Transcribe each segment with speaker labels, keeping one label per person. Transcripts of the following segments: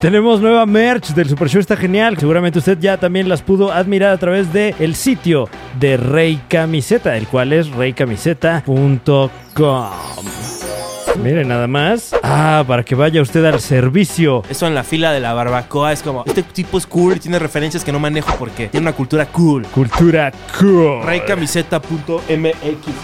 Speaker 1: Tenemos nueva merch del Super Show, está genial. Seguramente usted ya también las pudo admirar a través del el sitio de Rey Camiseta, el cual es reycamiseta.com. Mire nada más. Ah, para que vaya usted al servicio.
Speaker 2: Eso en la fila de la barbacoa es como, este tipo es cool y tiene referencias que no manejo porque tiene una cultura cool.
Speaker 1: Cultura cool.
Speaker 2: Raycamiseta.mx,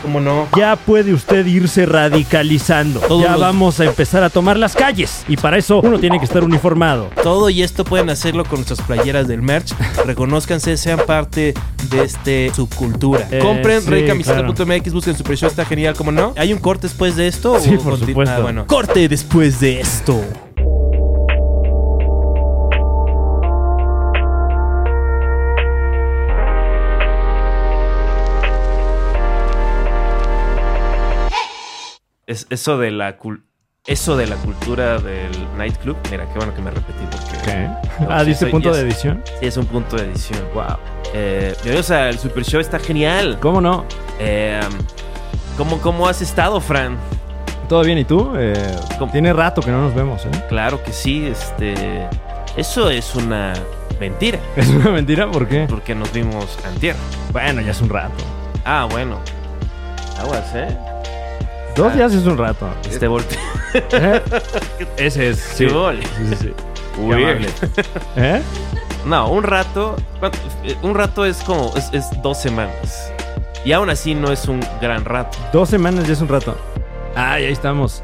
Speaker 2: ¿cómo no?
Speaker 1: Ya puede usted irse radicalizando.
Speaker 2: Todos
Speaker 1: ya
Speaker 2: los-
Speaker 1: vamos a empezar a tomar las calles. Y para eso uno tiene que estar uniformado.
Speaker 2: Todo y esto pueden hacerlo con nuestras playeras del merch. Reconózcanse, sean parte de este subcultura.
Speaker 1: Eh,
Speaker 2: Compren
Speaker 1: sí,
Speaker 2: reycamiseta.mx, busquen su precio, está genial, ¿cómo no? ¿Hay un corte después de esto?
Speaker 1: Sí, por
Speaker 2: conti-
Speaker 1: supuesto.
Speaker 2: Ah, bueno. Corte después de esto.
Speaker 3: Es eso de la cul- eso de la cultura del nightclub. Mira, qué bueno que me repetí porque
Speaker 1: Ah,
Speaker 3: Sí,
Speaker 1: dice
Speaker 3: soy-
Speaker 1: punto
Speaker 3: yes.
Speaker 1: de edición.
Speaker 3: sí es un punto de edición. Wow. Eh, o sea, el Super Show está genial.
Speaker 1: ¿Cómo no?
Speaker 3: Eh, ¿cómo, ¿Cómo has estado, Fran?
Speaker 1: ¿Todo bien? ¿Y tú? Eh,
Speaker 3: ¿Cómo?
Speaker 1: tiene rato que no nos vemos, ¿eh?
Speaker 3: Claro que sí, este. Eso es una mentira,
Speaker 1: Es una mentira, ¿por qué?
Speaker 3: porque nos vimos antier.
Speaker 1: Pues, Bueno, ya es un rato.
Speaker 3: Ah, bueno. Aguas, ¿eh?
Speaker 1: Dos
Speaker 3: Ah.
Speaker 1: días es un rato.
Speaker 3: Este volteo.
Speaker 1: ¿Eh? Ese es. Sí.
Speaker 3: Sí, vale.
Speaker 1: Sí, sí, sí. Qué
Speaker 3: Uy.
Speaker 1: amable. ¿Eh?
Speaker 3: No, un rato. ¿cuánto? Eh, Un rato es como. Es, es dos semanas. Y aún así no es un gran rato.
Speaker 1: Dos semanas ya es un rato. Ay, ahí estamos.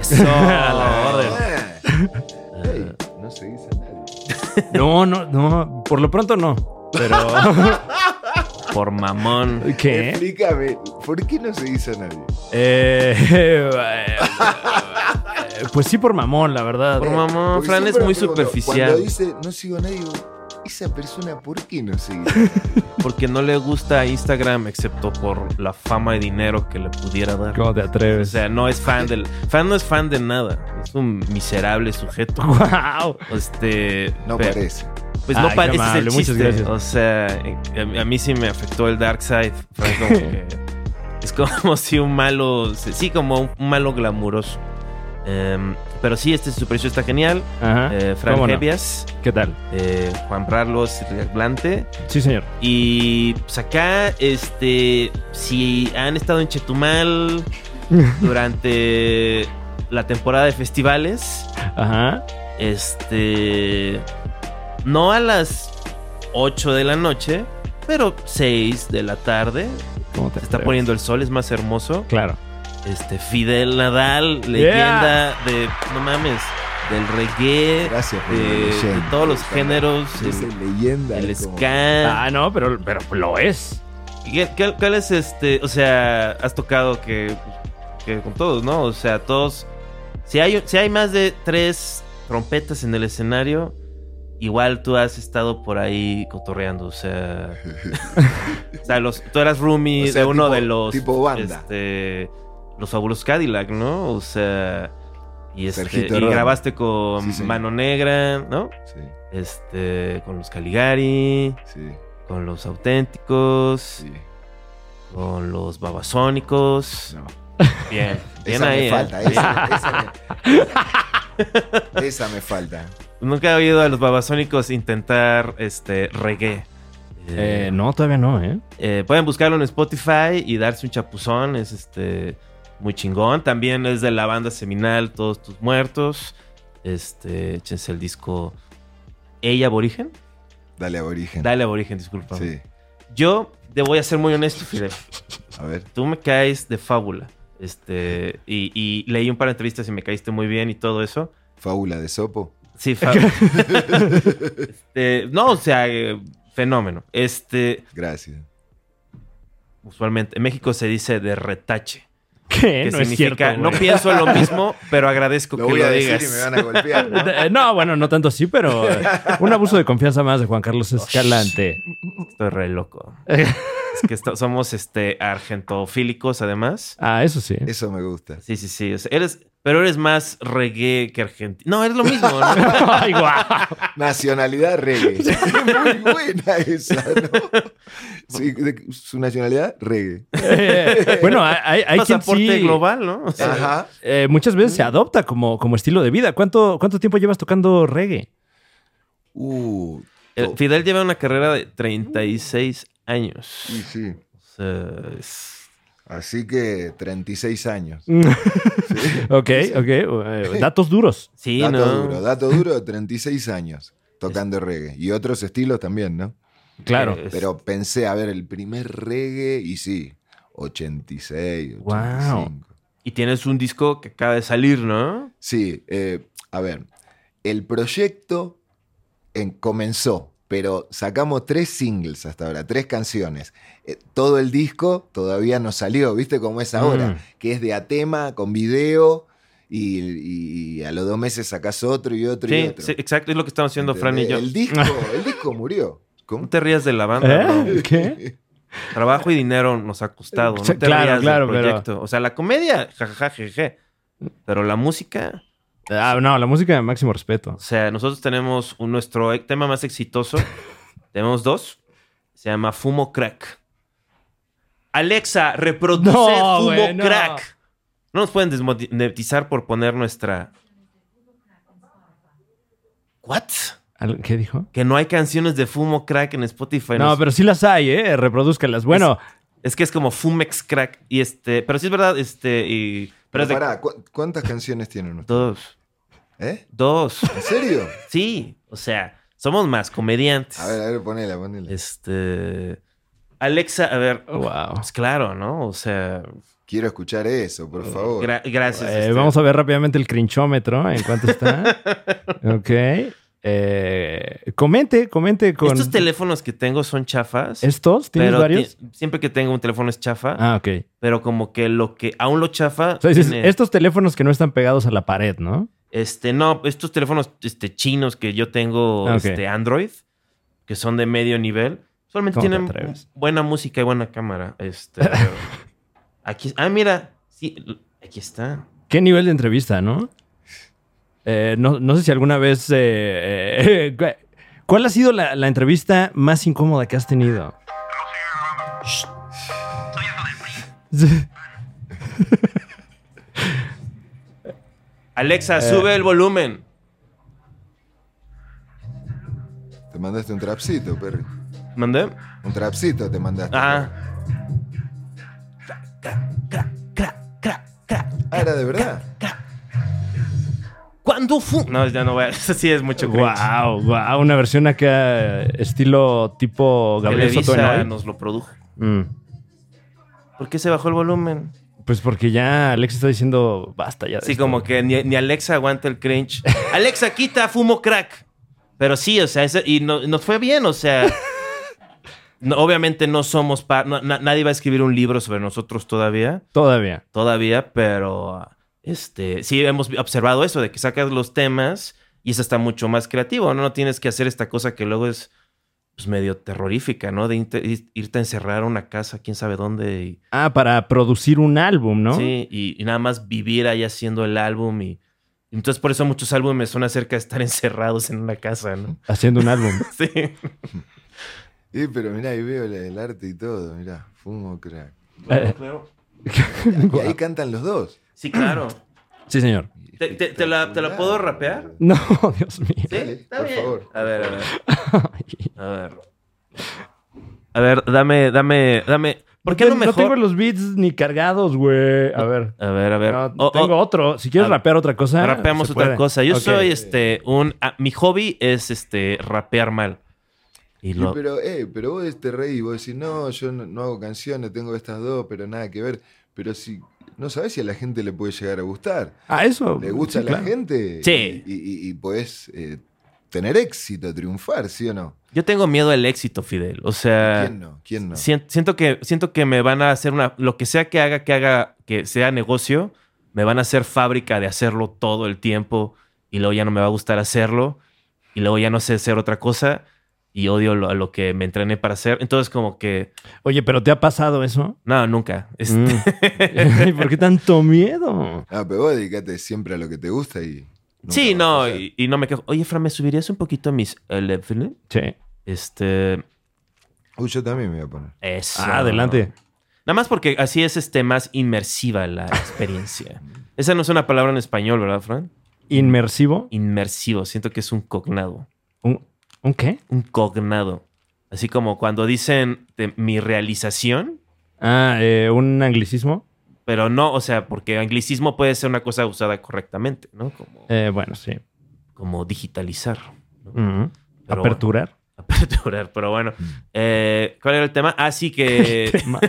Speaker 3: Eso.
Speaker 1: A la
Speaker 4: Hey, Ah, no se dice a nadie.
Speaker 1: No, no, no. Por lo pronto no. Pero.
Speaker 3: Por mamón.
Speaker 1: ¿Qué?
Speaker 4: Explícame, ¿por qué no se dice a nadie?
Speaker 1: Eh, pues sí, por mamón, la verdad.
Speaker 3: Por mamón.
Speaker 4: Porque
Speaker 3: Fran
Speaker 4: siempre
Speaker 3: es
Speaker 4: me
Speaker 3: muy
Speaker 4: pregunto,
Speaker 3: superficial.
Speaker 4: Cuando dice no sigo a nadie, digo, esa persona, ¿por qué no sigue? a nadie?"
Speaker 3: Porque no le gusta Instagram excepto por la fama y dinero que le pudiera dar.
Speaker 1: ¿Cómo te
Speaker 3: O
Speaker 1: atreves?
Speaker 3: sea, no es fan del. Fan no es fan de nada. Es un miserable sujeto.
Speaker 1: ¡Wow!
Speaker 3: Este.
Speaker 4: No
Speaker 3: pero-
Speaker 4: parece.
Speaker 3: Pues no
Speaker 1: Ay, qué
Speaker 3: parece el
Speaker 1: amable, muchas
Speaker 3: chiste.
Speaker 1: gracias.
Speaker 3: O sea, eh, a, a mí sí me afectó el Dark Side. Fue como que- es como si un malo. Sí, como un, un malo glamuroso. Em, pero sí, este super show está genial.
Speaker 1: Ajá.
Speaker 3: Eh, Fran
Speaker 1: Ah, ¿Cómo no?
Speaker 3: Hebias,
Speaker 1: ¿Qué tal?
Speaker 3: eh, Juan Carlos Blante.
Speaker 1: Sí, señor.
Speaker 3: Y pues acá, este, si han estado en Chetumal durante la temporada de festivales,
Speaker 1: Ajá.
Speaker 3: este, no a las 8 de la noche, pero 6 de la tarde,
Speaker 1: ¿Cómo te
Speaker 3: se está
Speaker 1: atreves?
Speaker 3: poniendo el sol, es más hermoso.
Speaker 1: Claro.
Speaker 3: Este, Fidel Nadal, leyenda de, no mames, del reggae,
Speaker 4: Gracias por
Speaker 3: de,
Speaker 4: la
Speaker 3: de
Speaker 4: leyenda.
Speaker 3: eh, todos los géneros,
Speaker 4: Dice
Speaker 3: el,
Speaker 4: leyenda.
Speaker 3: el
Speaker 4: es como-
Speaker 3: ska.
Speaker 1: Ah, no, pero, pero lo es.
Speaker 3: ¿Y ¿Qué, qué- cuál es este? O sea, has tocado que, que con todos, ¿no? O sea, todos. Si hay, si hay más de tres trompetas en el escenario, igual tú has estado por ahí cotorreando. O sea. o sea, los, tú eras roomie
Speaker 4: O sea,
Speaker 3: de uno
Speaker 4: tipo-
Speaker 3: de los.
Speaker 4: tipo banda.
Speaker 3: Este, los fabulosos Cadillac, ¿no? O sea. Y, este,
Speaker 4: Sergito
Speaker 3: y
Speaker 4: Herrera.
Speaker 3: grabaste con
Speaker 4: Sí, sí.
Speaker 3: Mano Negra, ¿no?
Speaker 4: Sí,
Speaker 3: Este, con los Caligari,
Speaker 4: sí,
Speaker 3: con los Auténticos.
Speaker 4: sí.
Speaker 3: Con los babasónicos.
Speaker 4: No.
Speaker 3: Bien, bien
Speaker 4: Esa
Speaker 3: ahí.
Speaker 4: me
Speaker 3: ¿eh?
Speaker 4: falta,
Speaker 3: Bien.
Speaker 4: esa, esa me, esa me falta.
Speaker 3: Nunca he oído a los babasónicos intentar este reggae.
Speaker 1: Eh,
Speaker 3: Eh,
Speaker 1: no, todavía no, ¿eh?
Speaker 3: eh, pueden buscarlo en Spotify y darse un chapuzón. Es este muy chingón. También es de la banda seminal Todos tus muertos. Este, échense el disco Ella Aborigen.
Speaker 4: Dale aborigen.
Speaker 3: Dale Aborigen, disculpa.
Speaker 4: Sí,
Speaker 3: Yo te voy a ser muy honesto, Fidel.
Speaker 4: a ver.
Speaker 3: tú me caes de fábula. Este, y, y leí un par de entrevistas y me caíste muy bien y todo eso.
Speaker 4: Fábula de Sopo.
Speaker 3: Sí, fábula. Este, no, o sea, eh, fenómeno. Este,
Speaker 4: Gracias.
Speaker 3: usualmente en México se dice de retache,
Speaker 1: ¿Qué?
Speaker 3: que
Speaker 1: Eh, no es cierto.
Speaker 3: significa no
Speaker 1: güey.
Speaker 3: pienso lo mismo, pero agradezco
Speaker 4: Lo
Speaker 3: que
Speaker 4: voy
Speaker 3: lo
Speaker 4: a decir
Speaker 3: digas.
Speaker 4: y me van a golpear. ¿no?
Speaker 1: Eh, No, bueno, no tanto así, pero eh, un abuso de confianza más de Juan Carlos Escalante.
Speaker 3: Estoy re loco. Es que esto- somos este argentofílicos además.
Speaker 1: Ah, eso sí.
Speaker 4: Eso me gusta.
Speaker 3: Sí, sí, sí. o sea, eres, Pero eres más reggae que argentino. No, es lo mismo, ¿no?
Speaker 1: Ay, guau.
Speaker 4: Nacionalidad reggae. Muy buena esa, ¿no? Sí, de- su nacionalidad reggae.
Speaker 1: Eh, bueno, hay, hay- hay quien
Speaker 3: Pasaporte
Speaker 1: sí,
Speaker 3: global, Mm. ¿no? O sea,
Speaker 4: Ajá.
Speaker 1: eh, muchas veces se adopta como, como estilo de vida. ¿Cuánto, ¿Cuánto tiempo llevas tocando reggae?
Speaker 4: Uh,
Speaker 3: el-
Speaker 4: oh,
Speaker 3: Fidel lleva una carrera de 36 años.
Speaker 4: sí, sí.
Speaker 3: O sea, es-
Speaker 4: Así que 36 años.
Speaker 3: Mm.
Speaker 1: ok, ok. eh, datos duros.
Speaker 3: Sí,
Speaker 4: dato
Speaker 3: ¿no?
Speaker 4: duro, dato duro, 36 años tocando reggae. Y otros estilos también, ¿no?
Speaker 1: Claro.
Speaker 3: Eh,
Speaker 4: Pero pensé, a ver, el primer reggae y sí, 86, 85.
Speaker 1: Guau.
Speaker 3: Y tienes un disco que acaba de salir, ¿no?
Speaker 4: Sí, eh, a ver, el proyecto en- comenzó, pero sacamos tres singles hasta ahora, tres canciones. Eh, todo el disco todavía no salió, ¿viste cómo es ahora?
Speaker 3: Mm.
Speaker 1: Mm.
Speaker 4: Que es de a tema, con video, y, y a los dos meses sacás otro y otro y
Speaker 3: Sí,
Speaker 4: otro.
Speaker 3: sí, exacto. Es lo que estamos haciendo Fran y yo.
Speaker 4: ¿Entendés? El disco, el disco murió.
Speaker 3: No
Speaker 4: ¿Cómo?
Speaker 3: te rías de la banda, bro.
Speaker 1: ¿Eh? ¿Qué?
Speaker 3: Trabajo y dinero nos ha costado. No
Speaker 1: Sí,
Speaker 3: te
Speaker 1: claro,
Speaker 3: rías del
Speaker 1: claro, pero-
Speaker 3: proyecto. O sea, la comedia, jajaja, jeje. Pero la música,
Speaker 1: Ah, no, la música de máximo respeto.
Speaker 3: o sea, nosotros tenemos un- nuestro e- tema más exitoso. tenemos dos. Se llama Fumo Crack. Alexa, reproduce
Speaker 1: No,
Speaker 3: Fumo
Speaker 1: güey, no.
Speaker 3: Crack. No nos pueden desmonetizar por poner nuestra. ¿What?
Speaker 1: ¿Al- ¿Qué dijo?
Speaker 3: Que no hay canciones de Fumo Crack en Spotify.
Speaker 1: no,
Speaker 3: Nos-
Speaker 1: pero sí las hay, ¿eh? Reproduzcanlas. Bueno,
Speaker 3: Es que es como Fumex Crack. Y este. Pero sí es verdad, este. Y, pero
Speaker 4: Pero
Speaker 3: es de
Speaker 4: pará, ¿cu- ¿cuántas canciones tienen ustedes?
Speaker 3: dos.
Speaker 4: ¿Eh?
Speaker 3: Dos.
Speaker 4: ¿En serio?
Speaker 3: Sí. O sea, somos más comediantes.
Speaker 4: A ver, a ver, ponela, ponela.
Speaker 3: Este. Alexa, a ver.
Speaker 1: wow.
Speaker 3: Pues claro, ¿no? O sea.
Speaker 4: Quiero escuchar eso, por favor.
Speaker 3: gra- gracias.
Speaker 1: Eh,
Speaker 3: este.
Speaker 1: Vamos a ver rápidamente el crinchómetro, en cuánto está. ok. Eh, comente, comente con...
Speaker 3: Estos teléfonos que tengo son chafas.
Speaker 1: ¿Estos? ¿Tienes
Speaker 3: pero
Speaker 1: varios?
Speaker 3: ti- Siempre que tengo un teléfono es chafa.
Speaker 1: Ah, ok.
Speaker 3: Pero como que lo que aún lo chafa.
Speaker 1: O sea, dices,
Speaker 3: tiene-
Speaker 1: estos teléfonos que no están pegados a la pared, ¿no?
Speaker 3: Este, no, estos teléfonos este, chinos que yo tengo,
Speaker 1: Ah, ok.
Speaker 3: este, Android, que son de medio nivel, solamente
Speaker 1: ¿Cómo te
Speaker 3: tienen
Speaker 1: atreves?
Speaker 3: buena música y buena cámara. Este, pero aquí, ah, mira, sí, l- aquí está.
Speaker 1: ¿Qué nivel de entrevista, no? Eh, no, no sé si alguna vez... eh, eh, ¿Cuál ha sido la, la entrevista más incómoda que has tenido? Eh.
Speaker 3: Alexa, sube el volumen.
Speaker 4: Te mandaste un trapcito, perro.
Speaker 3: ¿Mandé?
Speaker 4: Un trapcito te mandaste.
Speaker 3: Ah,
Speaker 4: Ah, era de verdad.
Speaker 3: ¿cuándo fu? No, ya no voy a, eso sí es mucho cringe.
Speaker 1: Wow, wow, una versión acá eh, estilo tipo Gabriel Soto
Speaker 3: Televisa
Speaker 1: Benoit.
Speaker 3: nos lo produjo.
Speaker 1: Mm.
Speaker 3: ¿Por qué se bajó el volumen?
Speaker 1: Pues porque ya Alex está diciendo basta ya. de
Speaker 3: Sí,
Speaker 1: esto".
Speaker 3: como que ni, ni Alexa aguanta el cringe. Alexa, quita, fumo crack. Pero sí, o sea, ese- y no- nos fue bien, o sea. no- obviamente no somos. pa- no- na- nadie va a escribir un libro sobre nosotros todavía.
Speaker 1: todavía.
Speaker 3: Todavía, pero. Este, sí, hemos observado eso, de que sacas los temas y eso está mucho más creativo, ¿no? No tienes que hacer esta cosa que luego es pues, medio terrorífica, ¿no? De inte- ir- irte a encerrar a una casa, quién sabe dónde, y
Speaker 1: Ah, para producir un álbum, ¿no?
Speaker 3: Sí, y, y nada más vivir ahí haciendo el álbum y... y Entonces por eso muchos álbumes son acerca de estar encerrados en una casa, ¿no?
Speaker 1: Haciendo un álbum.
Speaker 3: Sí.
Speaker 4: Sí, pero mirá, ahí veo el, el arte y todo, mirá. Fumo crack.
Speaker 1: Eh,
Speaker 4: Y ahí cantan los dos.
Speaker 3: Sí, claro.
Speaker 1: sí, señor.
Speaker 3: ¿Te, te- te la, te la puedo rapear?
Speaker 1: No, Dios mío.
Speaker 3: Sí,
Speaker 4: Dale,
Speaker 3: está
Speaker 4: por
Speaker 3: bien.
Speaker 4: favor.
Speaker 3: A ver, a ver. A ver. A ver, dame, dame, dame. ¿Por qué no,
Speaker 1: No tengo
Speaker 3: mejor?
Speaker 1: los beats ni cargados, güey. A ver.
Speaker 3: A ver, a ver.
Speaker 1: No,
Speaker 3: Oh, oh,
Speaker 1: tengo otro. Si quieres
Speaker 3: A ver.
Speaker 1: rapear otra cosa.
Speaker 3: rapeamos
Speaker 1: se
Speaker 3: otra
Speaker 1: puede.
Speaker 3: cosa. Yo
Speaker 1: Ok.
Speaker 3: soy este un ah, mi hobby es este rapear mal. Y
Speaker 4: Y
Speaker 3: lo
Speaker 4: pero, eh, pero vos te reís, vos decís, no, yo no, no hago canciones, tengo estas dos, pero nada que ver. Pero si, no sabés si a la gente le puede llegar a gustar.
Speaker 1: Ah, eso.
Speaker 4: ¿Le gusta
Speaker 1: sí,
Speaker 4: a la
Speaker 1: claro.
Speaker 4: gente?
Speaker 3: Sí.
Speaker 4: Y, y, y podés eh, tener éxito, triunfar, ¿sí o no?
Speaker 3: Yo tengo miedo al éxito, Fidel. O sea,
Speaker 4: ¿Quién no? ¿Quién no?
Speaker 3: sien- siento que siento que me van a hacer una lo que sea que haga que haga que sea negocio, me van a hacer fábrica de hacerlo todo el tiempo y luego ya no me va a gustar hacerlo y luego ya no sé hacer otra cosa y odio lo, a lo que me entrené para hacer. Entonces, como que,
Speaker 1: Oye, pero ¿te ha pasado eso?
Speaker 3: no, nunca. Es-
Speaker 1: Mm. ¿Por qué tanto miedo?
Speaker 4: Ah, pero vos dedicate siempre a lo que te gusta y. nunca
Speaker 3: Sí,
Speaker 4: vas a
Speaker 3: no,
Speaker 4: fallar.
Speaker 3: y, y no me quejo. Oye, Fran, ¿me subirías un poquito mis eleven?
Speaker 1: Sí. Ah,
Speaker 3: Este.
Speaker 4: Uy, yo también me voy a poner.
Speaker 3: Eso.
Speaker 1: Ah, adelante.
Speaker 3: Nada más porque así es este, más inmersiva la experiencia. Esa no es una palabra en español, ¿verdad, Fran?
Speaker 1: Inmersivo.
Speaker 3: Inmersivo. Siento que es un cognado.
Speaker 1: ¿Un, un qué?
Speaker 3: Un cognado. Así como cuando dicen de mi realización,
Speaker 1: Ah, eh, un anglicismo.
Speaker 3: pero no, o sea, porque anglicismo puede ser una cosa usada correctamente, ¿no? Como,
Speaker 1: Eh, bueno, sí.
Speaker 3: como digitalizar. ¿no?
Speaker 1: Ujú.
Speaker 3: Pero
Speaker 1: Aperturar.
Speaker 3: bueno, aperturar, pero bueno. Eh, ¿Cuál era el tema? Ah, sí que
Speaker 1: Eh, Ma-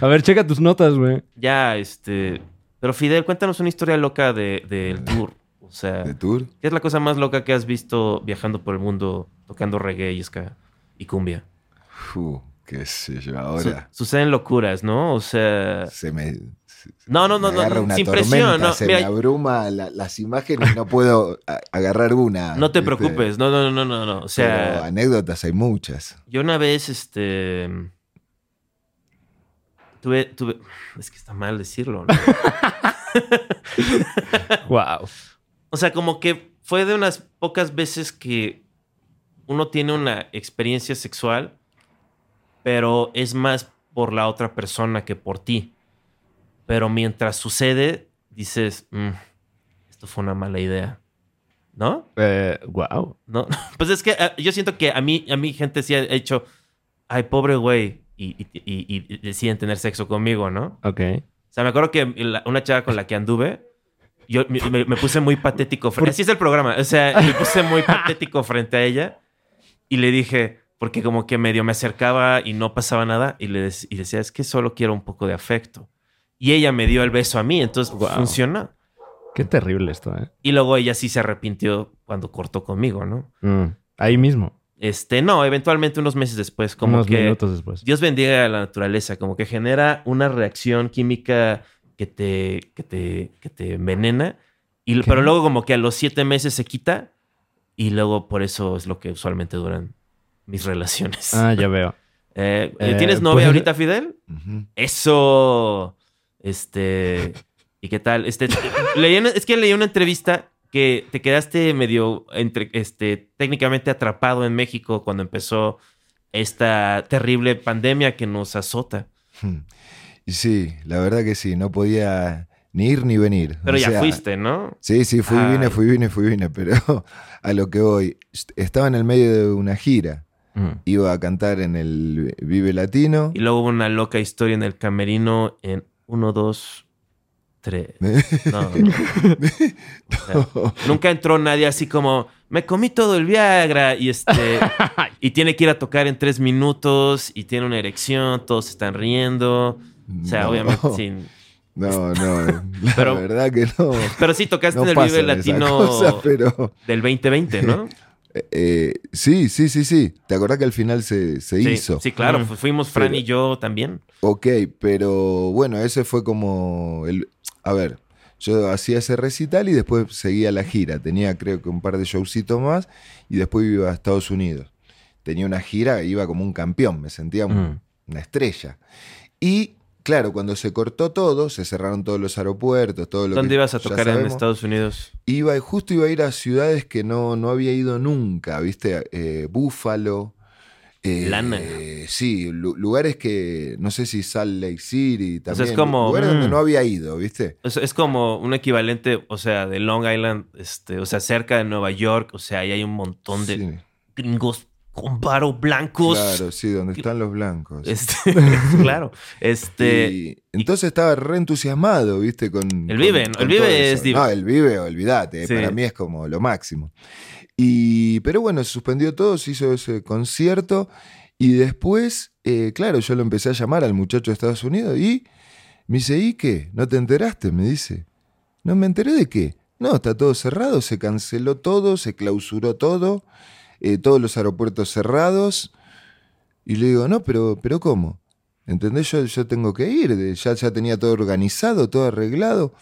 Speaker 1: A ver, checa tus notas, güey.
Speaker 3: ya, este... Pero Fidel, cuéntanos una historia loca de- del tour. O sea,
Speaker 4: ¿De tour?
Speaker 3: ¿Qué es la cosa más loca que has visto viajando por el mundo tocando reggae y ska y cumbia?
Speaker 4: Fu, qué sé yo, ahora.
Speaker 3: Su- suceden locuras, ¿no? O sea,
Speaker 4: Se me. se-
Speaker 3: No, no,
Speaker 4: me
Speaker 3: no, no,
Speaker 4: agarra una
Speaker 3: sin presión,
Speaker 4: tormenta,
Speaker 3: no,
Speaker 4: se me
Speaker 3: mira-
Speaker 4: abruma la- las imágenes, no puedo a- agarrar una.
Speaker 3: no te
Speaker 4: ¿viste?
Speaker 3: preocupes, no, no, no, no, no. O
Speaker 4: Pero
Speaker 3: sea,
Speaker 4: anécdotas hay muchas.
Speaker 3: yo una vez, este... Tuve, tuve... Es que está mal decirlo, ¿no?
Speaker 1: Wow.
Speaker 3: O sea, como que fue de unas pocas veces que uno tiene una experiencia sexual, pero es más por la otra persona que por ti. Pero mientras sucede, dices, "Mm, esto fue una mala idea. ¿No?
Speaker 1: Eh, wow.
Speaker 3: ¿No? Pues es que ah, yo siento que a mí, a mí gente sí ha hecho, ay, pobre güey, y, y- y- y- y deciden tener sexo conmigo, ¿no?
Speaker 1: Ok.
Speaker 3: O sea, me acuerdo que la- una chava con la que anduve, yo me, me- me puse muy patético. fre- Así es el programa. O sea, me puse muy patético frente a ella y le dije, porque como que medio me acercaba y no pasaba nada, y le dec- y decía, es que solo quiero un poco de afecto. Y ella me dio el beso a mí, entonces
Speaker 1: Wow.
Speaker 3: funcionó.
Speaker 1: Qué terrible esto, ¿eh?
Speaker 3: Y luego ella sí se arrepintió cuando cortó conmigo, ¿no?
Speaker 1: Mm. Ahí mismo.
Speaker 3: Este, no, eventualmente unos meses después, como
Speaker 1: unos
Speaker 3: que.
Speaker 1: minutos después.
Speaker 3: Dios bendiga a la naturaleza, como que genera una reacción química que te, que te, que te envenena, y,
Speaker 1: Ok.
Speaker 3: pero luego como que a los siete meses se quita, y luego por eso es lo que usualmente duran mis relaciones.
Speaker 1: Ah, ya veo.
Speaker 3: Eh,
Speaker 1: Eh,
Speaker 3: ¿Tienes novia
Speaker 1: pues-
Speaker 3: ahorita, Fidel?
Speaker 4: Ujú.
Speaker 3: Eso. Este. ¿Y qué tal? Este, leí una- es que leí una entrevista que te quedaste medio entre, este, técnicamente atrapado en México cuando empezó esta terrible pandemia que nos azota.
Speaker 4: Y sí, la verdad que sí, no podía ni ir ni venir.
Speaker 3: Pero
Speaker 4: O
Speaker 3: ya
Speaker 4: sea,
Speaker 3: fuiste, ¿no?
Speaker 4: Sí, sí, fui,
Speaker 3: Ay.
Speaker 4: vine, fui, vine, fui, vine, pero a lo que voy, est- estaba en el medio de una gira,
Speaker 1: Mm.
Speaker 4: iba a cantar en el Vive Latino,
Speaker 3: Y luego hubo una loca historia en el camerino en 1, 2, 3. No. O sea, nunca entró nadie así como, me comí todo el Viagra y este y tiene que ir a tocar en tres minutos y tiene una erección, todos se están riendo. O sea,
Speaker 4: No.
Speaker 3: obviamente sin-
Speaker 4: No, no, la
Speaker 3: Pero-
Speaker 4: verdad que no.
Speaker 3: Pero sí tocaste
Speaker 4: No
Speaker 3: en el
Speaker 4: pasan
Speaker 3: Vive
Speaker 4: esas
Speaker 3: Latino
Speaker 4: cosas, pero
Speaker 3: del 2020, ¿no?
Speaker 4: eh, sí, sí, sí, sí. ¿Te acordás que al final se, se
Speaker 3: sí,
Speaker 4: hizo?
Speaker 3: sí, claro,
Speaker 1: Mm.
Speaker 3: fu- fuimos Fran
Speaker 4: Pero-
Speaker 3: y yo también.
Speaker 4: Ok, pero bueno, ese fue como el... A ver, yo hacía ese recital y después seguía la gira. Tenía creo que un par de showcitos más y después iba a Estados Unidos. Tenía una gira, iba como un campeón, me sentía un-
Speaker 1: Mm.
Speaker 4: una estrella. Y claro, cuando se cortó todo, se cerraron todos los aeropuertos, todo lo
Speaker 3: ¿Dónde
Speaker 4: que
Speaker 3: ibas a
Speaker 4: ya
Speaker 3: tocar en este
Speaker 4: sabemos.
Speaker 3: Estados Unidos?
Speaker 4: Iba, justo iba a ir a ciudades que no, no había ido nunca, ¿viste? Eh, Búfalo. eh,
Speaker 3: Lana.
Speaker 4: eh, sí, lu- lugares que no sé si Salt Lake City también.
Speaker 3: es como,
Speaker 4: Lugares donde
Speaker 1: mm.
Speaker 4: no había ido, ¿viste?
Speaker 3: O sea, es como un equivalente, o sea, de Long Island, este, o sea, cerca de Nueva York, o sea, ahí hay un montón de
Speaker 4: Sí,
Speaker 3: gringos con varo blancos.
Speaker 4: claro, sí, donde están los blancos.
Speaker 3: Este, claro. Este,
Speaker 4: pues. Y entonces estaba re entusiasmado, ¿viste? Con,
Speaker 3: El Vive, ¿no? El Vive
Speaker 4: todo
Speaker 3: es
Speaker 4: eso.
Speaker 3: div-
Speaker 4: No, el Vive, olvídate, eh,
Speaker 3: Sí.
Speaker 4: para mí es como lo máximo. Y, pero bueno, se suspendió todo, se hizo ese concierto y después, eh, claro, yo lo empecé a llamar al muchacho de Estados Unidos y me dice, ¿y qué? ¿No te enteraste? Me dice, no me enteré de qué. No, está todo cerrado, se canceló todo, se clausuró todo, eh, todos los aeropuertos cerrados. Y le digo, no, pero, pero ¿cómo? ¿Entendés? Yo, yo tengo que ir, de- ya, ya tenía todo organizado, todo arreglado.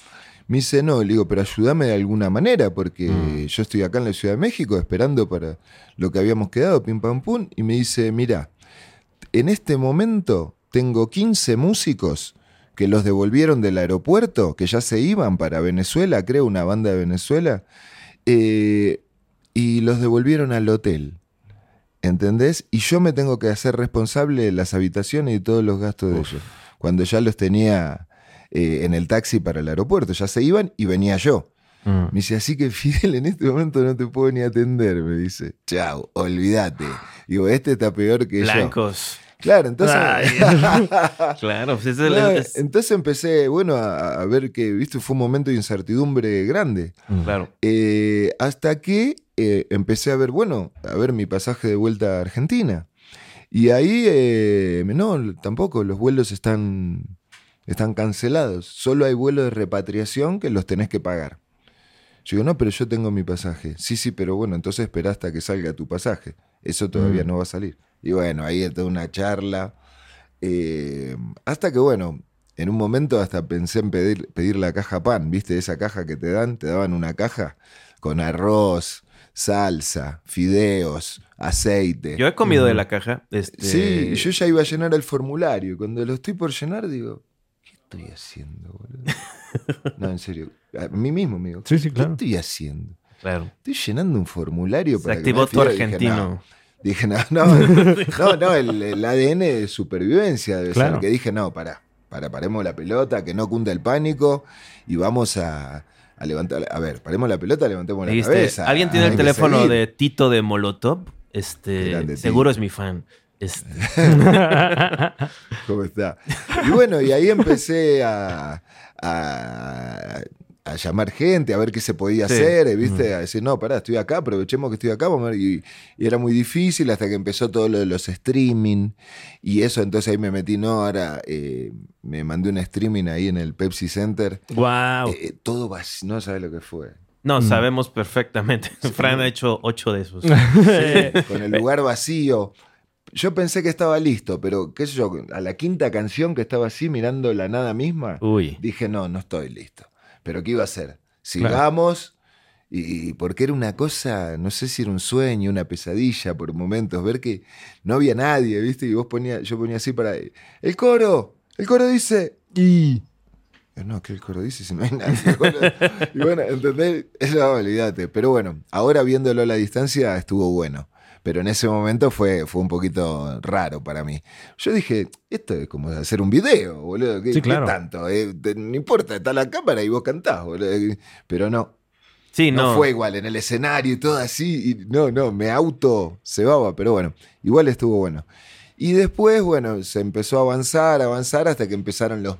Speaker 4: Me dice, no, le digo, pero ayúdame de alguna manera, porque yo estoy acá en la Ciudad de México esperando para lo que habíamos quedado, pim pam pum. Y me dice, mira, en este momento tengo 15 músicos que los devolvieron del aeropuerto, que ya se iban para Venezuela, creo, una banda de Venezuela, eh, y los devolvieron al hotel. ¿Entendés? Y yo me tengo que hacer responsable de las habitaciones y todos los gastos de ellos. Cuando ya los tenía eh, en el taxi para el aeropuerto, ya se iban y venía yo. Me dice, así que Fidel, en este momento no te puedo ni atender. Me dice, chau, olvídate. Digo, este está peor que yo.
Speaker 3: Blancos.
Speaker 4: Claro, entonces.
Speaker 3: Ay. Claro, pues es el-
Speaker 4: Claro,
Speaker 3: es-
Speaker 4: Entonces empecé, bueno, a, a ver que, viste, fue un momento de incertidumbre grande.
Speaker 3: claro.
Speaker 4: Eh, hasta que eh, empecé a ver, bueno, a ver mi pasaje de vuelta a Argentina. Y ahí, eh, no, tampoco, los vuelos están, están cancelados. Solo hay vuelos de repatriación que los tenés que pagar. Yo digo, no, pero yo tengo mi pasaje. Sí, sí, pero bueno, entonces espera hasta que salga tu pasaje. Eso todavía no va a salir. Y bueno, ahí es toda una charla. Eh, hasta que, bueno, en un momento hasta pensé en pedir, pedir la caja pan, ¿viste? Esa caja que te dan, te daban una caja con arroz, salsa, fideos, aceite.
Speaker 3: Yo he comido de la caja. Este,
Speaker 4: Sí, y yo ya iba a llenar el formulario. y Cuando lo estoy por llenar, digo, ¿qué estoy haciendo, boludo? No, en serio. A mí mismo me digo,
Speaker 1: Sí, sí,
Speaker 4: ¿qué
Speaker 1: claro.
Speaker 4: estoy haciendo?
Speaker 3: Claro.
Speaker 4: Estoy llenando un formulario
Speaker 3: Se
Speaker 4: para que
Speaker 3: activó
Speaker 4: me
Speaker 3: tu
Speaker 4: fidee". Dije,
Speaker 3: argentino.
Speaker 4: Dije, no, no, no, no, el, el ADN de supervivencia debe
Speaker 1: Claro.
Speaker 4: ser. Que dije, no, pará, pará, paremos la pelota, que no cunda el pánico y vamos a, a levantar. A ver, paremos la pelota, levantemos la
Speaker 3: Dijiste,
Speaker 4: cabeza. Ah,
Speaker 3: ¿Alguien tiene
Speaker 4: hay
Speaker 3: el
Speaker 4: que
Speaker 3: teléfono
Speaker 4: seguir".
Speaker 3: de Tito de Molotov? Este,
Speaker 4: Grande,
Speaker 3: seguro
Speaker 4: Tito.
Speaker 3: es mi fan. Este,
Speaker 4: ¿Cómo está? Y bueno, y ahí empecé a, a- a llamar gente, a ver qué se podía
Speaker 3: Sí.
Speaker 4: hacer, eh, ¿viste? A decir, no, pará, estoy acá, aprovechemos que estoy acá. vamos a ver. Y, y era muy difícil hasta que empezó todo lo de los streaming y eso, entonces ahí me metí, no, ahora eh, me mandé un streaming ahí en el Pepsi Center.
Speaker 1: Wow.
Speaker 4: Eh, eh, todo vacío, no sabes lo que fue.
Speaker 3: no, sabemos perfectamente. Fran ha hecho ocho de esos.
Speaker 4: con el lugar vacío. Yo pensé que estaba listo, pero qué sé yo, a la quinta canción que estaba así mirando la nada misma,
Speaker 1: Uy.
Speaker 4: dije, no, no estoy listo. Pero ¿qué iba a hacer?
Speaker 1: Claro.
Speaker 4: Sigamos. Y, y porque era una cosa, no sé si era un sueño, una pesadilla por momentos, ver que no había nadie, ¿viste? Y vos ponía, yo ponía así para. El coro, el coro dice. Y. Yo, Eh, No, que el coro dice si no hay nadie. Bueno, y bueno, ¿entendés? Eso, olvídate. Pero bueno, ahora viéndolo a la distancia estuvo bueno. Pero en ese momento fue, fue un poquito raro para mí. Yo dije, esto es como hacer un video, boludo. ¿Qué,
Speaker 1: Sí,
Speaker 4: qué
Speaker 1: claro.
Speaker 4: tanto? Eh, te- no importa, está la cámara y vos cantás, boludo. Pero no,
Speaker 3: Sí,
Speaker 4: no,
Speaker 3: no.
Speaker 4: fue igual en el escenario y todo así. y no, no, me auto cebaba, pero bueno, igual estuvo bueno. Y después, bueno, se empezó a avanzar, a avanzar hasta que empezaron los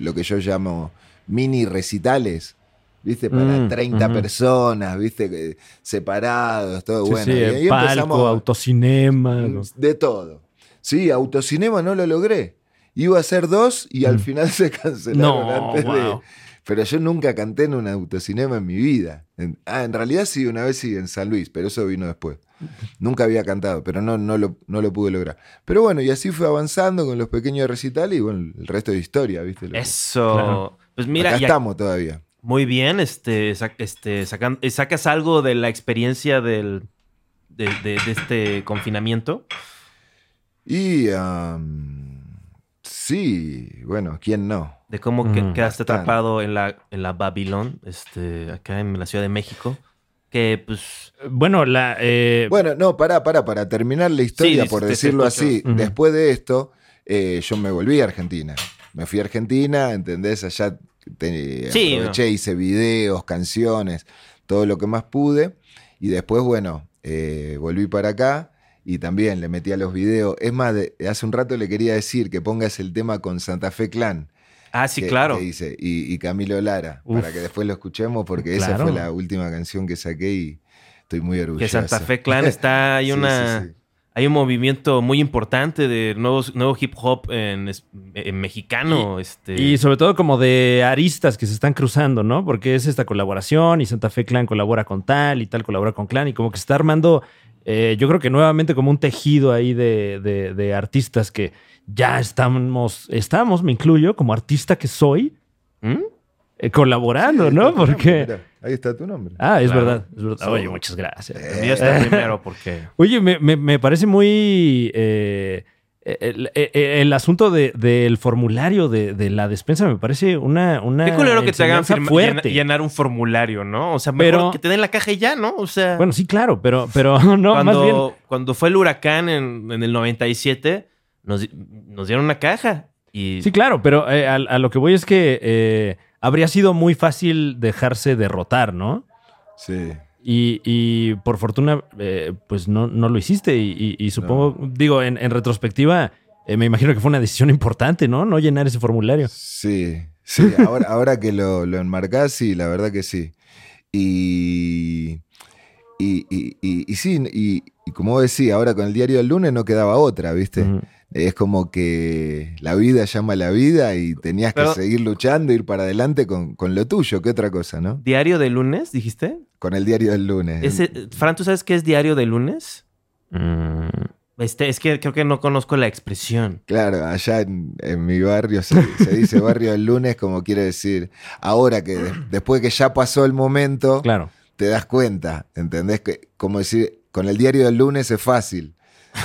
Speaker 4: lo que yo llamo mini recitales. ¿Viste? Para
Speaker 1: Mm,
Speaker 4: 30
Speaker 1: ujú.
Speaker 4: personas, ¿viste? Que- Separados, todo
Speaker 1: Sí,
Speaker 4: bueno.
Speaker 1: sí,
Speaker 4: y ahí
Speaker 1: palco,
Speaker 4: empezamos- mm,
Speaker 1: autocinema. ¿no?
Speaker 4: de todo. Sí, autocinema no lo logré. Iba a ser dos y al
Speaker 1: Mm.
Speaker 4: final se cancelaron
Speaker 1: No,
Speaker 4: antes de-
Speaker 1: wow.
Speaker 4: Pero yo nunca canté en un autocinema en mi vida. En- ah, en realidad sí, una vez sí, en San Luis, pero eso vino después. Nunca había cantado, pero no, no, lo, no lo pude lograr. Pero bueno, y así fue avanzando con los pequeños recitales y bueno, el resto de historia, ¿viste? Lo que-
Speaker 3: Eso.
Speaker 1: Claro.
Speaker 3: Pues mira,
Speaker 4: Acá
Speaker 3: y a-
Speaker 4: estamos todavía.
Speaker 3: muy bien. Este, sac- este, sacan- eh, sacas algo de la experiencia del, de, de- de este confinamiento.
Speaker 4: Y am, sí, bueno, ¿quién no?
Speaker 3: De cómo que-
Speaker 1: Mm,
Speaker 3: quedaste
Speaker 4: bastante.
Speaker 3: atrapado en la, en la Babilón, este, acá en la Ciudad de México. Que pues.
Speaker 1: Bueno, la. eh,
Speaker 4: Bueno, no, pará, pará, para terminar la historia,
Speaker 3: Sí,
Speaker 4: por
Speaker 3: te- te
Speaker 4: decirlo
Speaker 3: escucho.
Speaker 4: así,
Speaker 1: Ujú.
Speaker 4: después de esto, eh, yo me volví a Argentina. Me fui a Argentina, ¿entendés? Allá te-
Speaker 3: Sí,
Speaker 4: aproveché, hice videos, canciones, todo lo que más pude. Y después, bueno, eh, volví para acá y también le metí a los videos. Es más, de- hace un rato le quería decir que pongas el tema con Santa Fe Clan.
Speaker 3: Ah, sí,
Speaker 4: que-
Speaker 3: claro.
Speaker 4: que hice, y, y Camilo Lara,
Speaker 1: Uf.
Speaker 4: para que después lo escuchemos, porque esa
Speaker 1: Claro.
Speaker 4: fue la última canción que saqué y estoy muy orgulloso.
Speaker 3: Que Santa Fe Clan está. Hay
Speaker 4: Sí, sí,
Speaker 3: una.
Speaker 4: sí.
Speaker 3: Hay un movimiento muy importante de nuevos, nuevo hip hop en, es- en mexicano. este,
Speaker 1: Y sobre todo como de aristas que se están cruzando, ¿no? Porque es esta colaboración y Santa Fe Clan colabora con tal y tal colabora con Clan y como que se está armando, eh, yo creo que nuevamente como un tejido ahí de, de- de artistas que ya estamos, estamos, me incluyo, como artista que soy,
Speaker 3: ¿Mm?
Speaker 1: eh, colaborando,
Speaker 4: Ahí
Speaker 1: ¿no?
Speaker 4: está tu nombre,
Speaker 1: Porque.
Speaker 4: mira, ahí está tu nombre.
Speaker 1: Ah, es
Speaker 3: Claro.
Speaker 1: verdad. es verdad. Oye, muchas gracias.
Speaker 4: Eh.
Speaker 3: El mío está primero porque.
Speaker 1: Oye, me, me- me parece muy. eh, el, el- el asunto de- del formulario de, de la despensa me parece una. una
Speaker 3: Qué culero que te hagan
Speaker 1: Ah, enseñanza
Speaker 3: firma-
Speaker 1: fuerte.
Speaker 3: llena- llenar un formulario, ¿no? O sea, mejor
Speaker 1: Pero-
Speaker 3: que te den la caja y ya, ¿no? O sea,
Speaker 1: Bueno, sí, claro, pero, pero no, más bien.
Speaker 3: cuando, cuando fue el huracán en, en el 97, nos, di- nos dieron una caja. Y
Speaker 1: Sí, claro, pero eh, a, a lo que voy es que eh, habría sido muy fácil dejarse derrotar, ¿no?
Speaker 4: Sí.
Speaker 1: Y, y por fortuna, eh, pues no, no lo hiciste. Y, y- y supongo, digo, en, en retrospectiva, eh, me imagino que fue una decisión importante, ¿no? No llenar ese formulario.
Speaker 4: Sí, sí, ahora, ahora que lo, lo enmarcás, sí, la verdad que sí. Y, y, y, y- y sí, y, y como vos decís, ahora con el diario del lunes no quedaba otra, ¿viste?
Speaker 1: Ujú.
Speaker 4: Es como que la vida llama a la vida y tenías que
Speaker 3: Pero-
Speaker 4: seguir luchando, ir para adelante con, con lo tuyo, que otra cosa, ¿no?
Speaker 3: diario de lunes, dijiste.
Speaker 4: Con el diario del lunes.
Speaker 3: Ese, Fran, ¿tú sabes qué es diario de lunes?
Speaker 1: Mm.
Speaker 3: Este, es que creo que no conozco la expresión.
Speaker 4: Claro, allá en, en mi barrio se, se dice barrio del lunes, como quiere decir, ahora que de- después que ya pasó el momento,
Speaker 1: Claro.
Speaker 4: te das cuenta, ¿entendés? Que, como decir, con el diario del lunes es fácil,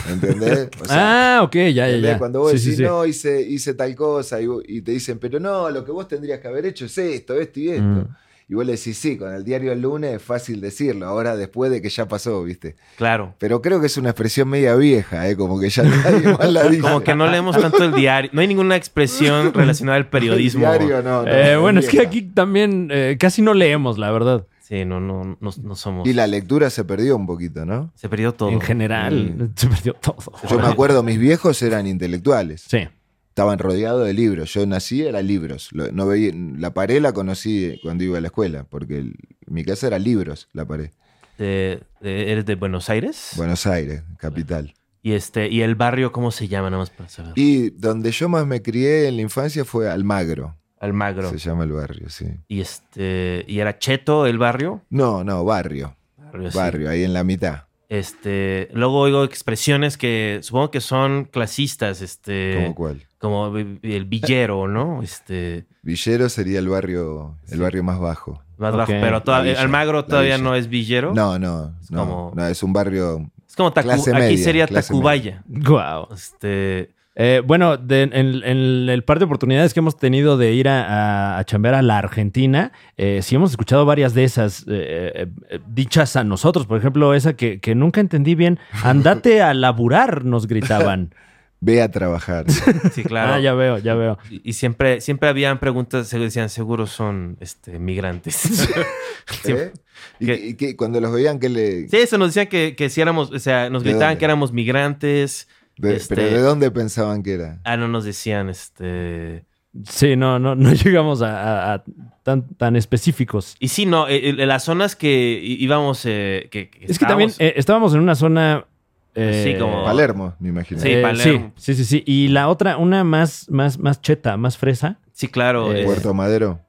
Speaker 4: ¿entendés? O sea,
Speaker 1: ah, ok, ya, ya,
Speaker 4: ¿entendés?
Speaker 1: ya.
Speaker 4: Cuando vos
Speaker 1: Sí, sí,
Speaker 4: decís,
Speaker 1: sí.
Speaker 4: no, hice, hice tal cosa, y, vos- y te dicen, pero no, lo que vos tendrías que haber hecho es esto, esto y esto.
Speaker 1: Mm.
Speaker 4: Y vos le decís, sí, con el diario del lunes es fácil decirlo, ahora después de que ya pasó, ¿viste?
Speaker 3: Claro.
Speaker 4: Pero creo que es una expresión media vieja, ¿eh? Como que ya nadie más la dice.
Speaker 3: Como que no leemos tanto el diario. No hay ninguna expresión relacionada al periodismo.
Speaker 4: El diario no, no,
Speaker 1: Eh,
Speaker 4: es
Speaker 1: bueno, es que
Speaker 4: vieja.
Speaker 1: aquí también eh, casi no leemos, la verdad,
Speaker 3: Sí, no, no, no, no somos.
Speaker 4: Y la lectura se perdió un poquito, ¿no?
Speaker 3: Se perdió todo.
Speaker 1: en general. Se perdió todo.
Speaker 4: Yo me acuerdo, mis viejos eran intelectuales.
Speaker 1: Sí.
Speaker 4: estaban rodeados de libros. Yo nací, era libros. Lo- No veía, la pared la conocí cuando iba a la escuela, porque el- mi casa era libros, la pared.
Speaker 3: De- de- eres de Buenos Aires.
Speaker 4: Buenos Aires, capital.
Speaker 3: Y este, y el barrio, ¿cómo se llama? Nada más para saber.
Speaker 4: Y donde yo más me crié en la infancia fue Almagro,
Speaker 3: Almagro.
Speaker 4: se llama el barrio, sí.
Speaker 3: Y este, y era Cheto el barrio.
Speaker 4: No, no, barrio,
Speaker 3: Barrio. sí.
Speaker 4: barrio, ahí en la mitad.
Speaker 3: Este, luego oigo expresiones que supongo que son clasistas, este,
Speaker 4: ¿Cómo cuál?
Speaker 3: como vi- vi- el villero, ¿no? Este,
Speaker 4: Villero sería el barrio, el barrio más bajo.
Speaker 3: más
Speaker 1: Ok.
Speaker 3: bajo, pero todavía,
Speaker 4: La villa,
Speaker 3: Almagro
Speaker 4: la
Speaker 3: todavía
Speaker 4: villa.
Speaker 3: no es villero.
Speaker 4: No, no,
Speaker 3: Es
Speaker 4: no,
Speaker 3: como-
Speaker 4: no, es un barrio
Speaker 3: Es como Tacu-
Speaker 4: Clase
Speaker 3: aquí
Speaker 4: media,
Speaker 3: sería
Speaker 4: clase
Speaker 3: Tacubaya.
Speaker 1: Guau.
Speaker 3: Este,
Speaker 1: Eh, bueno, de- en, en el par de oportunidades que hemos tenido de ir a, a- a chambear a la Argentina, eh, sí hemos escuchado varias de esas eh, eh, eh, dichas a nosotros. Por ejemplo, esa que, que nunca entendí bien. Andate a laburar, nos gritaban.
Speaker 4: ve a trabajar. ¿Eh?
Speaker 3: sí, claro.
Speaker 1: Ah, ya veo, ya veo.
Speaker 3: Y, y siempre, siempre habían preguntas, se decían, seguro son este, migrantes. Sí.
Speaker 4: ¿Eh? Y,
Speaker 3: ¿Qué?
Speaker 4: y que cuando los veían que le...
Speaker 3: Sí, eso nos decían que, que si éramos, o sea, nos
Speaker 4: ¿De
Speaker 3: gritaban
Speaker 4: dónde?
Speaker 3: que éramos migrantes.
Speaker 4: de-
Speaker 3: este-
Speaker 4: Pero ¿de dónde pensaban que era?
Speaker 3: Ah, no nos decían, este.
Speaker 1: Sí, no, no, no llegamos a, a- a tan, tan específicos.
Speaker 3: Y sí, no, eh, eh, las zonas que í- íbamos. eh, que,
Speaker 1: Es que también
Speaker 3: estábamos-
Speaker 1: eh, estábamos en una zona. eh,
Speaker 3: Sí, como-
Speaker 4: Palermo, me imagino.
Speaker 3: Sí,
Speaker 1: eh,
Speaker 3: Palermo.
Speaker 1: Sí, sí, sí. Y la otra, una más, más, más cheta, más fresa.
Speaker 3: sí, claro.
Speaker 1: eh,
Speaker 3: es-
Speaker 4: Puerto Madero.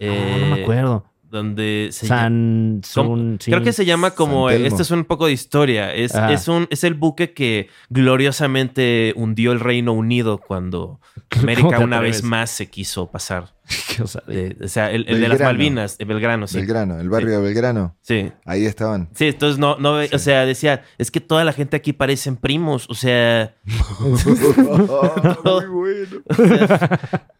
Speaker 1: Ah, no me
Speaker 3: eh,
Speaker 1: acuerdo.
Speaker 3: Donde se
Speaker 1: San, Sun, sí. Ah.
Speaker 3: Creo que se llama como.
Speaker 4: San
Speaker 3: eh,
Speaker 4: Telmo.
Speaker 3: Esto es un poco de historia. Es,
Speaker 1: Ajá.
Speaker 3: es, un, es el buque que gloriosamente hundió el Reino Unido cuando
Speaker 1: ¿Cómo te
Speaker 3: América una
Speaker 1: atreves?
Speaker 3: vez más se quiso pasar.
Speaker 1: Qué osadía.
Speaker 3: de- o sea, el, el de las
Speaker 4: Belgrano.
Speaker 3: Malvinas, el Belgrano, sí.
Speaker 4: Belgrano, el barrio de Belgrano.
Speaker 3: Sí.
Speaker 4: Ahí estaban.
Speaker 3: Sí, entonces no, no, o sea, decía, es que toda la gente aquí parecen primos, o sea, Oh,
Speaker 4: Muy bueno.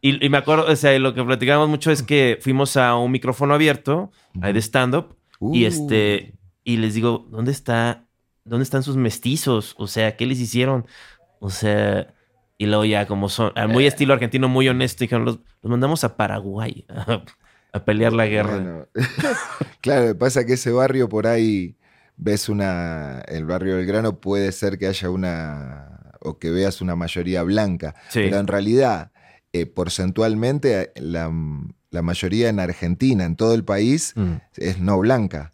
Speaker 3: y, y me acuerdo, o sea, y lo que platicábamos mucho es que fuimos a un micrófono abierto, ahí de stand-up, y
Speaker 4: Uh,
Speaker 3: este, y les digo, ¿dónde está, dónde están sus mestizos? O sea, ¿qué les hicieron? O sea, y luego ya como son, ah,
Speaker 4: Eh.
Speaker 3: muy estilo argentino, muy honesto, dijeron, los, los mandamos a Paraguay a, a pelear la guerra.
Speaker 4: bueno. claro, pasa que ese barrio por ahí ves una. El barrio Belgrano puede ser que haya una. o que veas una mayoría blanca.
Speaker 3: sí,
Speaker 4: Pero en realidad, eh, porcentualmente, la, la mayoría en Argentina, en todo el país,
Speaker 1: Mm.
Speaker 4: es no blanca.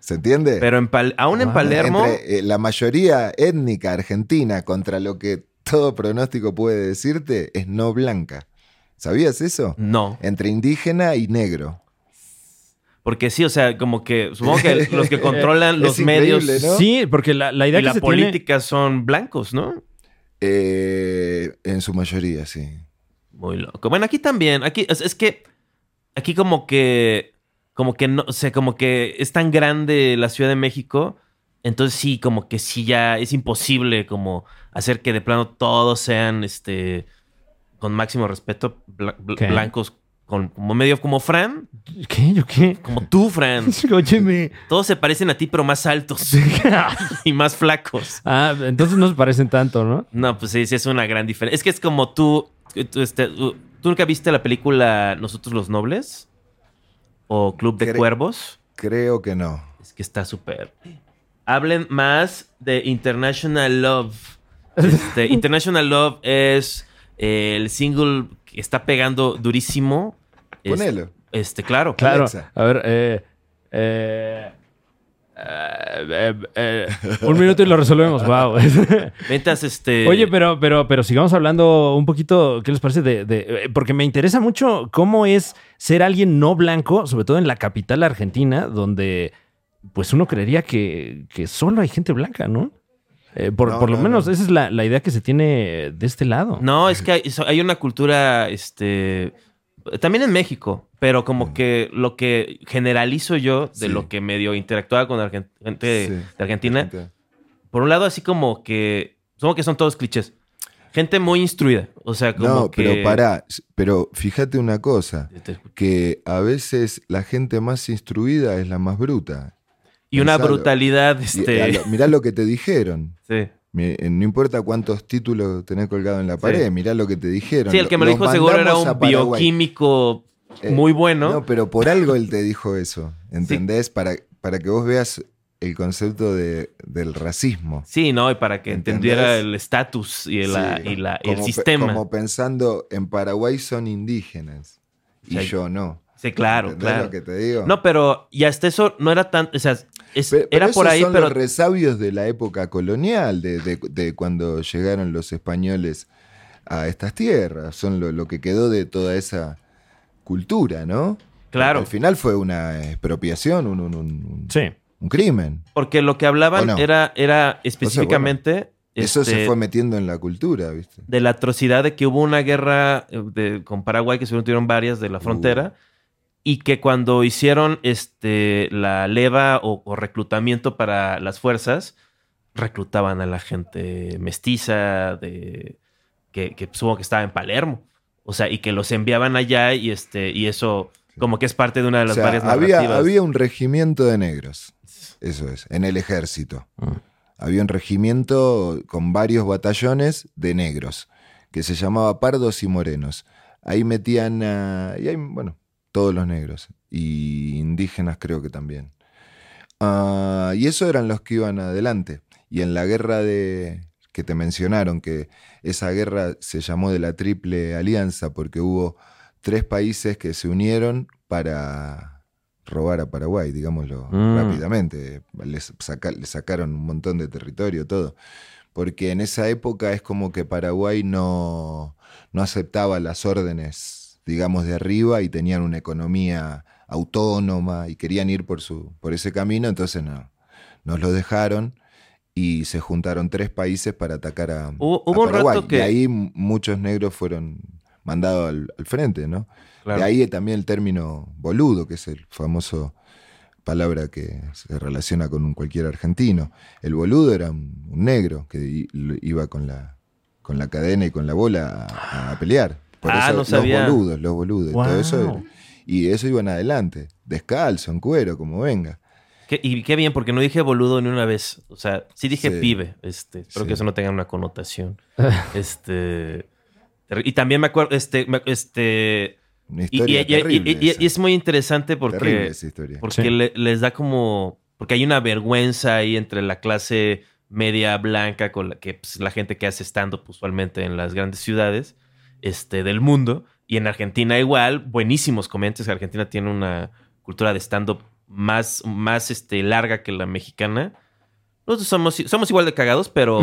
Speaker 4: ¿Se entiende?
Speaker 3: pero en Pal- aún en
Speaker 1: Wow.
Speaker 3: Palermo...
Speaker 4: Entre, eh, la mayoría étnica argentina contra lo que todo pronóstico puede decirte es no blanca. ¿Sabías eso?
Speaker 3: No.
Speaker 4: Entre indígena y negro.
Speaker 3: Porque sí, o sea, como que supongo que los que controlan los
Speaker 4: Es
Speaker 3: medios
Speaker 4: increíble, ¿no?
Speaker 1: Sí, porque la, la idea
Speaker 3: y
Speaker 1: que
Speaker 3: la
Speaker 1: se tiene...
Speaker 3: política son blancos, ¿no?
Speaker 4: Eh, en su mayoría, sí.
Speaker 3: Muy loco. Bueno, aquí también, aquí es, es que aquí como que, como que no, o sea, como que es tan grande la Ciudad de México, entonces sí, como que sí ya es imposible como hacer que de plano todos sean, este, con máximo respeto, bla- bla-
Speaker 1: Ok.
Speaker 3: blancos, con, como medio como Fran,
Speaker 1: ¿Qué? ¿Yo qué?
Speaker 3: como tú, Fran.
Speaker 1: Óyeme.
Speaker 3: Todos se parecen a ti, pero más altos y más flacos.
Speaker 1: ah, entonces no se parecen tanto, ¿no?
Speaker 3: No, pues sí, sí es una gran diferencia. Es que es como tú, tú, este, tú- ¿tú nunca viste la película Nosotros los Nobles? ¿O Club de
Speaker 4: Cre-
Speaker 3: Cuervos?
Speaker 4: Creo que no.
Speaker 3: Es que está súper... Hablen más de International Love. Este, International Love es eh, el single que está pegando durísimo. Es-
Speaker 4: Ponelo.
Speaker 3: Este, claro.
Speaker 1: Claro.
Speaker 4: Alexa.
Speaker 1: A ver, eh, eh, eh, eh, un minuto y lo resolvemos. Wow.
Speaker 3: Ventas, este...
Speaker 1: Oye, pero, pero, pero sigamos hablando un poquito, ¿qué les parece? De, de- eh, porque me interesa mucho cómo es ser alguien no blanco, sobre todo en la capital argentina, donde pues uno creería que, que solo hay gente blanca, ¿no? Eh, por,
Speaker 4: No,
Speaker 1: por lo
Speaker 4: no,
Speaker 1: menos
Speaker 4: no.
Speaker 1: esa es la, la idea que se tiene de este lado.
Speaker 3: No, es que hay, so- hay una cultura, este, también en México, pero como que lo que generalizo yo de
Speaker 4: Sí.
Speaker 3: lo que medio interactuaba con argen- gente
Speaker 4: Sí.
Speaker 3: de Argentina, por un lado así como que, como que son todos clichés. Gente muy instruida, o sea, como
Speaker 4: No,
Speaker 3: que...
Speaker 4: pero pará. Pero fíjate una cosa.
Speaker 3: Este,
Speaker 4: Que a veces la gente más instruida es la más bruta.
Speaker 3: Y una
Speaker 4: Gonzalo.
Speaker 3: brutalidad,
Speaker 4: Y- a
Speaker 3: este...
Speaker 4: lo- mirá lo que te dijeron.
Speaker 3: Sí.
Speaker 4: Mi- eh, No importa cuántos títulos tenés colgado en la pared, mirá lo que te dijeron.
Speaker 3: Sí, el que me lo
Speaker 4: Los
Speaker 3: dijo seguro era
Speaker 4: mandamos a
Speaker 3: un
Speaker 4: Paraguay.
Speaker 3: bioquímico
Speaker 4: Eh,
Speaker 3: muy bueno.
Speaker 4: No, pero por algo él te dijo eso, ¿entendés? Para, para que vos veas el concepto de- del racismo.
Speaker 3: Sí, ¿no? Y para que
Speaker 4: ¿Entendés?
Speaker 3: entendiera el estatus y, la-
Speaker 4: Sí.
Speaker 3: y la- y el
Speaker 4: Como pe-
Speaker 3: sistema.
Speaker 4: Como pensando, en Paraguay son indígenas y
Speaker 3: Sí.
Speaker 4: yo no.
Speaker 3: Sí, claro,
Speaker 4: ¿Entendés
Speaker 3: claro.
Speaker 4: lo que te digo?
Speaker 3: No, pero y hasta eso no era tan. O sea, es-
Speaker 4: Pe- pero
Speaker 3: era
Speaker 4: esos
Speaker 3: por ahí,
Speaker 4: son
Speaker 3: pero.
Speaker 4: los resabios de la época colonial, de, de- de cuando llegaron los españoles a estas tierras. Son lo, lo que quedó de toda esa cultura, ¿no?
Speaker 3: Claro.
Speaker 4: Al final fue una expropiación, un, un- un-
Speaker 1: Sí.
Speaker 4: un crimen.
Speaker 3: Porque lo que hablaban
Speaker 4: ¿O no?
Speaker 3: era, era específicamente.
Speaker 4: Eso
Speaker 3: este,
Speaker 4: se fue metiendo en la cultura, ¿viste?
Speaker 3: De la atrocidad de que hubo una guerra eh, de- con Paraguay, que seguro tuvieron varias de la frontera. Y que cuando hicieron este, la leva o, o reclutamiento para las fuerzas, reclutaban a la gente mestiza de. que, que supongo que estaba en Palermo. O sea, y que los enviaban allá y este, y eso como que es parte de una de las
Speaker 4: O sea,
Speaker 3: varias narrativas.
Speaker 4: había, había un regimiento de negros, eso es, en el ejército.
Speaker 1: Ah.
Speaker 4: Había un regimiento con varios batallones de negros, que se llamaba Pardos y Morenos. Ahí metían a- Y hay, bueno, todos los negros. Y indígenas creo que también. Ah, y eso eran los que iban adelante. Y en la guerra de que te mencionaron, que esa guerra se llamó de la Triple Alianza, porque hubo tres países que se unieron para robar a Paraguay, digámoslo
Speaker 1: Mm.
Speaker 4: rápidamente. Les saca- le sacaron un montón de territorio, todo. Porque en esa época es como que Paraguay no, no aceptaba las órdenes, digamos, de arriba y tenían una economía autónoma y querían ir por, su, por ese camino, entonces no, nos lo dejaron y se juntaron tres países para atacar a,
Speaker 3: Hubo-
Speaker 4: a
Speaker 3: hubo un rato
Speaker 4: Paraguay. Y
Speaker 3: que-
Speaker 4: ahí m- muchos negros fueron mandados al, al frente, ¿no?
Speaker 3: Claro.
Speaker 4: De ahí también el término boludo, que es el famoso palabra que se relaciona con un cualquier argentino. El boludo era un, un negro que i- lo- iba con la, con la cadena y con la bola a, a pelear. Por
Speaker 3: Ah,
Speaker 4: eso
Speaker 3: no
Speaker 4: los
Speaker 3: sabía.
Speaker 4: boludos, los boludos,
Speaker 1: Wow.
Speaker 4: todo eso. era- Y eso iban adelante, descalzo, en cuero, como venga.
Speaker 3: Qué- y qué bien, porque no dije boludo ni una vez. O sea, sí dije
Speaker 4: Sí.
Speaker 3: pibe. Este, espero
Speaker 4: Sí.
Speaker 3: que eso no tenga una connotación. este. terri- Y también me acuerdo, este, me- este.
Speaker 4: Una
Speaker 3: Y, y-
Speaker 4: historia
Speaker 3: y- y-
Speaker 4: terrible.
Speaker 3: y- y-
Speaker 4: esa.
Speaker 3: y es muy interesante
Speaker 4: Terrible
Speaker 3: porque,
Speaker 4: esa historia.
Speaker 3: porque
Speaker 1: Sí.
Speaker 3: le- les da como. Porque hay una vergüenza ahí entre la clase media blanca con la que pues, la gente que hace stand-up usualmente en las grandes ciudades este, del mundo. Y en Argentina igual, buenísimos comediantes. Argentina tiene una cultura de stand-up más, más este, larga que la mexicana. Nosotros somos, somos igual de cagados, pero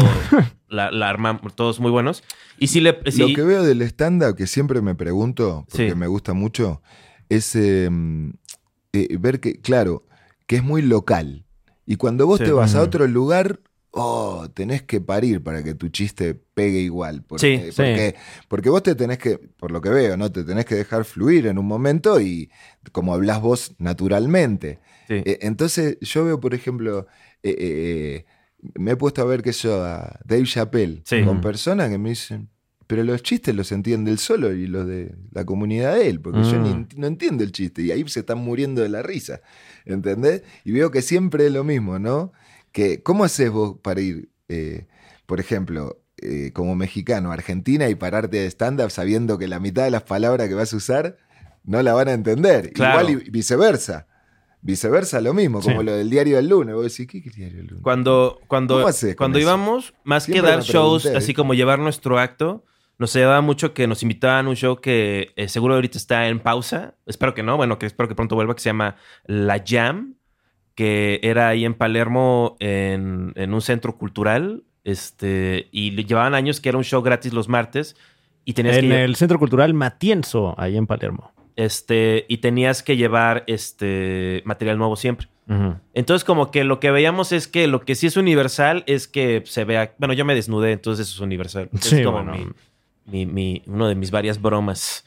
Speaker 3: la, la armamos todos muy buenos. Y si le... eh, sí,
Speaker 4: Lo que veo del stand-up, que siempre me pregunto, porque
Speaker 3: Sí.
Speaker 4: me gusta mucho, es eh, eh, ver que, claro, que es muy local. Y cuando vos
Speaker 3: Sí.
Speaker 4: te vas a
Speaker 1: Ujú.
Speaker 4: otro lugar, oh, tenés que parir para que tu chiste pegue igual.
Speaker 2: Sí,
Speaker 4: Porque,
Speaker 1: sí.
Speaker 4: porque, porque vos te tenés que, por lo que veo, ¿no? Te tenés que dejar fluir en un momento y como hablas vos naturalmente.
Speaker 3: Sí.
Speaker 4: Eh, entonces, yo veo, por ejemplo, eh, eh, eh, me he puesto a ver que yo a Dave Chappelle
Speaker 3: Sí.
Speaker 4: con personas que me dicen. Pero los chistes los entiende él solo y los de la comunidad de él, porque yo
Speaker 1: Mm.
Speaker 4: ni ent- no entiendo el chiste y ahí se están muriendo de la risa, ¿entendés? Y veo que siempre es lo mismo, ¿no? Que, ¿Cómo haces vos para ir, eh, por ejemplo, eh, como mexicano a Argentina y pararte de stand-up sabiendo que la mitad de las palabras que vas a usar no la van a entender?
Speaker 3: Claro.
Speaker 4: Igual y viceversa. Viceversa, lo mismo, como
Speaker 1: Sí.
Speaker 4: lo del diario del lunes. Vos decís, ¿qué, qué diario del lunes?
Speaker 3: Cuando, cuando,
Speaker 4: ¿Cómo haces con
Speaker 3: cuando
Speaker 4: eso?
Speaker 3: íbamos, más
Speaker 4: Siempre
Speaker 3: que dar
Speaker 4: me
Speaker 3: shows,
Speaker 4: pregunté,
Speaker 3: así
Speaker 4: ¿viste?
Speaker 3: como llevar nuestro acto, nos ayudaba mucho que nos invitaban a un show que eh, seguro ahorita está en pausa. Espero que no, bueno, que espero que pronto vuelva, que se llama La Jam, que era ahí en Palermo, en, en un centro cultural. Este, y le- llevaban años que era un show gratis los martes. Y tenías
Speaker 1: en
Speaker 3: que,
Speaker 1: el Centro Cultural Matienzo, ahí en Palermo.
Speaker 3: este, y tenías que llevar este material nuevo siempre. Entonces, como que lo que veíamos es que lo que sí es universal es que se vea. Bueno, yo me desnudé, entonces eso es universal.
Speaker 1: Sí,
Speaker 3: es como
Speaker 1: bueno.
Speaker 3: mi, mi, mi- uno de mis varias bromas.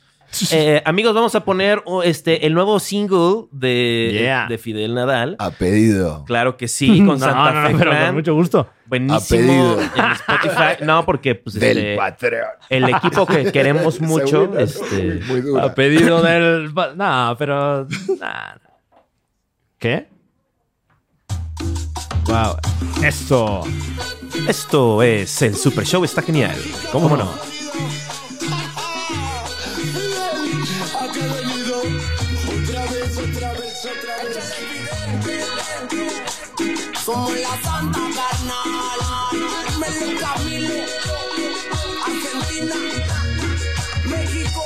Speaker 3: Eh, amigos, vamos a poner oh, este, el nuevo single de,
Speaker 1: Yeah.
Speaker 3: de Fidel Nadal.
Speaker 4: A pedido.
Speaker 3: Claro que sí,
Speaker 1: No,
Speaker 3: con Santa
Speaker 1: no, no,
Speaker 3: Fe
Speaker 1: pero
Speaker 3: Clan.
Speaker 1: con mucho gusto.
Speaker 3: Buenísimo.
Speaker 4: pedido.
Speaker 3: En Spotify. No, porque pues,
Speaker 4: del
Speaker 3: este,
Speaker 4: Patreon.
Speaker 3: el equipo que queremos mucho.
Speaker 4: Segunda,
Speaker 3: este,
Speaker 4: Muy dura.
Speaker 1: A pedido del. No, pero. nah. ¿Qué? Wow. Eso.
Speaker 3: esto es el Super Show, está genial. ¿Cómo no?
Speaker 5: Acá he venido otra vez, otra vez, otra vez.
Speaker 6: Como la santa carnal, Melo Camilo, Argentina, México.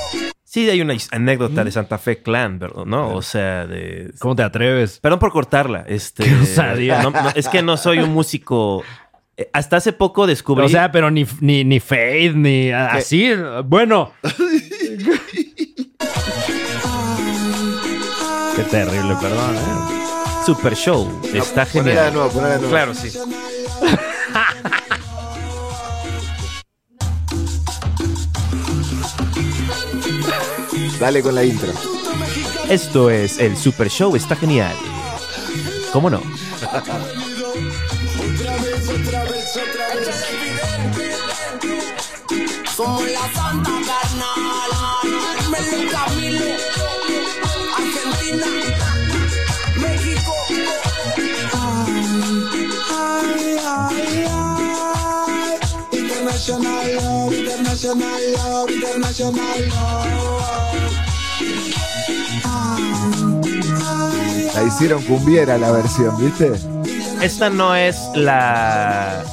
Speaker 3: Sí, hay una his- anécdota de Santa Fe Clan, ¿verdad? ¿no? O sea, de.
Speaker 1: ¿Cómo te atreves?
Speaker 3: Perdón por cortarla. Este,
Speaker 1: Qué osadía.
Speaker 3: no- no, es que no soy un músico. Eh, Hasta hace poco descubrí.
Speaker 1: O sea, pero ni, ni, ni Faith, ni a- así. Bueno. Qué terrible, perdón. ¿eh?
Speaker 3: Super Show. Está
Speaker 4: Ah, Ponela de
Speaker 3: genial.
Speaker 4: nuevo, ponela de nuevo.
Speaker 3: Claro, sí.
Speaker 4: Dale con la intro.
Speaker 3: Esto es el Super Show. Está genial. ¿Cómo no?
Speaker 6: Como la santa carnal, Melo Camilo, Argentina, México.
Speaker 5: Ay, ay, ay. International love, international love, international love.
Speaker 4: La hicieron cumbiera la versión, ¿viste?
Speaker 3: Esta no es la.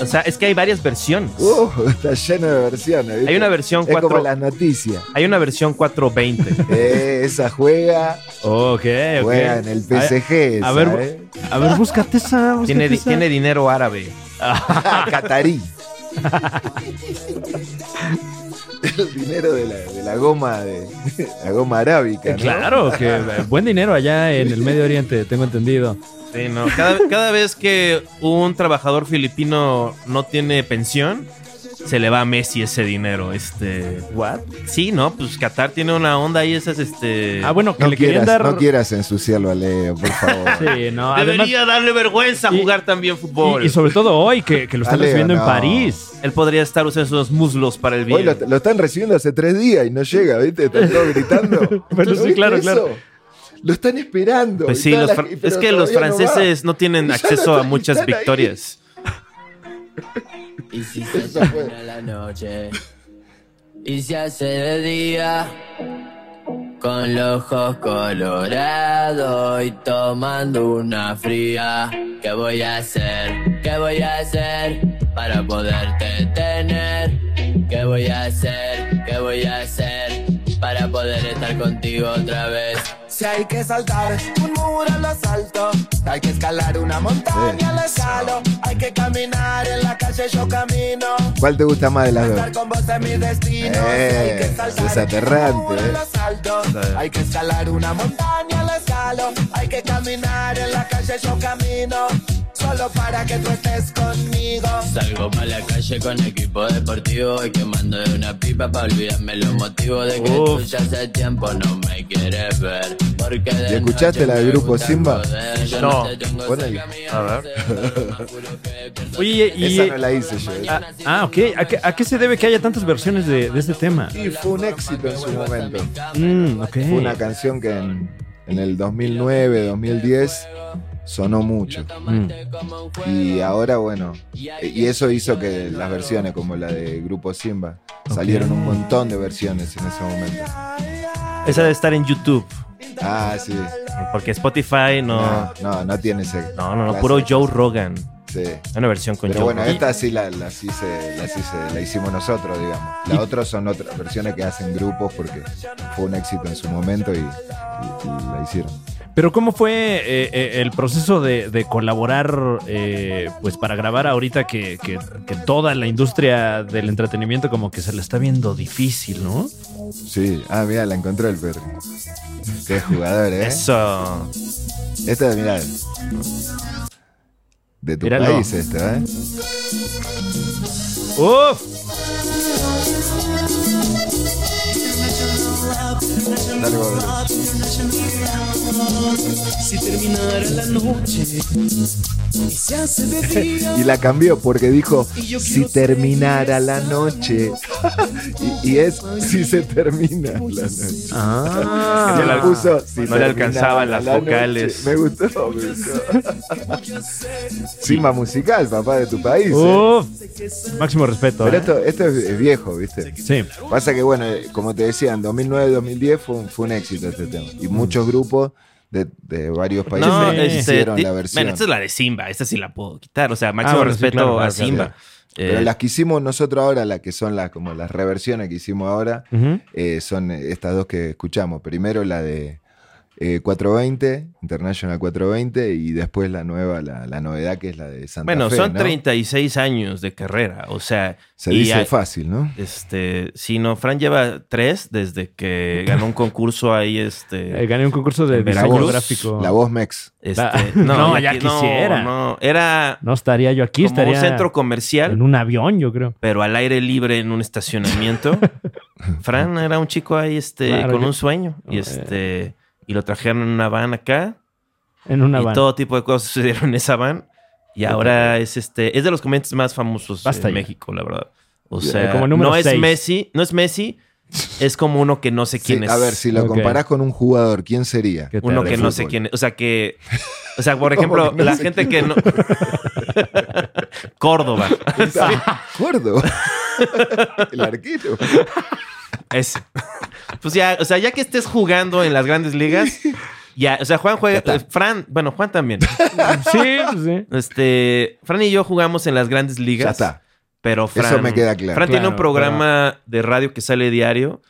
Speaker 3: O sea, es que hay varias versiones.
Speaker 4: Uh, está lleno de versiones, ¿viste?
Speaker 3: Hay una versión
Speaker 4: Es como
Speaker 3: 4.
Speaker 4: las noticias.
Speaker 3: Hay una versión 420.
Speaker 4: Eh, esa juega,
Speaker 1: Ok, ok.
Speaker 4: juega en el PSG.
Speaker 1: A,
Speaker 4: esa,
Speaker 1: a ver,
Speaker 4: ¿eh?
Speaker 1: bu- a ver, búscate esa. búscate
Speaker 3: tiene, di-
Speaker 1: esa.
Speaker 3: tiene dinero árabe.
Speaker 4: Ah, Catarí. El dinero de la, de la goma de la goma arábica.
Speaker 1: Eh,
Speaker 4: ¿no?
Speaker 1: Claro, que eh, buen dinero allá en el Medio Oriente, tengo entendido.
Speaker 3: Sí, no. Cada, cada vez que un trabajador filipino no tiene pensión, se le va a Messi ese dinero. Este.
Speaker 1: ¿What?
Speaker 3: Sí, no, pues Qatar tiene una onda ahí, esas, este.
Speaker 1: Ah, bueno, que
Speaker 4: No
Speaker 1: le
Speaker 4: quieras,
Speaker 1: querían dar.
Speaker 4: no quieras ensuciarlo a Leo, por favor.
Speaker 1: Sí, no, además.
Speaker 3: Debería darle vergüenza
Speaker 1: Y-
Speaker 3: jugar también fútbol.
Speaker 1: Y, y sobre todo hoy, que, que lo están
Speaker 4: Dale,
Speaker 1: recibiendo en
Speaker 4: no.
Speaker 1: París.
Speaker 3: Él podría estar usando sus muslos para el
Speaker 4: Hoy
Speaker 3: bien.
Speaker 4: lo, lo están recibiendo hace tres días y no llega, ¿viste? Están todos gritando.
Speaker 1: Bueno, sí,
Speaker 4: ¿No viste
Speaker 1: claro, claro.
Speaker 4: Lo están esperando.
Speaker 3: Pues
Speaker 4: y
Speaker 3: sí,
Speaker 4: toda
Speaker 3: los
Speaker 4: la-
Speaker 3: fran-
Speaker 4: pero
Speaker 3: es que los
Speaker 4: todavía no va.
Speaker 3: franceses no, tienen
Speaker 4: Ya lo
Speaker 3: acceso a
Speaker 4: están-
Speaker 3: muchas
Speaker 4: están ahí.
Speaker 3: victorias.
Speaker 6: Y si
Speaker 4: se Eso fue. termina
Speaker 6: la noche, y se hace de día. Con los ojos colorados y tomando una fría. ¿Qué voy a hacer? ¿Qué voy a hacer para poderte tener? ¿Qué voy a hacer? ¿Qué voy a hacer para poder estar contigo otra vez?
Speaker 5: Si hay que saltar un muro lo salto, hay que escalar una montaña la escalo, hay que caminar en la calle yo camino,
Speaker 4: ¿Cuál te gusta más de las
Speaker 5: estar
Speaker 4: dos?
Speaker 5: con vos es mi destino.
Speaker 4: Eh,
Speaker 5: Si hay que
Speaker 4: es
Speaker 5: saltar
Speaker 4: aterrante,
Speaker 5: un muro
Speaker 4: eh.
Speaker 5: lo salto, hay que escalar una montaña la escalo, hay que caminar en la calle yo camino. solo para que tú estés conmigo.
Speaker 6: Salgo pa' la calle con equipo deportivo y quemando de una pipa pa' olvidarme los motivos de que tú
Speaker 1: Uf.
Speaker 6: ya hace tiempo no me quieres ver. Porque de
Speaker 4: ¿Y escuchaste
Speaker 6: noche
Speaker 4: la del
Speaker 6: me
Speaker 4: grupo
Speaker 6: gusta
Speaker 4: Simba?
Speaker 6: joder. Yo
Speaker 3: No.
Speaker 6: te tengo
Speaker 4: Ponele.
Speaker 6: cerca, mi
Speaker 3: A ver.
Speaker 6: amor, más puro que despierto
Speaker 1: Oye, y.
Speaker 4: Esa no la hice yo. ¿eh?
Speaker 1: Ah, ah, ok. ¿A qué, a qué se debe que haya tantas versiones de, de este tema?
Speaker 4: Y fue un éxito en su momento.
Speaker 1: Mm, ok.
Speaker 4: Fue una canción que en, en el 2009, 2010 sonó mucho.
Speaker 1: Mm.
Speaker 4: Y ahora, bueno, eh, y eso hizo que las versiones como la de Grupo Simba salieron un montón de versiones en ese momento.
Speaker 3: Esa debe estar en YouTube.
Speaker 4: Ah, sí.
Speaker 3: Porque Spotify no.
Speaker 4: No, no, no tiene ese.
Speaker 3: No, no, no.
Speaker 4: clase.
Speaker 3: Puro Joe Rogan.
Speaker 4: Sí.
Speaker 3: Una versión con
Speaker 4: Pero
Speaker 3: Joe
Speaker 4: bueno,
Speaker 3: Rogan.
Speaker 4: esta sí la, las hice, las hice- la hicimos nosotros, digamos. Las otras son otras versiones que hacen grupos porque fue un éxito en su momento y, y- y la hicieron.
Speaker 1: Pero ¿cómo fue eh, eh, el proceso de, de colaborar eh, pues para grabar ahorita que, que- que toda la industria del entretenimiento como que se la está viendo difícil, ¿no?
Speaker 4: Sí, ah, mira, la encontró el perro. Qué jugador, ¿eh?
Speaker 3: Eso.
Speaker 4: Esta, mirá. De tu
Speaker 1: Míralo.
Speaker 4: país, esta, ¿eh?
Speaker 1: ¡Uf!
Speaker 4: Dale, gordo.
Speaker 7: Si terminara la noche y se hace de día.
Speaker 4: Y la cambió porque dijo, si terminara la noche. y, y es, si se termina la noche.
Speaker 1: Ah.
Speaker 4: Se la puso, si
Speaker 3: No le alcanzaban
Speaker 4: terminara
Speaker 3: las
Speaker 4: la
Speaker 3: vocales.
Speaker 4: noche. Me gustó, me gustó. Simba musical, papá de tu país. ¿eh?
Speaker 3: Oh.
Speaker 1: ¡Uf! Máximo respeto.
Speaker 4: Pero
Speaker 1: ¿eh?
Speaker 4: esto, esto es es viejo, ¿viste?
Speaker 1: Sí.
Speaker 4: Pasa que, bueno, eh, como te decía, en 2009-2010 fue un, fue un éxito este tema. Y muchos grupos de, de varios países
Speaker 3: Mm. No,
Speaker 1: sí.
Speaker 3: este.
Speaker 4: hicieron
Speaker 3: ti-
Speaker 4: la versión. Ah,
Speaker 3: Bueno, esta es la de Simba. Esta sí la puedo quitar. O sea, máximo
Speaker 1: bueno, sí,
Speaker 3: respeto
Speaker 1: claro, claro,
Speaker 3: a Simba.
Speaker 4: Pero
Speaker 3: Eh,
Speaker 4: las que hicimos nosotros ahora, las que son las como las reversiones que hicimos ahora,
Speaker 1: Ujú.
Speaker 4: eh, son estas dos que escuchamos. Primero la de eh, 420, International 420, y después la nueva, la, la novedad que es la de Santa
Speaker 3: Bueno,
Speaker 4: Fe,
Speaker 3: son
Speaker 4: ¿no?
Speaker 3: 36 años de carrera. O sea,
Speaker 4: Se
Speaker 3: y
Speaker 4: dice
Speaker 3: hay-
Speaker 4: fácil, ¿no?
Speaker 3: Este, si no, Fran lleva tres desde que ganó un concurso ahí,
Speaker 1: Eh,
Speaker 3: este.
Speaker 1: gané un concurso de
Speaker 3: En
Speaker 1: diseño
Speaker 4: Veracruz,
Speaker 1: gráfico.
Speaker 4: La voz Mex.
Speaker 3: este,
Speaker 1: la- no,
Speaker 3: y
Speaker 1: ya
Speaker 3: aquí- no,
Speaker 1: quisiera.
Speaker 3: no, era
Speaker 1: No estaría yo aquí,
Speaker 3: como
Speaker 1: estaría
Speaker 3: un centro comercial,
Speaker 1: en un avión, yo creo.
Speaker 3: pero al aire libre en un estacionamiento. Fran era un chico ahí, este,
Speaker 1: Claro,
Speaker 3: con
Speaker 1: yo-
Speaker 3: un sueño. Y
Speaker 1: Eh.
Speaker 3: este, y lo trajeron en una van acá.
Speaker 1: En una
Speaker 3: y
Speaker 1: van.
Speaker 3: todo tipo de cosas sucedieron en esa van. Y ahora es este, es de los comediantes más famosos
Speaker 1: Basta
Speaker 3: en
Speaker 1: ya.
Speaker 3: México, la verdad. O
Speaker 1: Ya,
Speaker 3: sea,
Speaker 1: como número
Speaker 3: no es
Speaker 1: seis.
Speaker 3: Messi, no es Messi, es como uno que no sé
Speaker 4: Sí,
Speaker 3: quién es.
Speaker 4: a ver, si lo
Speaker 1: Ok.
Speaker 4: comparás con un jugador, ¿quién sería?
Speaker 1: Qué
Speaker 3: uno
Speaker 1: terrible.
Speaker 3: que no sé
Speaker 4: fútbol.
Speaker 3: quién es. O sea que. O sea, por
Speaker 4: ¿Cómo
Speaker 3: ejemplo,
Speaker 4: que no
Speaker 3: la
Speaker 4: sé
Speaker 3: gente que no. Córdoba.
Speaker 4: Gordo. El arquero.
Speaker 3: Ese. Pues ya, o sea, ya que estés jugando en las grandes ligas, ya, o sea, Juan juega.
Speaker 4: Ya está.
Speaker 3: eh, Fran, bueno, Juan también.
Speaker 1: Sí, pues sí.
Speaker 3: Este, Fran y yo jugamos en las grandes ligas.
Speaker 4: Ya está.
Speaker 3: Pero Fran.
Speaker 4: Eso me queda claro.
Speaker 3: Fran tiene un
Speaker 1: Claro,
Speaker 3: programa de radio que sale diario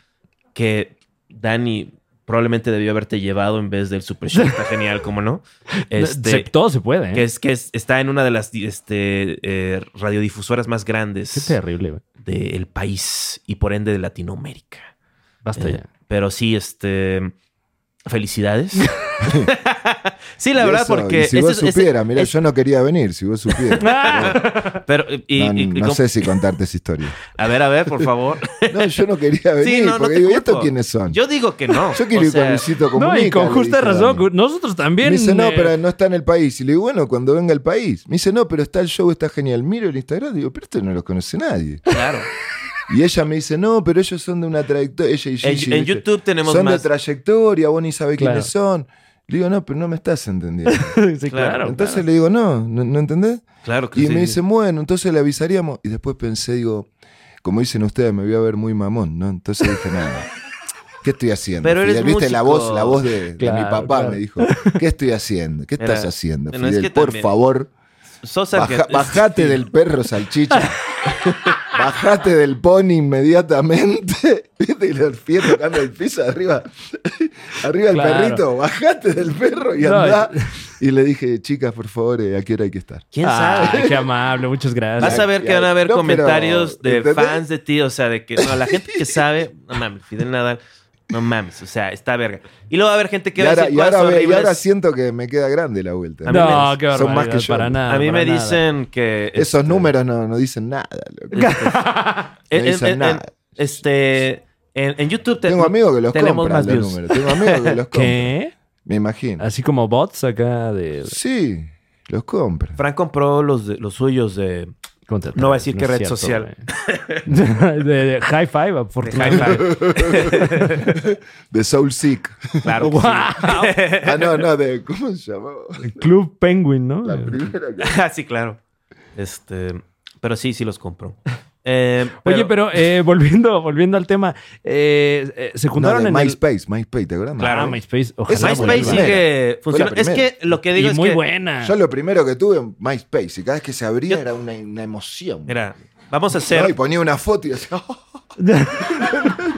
Speaker 3: que Dani probablemente debió haberte llevado en vez del Super Show. Está genial, ¿cómo no? Este,
Speaker 1: Se- todo se puede. ¿eh?
Speaker 3: que es que es- está en una de las este, eh, radiodifusoras más grandes
Speaker 1: Qué terrible, güey.
Speaker 3: del país y por ende de Latinoamérica.
Speaker 1: Basta
Speaker 3: Eh,
Speaker 1: ya.
Speaker 3: Pero sí, este. Felicidades. sí, la
Speaker 4: Y
Speaker 3: verdad,
Speaker 4: eso,
Speaker 3: porque.
Speaker 4: y si
Speaker 3: este
Speaker 4: vos
Speaker 3: es- este-
Speaker 4: supieras, mira,
Speaker 3: es-
Speaker 4: yo no quería venir, si vos supieras.
Speaker 3: Ah, Pero, y- y-
Speaker 4: no
Speaker 3: y-
Speaker 4: no
Speaker 3: ¿cómo?
Speaker 4: sé si contarte esa historia.
Speaker 3: A ver, a ver, por favor.
Speaker 4: No, yo no quería venir.
Speaker 3: Sí, no, no
Speaker 4: porque
Speaker 3: te
Speaker 4: digo,
Speaker 3: culpo.
Speaker 4: ¿estos quiénes son? Yo,
Speaker 3: Yo digo que no.
Speaker 4: quiero
Speaker 3: O
Speaker 4: ir con
Speaker 3: sea,
Speaker 4: Luisito Comunica.
Speaker 1: No, y con
Speaker 4: le
Speaker 1: justa
Speaker 4: dije,
Speaker 1: razón.
Speaker 4: Dani.
Speaker 1: Nosotros
Speaker 4: Me
Speaker 1: también.
Speaker 4: dice, no,
Speaker 1: eh,
Speaker 4: pero no está en el país. Y le digo, bueno, cuando venga al país. Me dice, no, pero está el show, está genial. Miro el Instagram, digo, pero esto no lo conoce nadie.
Speaker 3: Claro.
Speaker 4: Y ella me dice, no, pero ellos son de una trayectoria. Ella y
Speaker 3: En,
Speaker 4: Gigi,
Speaker 3: en
Speaker 4: ¿viste?
Speaker 3: YouTube tenemos
Speaker 4: Son de
Speaker 3: más.
Speaker 4: trayectoria, vos ni sabés
Speaker 1: Claro.
Speaker 4: quiénes son. Le digo, no, pero no me estás entendiendo.
Speaker 1: sí,
Speaker 3: Claro,
Speaker 1: claro.
Speaker 4: entonces le digo, no, no, ¿no entendés?
Speaker 3: Claro que
Speaker 4: Y
Speaker 3: sí.
Speaker 4: me dice, bueno, entonces le avisaríamos. Y después pensé, digo, como dicen ustedes, me voy a ver muy mamón, ¿no? Entonces dije, nada. ¿Qué estoy haciendo?
Speaker 3: Pero eres
Speaker 4: Fidel? ¿Viste la
Speaker 3: músico.
Speaker 4: voz, la voz de, de
Speaker 1: Claro,
Speaker 4: mi papá?
Speaker 1: claro.
Speaker 4: Me dijo, ¿qué estoy haciendo? ¿Qué
Speaker 3: Mira,
Speaker 4: estás haciendo,
Speaker 3: bueno, es
Speaker 4: Fidel?
Speaker 3: que
Speaker 4: Por
Speaker 3: también-
Speaker 4: favor,
Speaker 3: Sos
Speaker 4: baja-
Speaker 3: argentino.
Speaker 4: bajate del perro salchicha. Bajate del pony inmediatamente. ¿Viste? Y los pies tocando el piso arriba. Arriba el
Speaker 1: Claro.
Speaker 4: perrito. Bajate del perro y
Speaker 1: No,
Speaker 4: andá. Y le dije, chicas, por favor, eh, ¿a qué hora hay que estar?
Speaker 3: ¿Quién
Speaker 1: Ah,
Speaker 3: sabe?
Speaker 1: qué amable, muchas gracias.
Speaker 3: Vas a ver que van a haber
Speaker 4: No, pero-
Speaker 3: comentarios de
Speaker 4: ¿entendés?
Speaker 3: fans de ti, o sea, de que no, la gente que sabe, no mames, Fidel Nadal, No mames, o sea, está verga. Y luego va a haber gente que
Speaker 4: Y
Speaker 3: va a
Speaker 4: ahora,
Speaker 3: decir
Speaker 4: y
Speaker 3: cosas
Speaker 4: ahora ve- y
Speaker 3: horribles.
Speaker 4: ahora siento que me queda grande la vuelta.
Speaker 3: A mí
Speaker 1: No,
Speaker 3: me-
Speaker 1: qué barbaridad.
Speaker 4: son más que yo.
Speaker 1: Para nada.
Speaker 3: a mí me
Speaker 1: para nada.
Speaker 3: dicen que...
Speaker 4: Esos
Speaker 3: este,
Speaker 4: números no, no dicen nada. loco. Este,
Speaker 3: en-
Speaker 4: no dicen
Speaker 3: en- en-
Speaker 4: nada.
Speaker 3: Este... En, en YouTube te-
Speaker 4: Tengo amigos que los
Speaker 3: tenemos
Speaker 4: compran
Speaker 3: más
Speaker 4: los
Speaker 3: views.
Speaker 4: números. Tengo amigos que los compran.
Speaker 1: ¿Qué?
Speaker 4: Me imagino.
Speaker 1: Así como bots acá de
Speaker 4: Sí, los compran.
Speaker 3: Frank compró los, de- los suyos de...
Speaker 1: contratar.
Speaker 3: No va a decir qué
Speaker 1: es
Speaker 3: red
Speaker 1: cierto,
Speaker 3: social.
Speaker 1: güey. de, de High Five, afortunadamente.
Speaker 4: De Soul Seek.
Speaker 3: Claro. que sí.
Speaker 1: Wow.
Speaker 4: Ah, no, no, de. ¿Cómo se llamaba?
Speaker 1: Club Penguin, ¿no?
Speaker 4: La primera que.
Speaker 3: Ah, sí, claro. Este... Pero sí, sí los compró. Eh,
Speaker 1: Oye, pero eh, volviendo, volviendo al tema, eh, eh, se
Speaker 4: No,
Speaker 1: juntaron
Speaker 4: de
Speaker 1: en el-
Speaker 4: MySpace, MySpace, ¿te acuerdas?
Speaker 1: Claro, MySpace. eh, Ojalá
Speaker 4: Esa
Speaker 3: MySpace
Speaker 1: vuelva.
Speaker 4: buena.
Speaker 3: sí que
Speaker 4: Fue
Speaker 3: funciona.
Speaker 4: la
Speaker 3: Es
Speaker 4: primera.
Speaker 3: que lo que digo
Speaker 1: y
Speaker 3: es
Speaker 1: muy
Speaker 3: que...
Speaker 1: buena.
Speaker 4: Yo lo primero que tuve en MySpace y cada vez que se abría
Speaker 3: Yo-
Speaker 4: era una, una emoción.
Speaker 3: Mira, vamos a
Speaker 4: No,
Speaker 3: hacer...
Speaker 4: y ponía una foto y decía,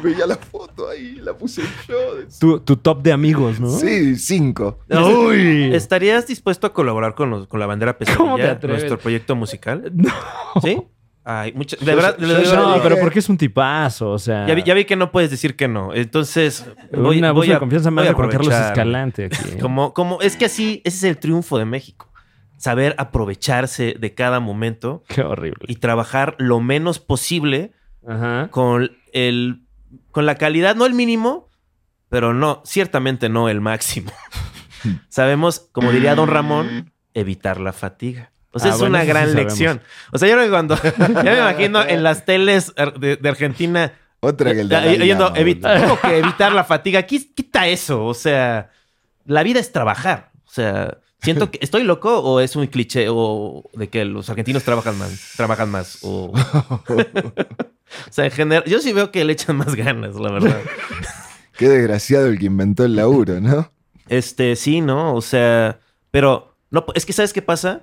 Speaker 4: veía la foto ahí, la puse yo.
Speaker 1: tu, tu top de amigos, ¿no?
Speaker 4: Sí, cinco.
Speaker 1: Uy.
Speaker 3: ¿Estarías dispuesto a colaborar con, los- con la bandera
Speaker 1: ¿Cómo te
Speaker 3: pesadilla,
Speaker 1: atreves?
Speaker 3: nuestro proyecto musical?
Speaker 1: No.
Speaker 3: ¿Sí? Ay, mucha- de
Speaker 4: Yo
Speaker 3: verdad,
Speaker 4: sé-
Speaker 3: de
Speaker 4: yo
Speaker 3: verdad-
Speaker 4: sé-
Speaker 1: No,
Speaker 4: dije-
Speaker 1: pero porque es un tipazo, o sea.
Speaker 3: ya, vi, ya vi que no puedes decir que no. Entonces, voy,
Speaker 1: una
Speaker 3: voy
Speaker 1: voz de
Speaker 3: a-
Speaker 1: confianza
Speaker 3: voy
Speaker 1: más
Speaker 3: a
Speaker 1: de Juan Carlos
Speaker 3: aprovechar.
Speaker 1: Escalante aquí. ¿eh?
Speaker 3: Como, como, es que así, ese es el triunfo de México. Saber aprovecharse de cada momento
Speaker 1: Qué horrible.
Speaker 3: y trabajar lo menos posible
Speaker 1: Ajá.
Speaker 3: con el con la calidad, no el mínimo, pero no, ciertamente no el máximo. Sabemos, como diría Don Ramón, evitar la fatiga. O
Speaker 1: Mm.
Speaker 3: sea,
Speaker 1: Ah,
Speaker 3: es
Speaker 1: bueno,
Speaker 3: una
Speaker 1: eso sí
Speaker 3: gran
Speaker 1: sabemos.
Speaker 3: lección. O sea, yo creo que cuando ya me imagino en las teles ar- de, de Argentina
Speaker 4: Otra que el
Speaker 3: da-
Speaker 4: Dalai
Speaker 3: oyendo,
Speaker 4: Lama,
Speaker 3: Ah, "Evi-
Speaker 4: boludo.
Speaker 3: ¿cómo que evitar la fatiga. Qui- Quita eso. O sea, la vida es trabajar. O sea, siento que estoy loco o es un cliché o de que los argentinos trabajan más, trabajan más o o sea, en general, yo sí veo que le echan más ganas, la verdad.
Speaker 4: Qué desgraciado el que inventó el laburo, ¿no?
Speaker 3: Este, sí, ¿no? O sea, pero no, es que ¿sabes qué pasa?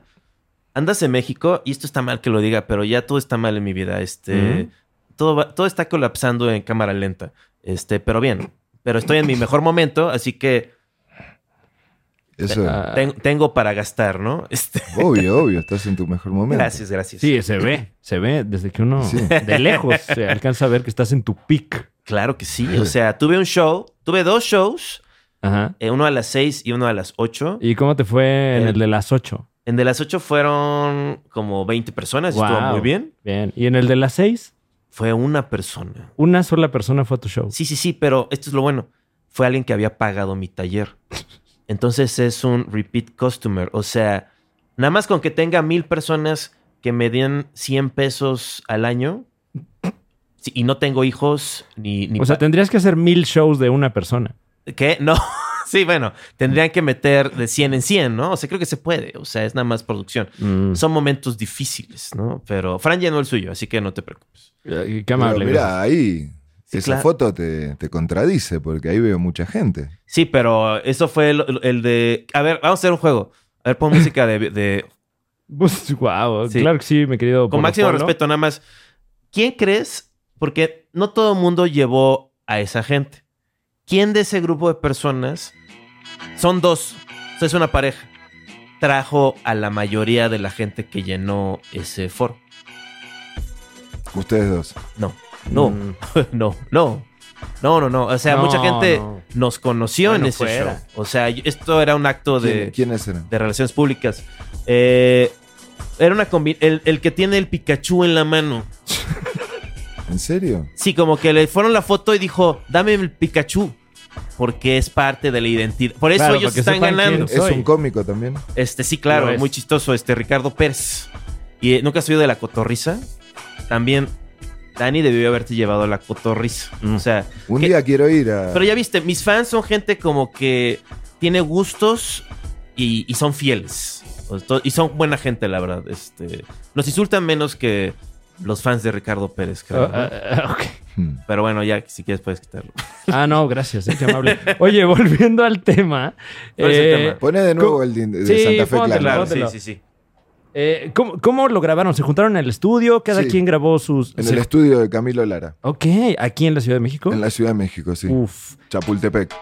Speaker 3: Andas en México, y esto está mal que lo diga, pero ya todo está mal en mi vida. Este,
Speaker 1: Ujú.
Speaker 3: todo, va- todo está colapsando en cámara lenta. Este, pero bien, pero estoy en mi mejor momento, así que
Speaker 4: Eso,
Speaker 1: Ah,
Speaker 3: ten- tengo para gastar, ¿no? Este,
Speaker 4: obvio, obvio, estás en tu mejor momento.
Speaker 3: gracias, gracias.
Speaker 1: sí, se ve. Se ve desde que uno
Speaker 4: Sí.
Speaker 1: de lejos se alcanza a ver que estás en tu pick.
Speaker 3: Claro que sí. O sea, tuve un show, tuve dos shows,
Speaker 1: Ajá.
Speaker 3: eh, uno a las seis y uno a las ocho.
Speaker 1: ¿Y cómo te fue en
Speaker 3: Eh,
Speaker 1: el de las 8?
Speaker 3: En de las ocho fueron como 20 personas, y estuvo
Speaker 1: Wow.
Speaker 3: muy bien.
Speaker 1: Bien. ¿Y en el de las 6?
Speaker 3: Fue una persona.
Speaker 1: Una sola persona fue a tu show.
Speaker 3: Sí, sí, sí, pero esto es lo bueno. Fue alguien que había pagado mi taller. Entonces es un repeat customer. O sea, nada más con que tenga mil personas que me den 100 pesos al año. sí, y no tengo hijos ni... ni
Speaker 1: o sea,
Speaker 3: pa-
Speaker 1: tendrías que hacer mil shows de una persona.
Speaker 3: ¿Qué? No. sí, bueno, tendrían que meter de 100 en 100, ¿no? O sea, creo que se puede. O sea, es nada más producción.
Speaker 1: Mm.
Speaker 4: Mm.
Speaker 3: Son momentos difíciles, ¿no? Pero Fran llenó el suyo, así que no te preocupes.
Speaker 1: Eh, Qué
Speaker 4: Pero
Speaker 1: amable. gracias.
Speaker 4: mirá, ahí
Speaker 3: Sí,
Speaker 4: esa
Speaker 3: claro.
Speaker 4: foto te, te contradice porque ahí veo mucha gente.
Speaker 3: Sí, pero eso fue el, el de... A ver, vamos a hacer un juego. A ver, pon música de- de
Speaker 1: Pues, guau,
Speaker 3: Sí.
Speaker 1: Claro que sí, mi querido.
Speaker 3: Con
Speaker 1: Polo
Speaker 3: máximo
Speaker 1: Polo.
Speaker 3: respeto, nada más. ¿Quién crees? Porque no todo el mundo llevó a esa gente. ¿Quién de ese grupo de personas? Son dos. O sea, es una pareja. Trajo a la mayoría de la gente que llenó ese foro.
Speaker 4: Ustedes dos.
Speaker 3: No, no,
Speaker 1: Mm.
Speaker 3: no, no. No, no, no. O sea,
Speaker 1: No,
Speaker 3: mucha gente
Speaker 1: no.
Speaker 3: nos conoció
Speaker 1: Bueno,
Speaker 3: en ese
Speaker 1: fuera.
Speaker 3: show. O sea, esto era un acto de
Speaker 4: ¿Quién- ¿Quiénes eran?
Speaker 3: de relaciones públicas. Eh, era una combi- el, el que tiene el Pikachu en la mano.
Speaker 4: ¿En serio?
Speaker 3: Sí, como que le fueron la foto y dijo, dame el Pikachu. Porque es parte de la identidad. Por eso
Speaker 1: Claro,
Speaker 3: ellos
Speaker 1: porque
Speaker 3: están
Speaker 1: sepan
Speaker 3: ganando.
Speaker 1: quién
Speaker 4: ¿Es
Speaker 1: Soy.
Speaker 4: un cómico también?
Speaker 3: Este, sí, claro,
Speaker 1: Lo es.
Speaker 3: muy chistoso. Este, Ricardo Pérez. Y eh, nunca has oído de la cotorriza. También, Dani debió haberte llevado a la cotorriza.
Speaker 1: Mm.
Speaker 3: O sea,
Speaker 4: Un
Speaker 3: ¿Qué?
Speaker 4: día quiero ir a...
Speaker 3: pero ya viste, mis fans son gente como que tiene gustos y, y son fieles. O to- Y son buena gente, la verdad. Este, nos insultan menos que los fans de Ricardo Pérez, creo.
Speaker 1: Ah,
Speaker 3: ¿no?
Speaker 1: ah, ah, ok.
Speaker 4: Hmm.
Speaker 3: Pero bueno, ya si quieres puedes quitarlo.
Speaker 1: Ah, no, gracias, eh, qué amable. Oye, volviendo al tema.
Speaker 3: ¿Cuál es el
Speaker 1: eh,
Speaker 3: tema?
Speaker 4: Poné de nuevo
Speaker 1: Co-
Speaker 4: el de, de
Speaker 1: Sí,
Speaker 4: Santa Fe,
Speaker 1: póntelo, Claro,
Speaker 4: claro.
Speaker 3: sí,
Speaker 1: póntelo.
Speaker 3: sí, sí.
Speaker 1: eh, ¿cómo, cómo lo grabaron? ¿Se juntaron en el estudio? ¿Cada
Speaker 4: Sí.
Speaker 1: quien grabó sus...?
Speaker 4: En
Speaker 1: se-
Speaker 4: el estudio de Camilo Lara,
Speaker 1: Ok, aquí en la Ciudad de México.
Speaker 4: en la Ciudad de México, sí.
Speaker 1: Uf.
Speaker 4: Chapultepec.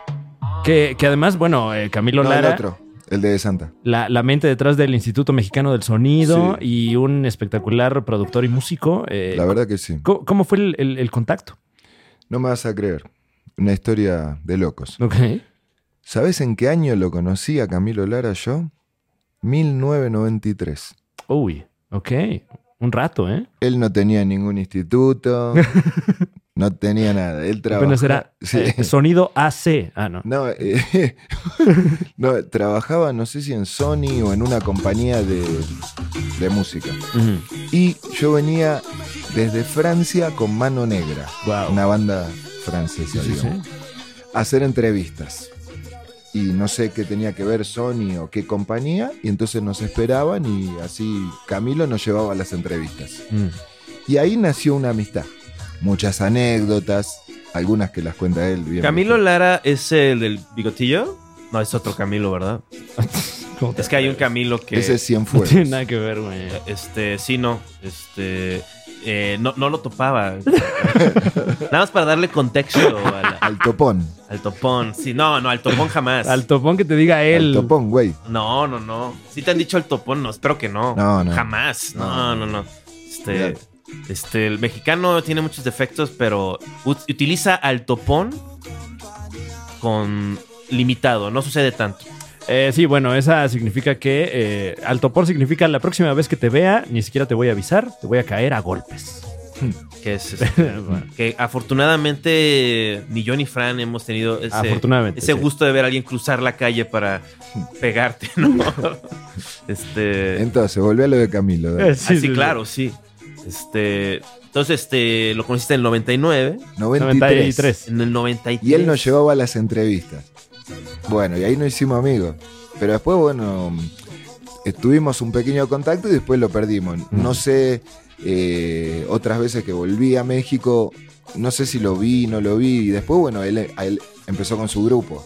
Speaker 1: Que, que además, bueno, eh, Camilo
Speaker 4: No, el
Speaker 1: Lara,
Speaker 4: otro, el de Santa.
Speaker 1: la, la mente detrás del Instituto Mexicano del Sonido y un espectacular productor y músico. eh,
Speaker 4: La verdad que sí.
Speaker 1: ¿cómo, cómo fue el, el- el contacto?
Speaker 4: No me vas a creer. Una historia de locos.
Speaker 1: Ok.
Speaker 4: ¿Sabes en qué año lo conocí a Camilo Lara yo? 1993.
Speaker 1: Uy, ok. Un rato, ¿eh?
Speaker 4: Él no tenía ningún instituto, no tenía nada. Él trabajaba.
Speaker 1: Apenas era
Speaker 4: Sí.
Speaker 1: eh, sonido AC. Ah, no.
Speaker 4: No, eh, no, trabajaba, no sé si en Sony o en una compañía de, de música. Y yo venía desde Francia con Mano Negra,
Speaker 1: Wow.
Speaker 4: una banda francesa, digamos, a hacer entrevistas. Y no sé qué tenía que ver Sony o qué compañía, y entonces nos esperaban y así Camilo nos llevaba a las entrevistas.
Speaker 1: Mm.
Speaker 4: Y ahí nació una amistad. Muchas anécdotas, algunas que las cuenta él. bien
Speaker 3: Camilo Lara es el del bigotillo. No, es otro Camilo, ¿verdad? Es que hay un Camilo que.
Speaker 4: Ese es
Speaker 1: No
Speaker 4: Cienfuegos.
Speaker 1: tiene nada que ver, güey.
Speaker 3: Este, sí, no. Este. eh, no, no lo topaba. Nada más para darle contexto a la-
Speaker 4: Al topón.
Speaker 3: al topón. Sí, no, no, al topón jamás.
Speaker 1: Al topón que te diga
Speaker 4: Al
Speaker 1: él.
Speaker 4: topón, güey.
Speaker 3: No, no, no. Si te han dicho el topón, no, espero que no.
Speaker 4: No, no.
Speaker 3: Jamás. No, no, no. Este,
Speaker 4: Olvídate.
Speaker 3: este, el mexicano tiene muchos defectos, pero ut- utiliza al topón con limitado. No sucede tanto.
Speaker 1: Eh, sí, bueno, esa significa que eh, al topón significa la próxima vez que te vea, ni siquiera te voy a avisar, te voy a caer a golpes.
Speaker 3: Que es este, que afortunadamente ni yo ni Fran hemos tenido ese,
Speaker 1: Afortunadamente,
Speaker 3: ese
Speaker 1: sí.
Speaker 3: gusto de ver a alguien cruzar la calle para pegarte, ¿no? este.
Speaker 4: Entonces, volví a lo de Camilo. dale.
Speaker 1: Eh,
Speaker 3: ah, sí, claro, sí. Este. Entonces, este, lo conociste en el 99.
Speaker 4: 93.
Speaker 1: 93.
Speaker 3: En el 93.
Speaker 4: Y él nos llevaba a las entrevistas. Bueno, y ahí nos hicimos amigos. Pero después, bueno, estuvimos un pequeño contacto y después lo perdimos.
Speaker 3: Mm.
Speaker 4: No sé, eh, otras veces que volví a México, no sé si lo vi, no lo vi. Y después, bueno, él, a él empezó con su grupo.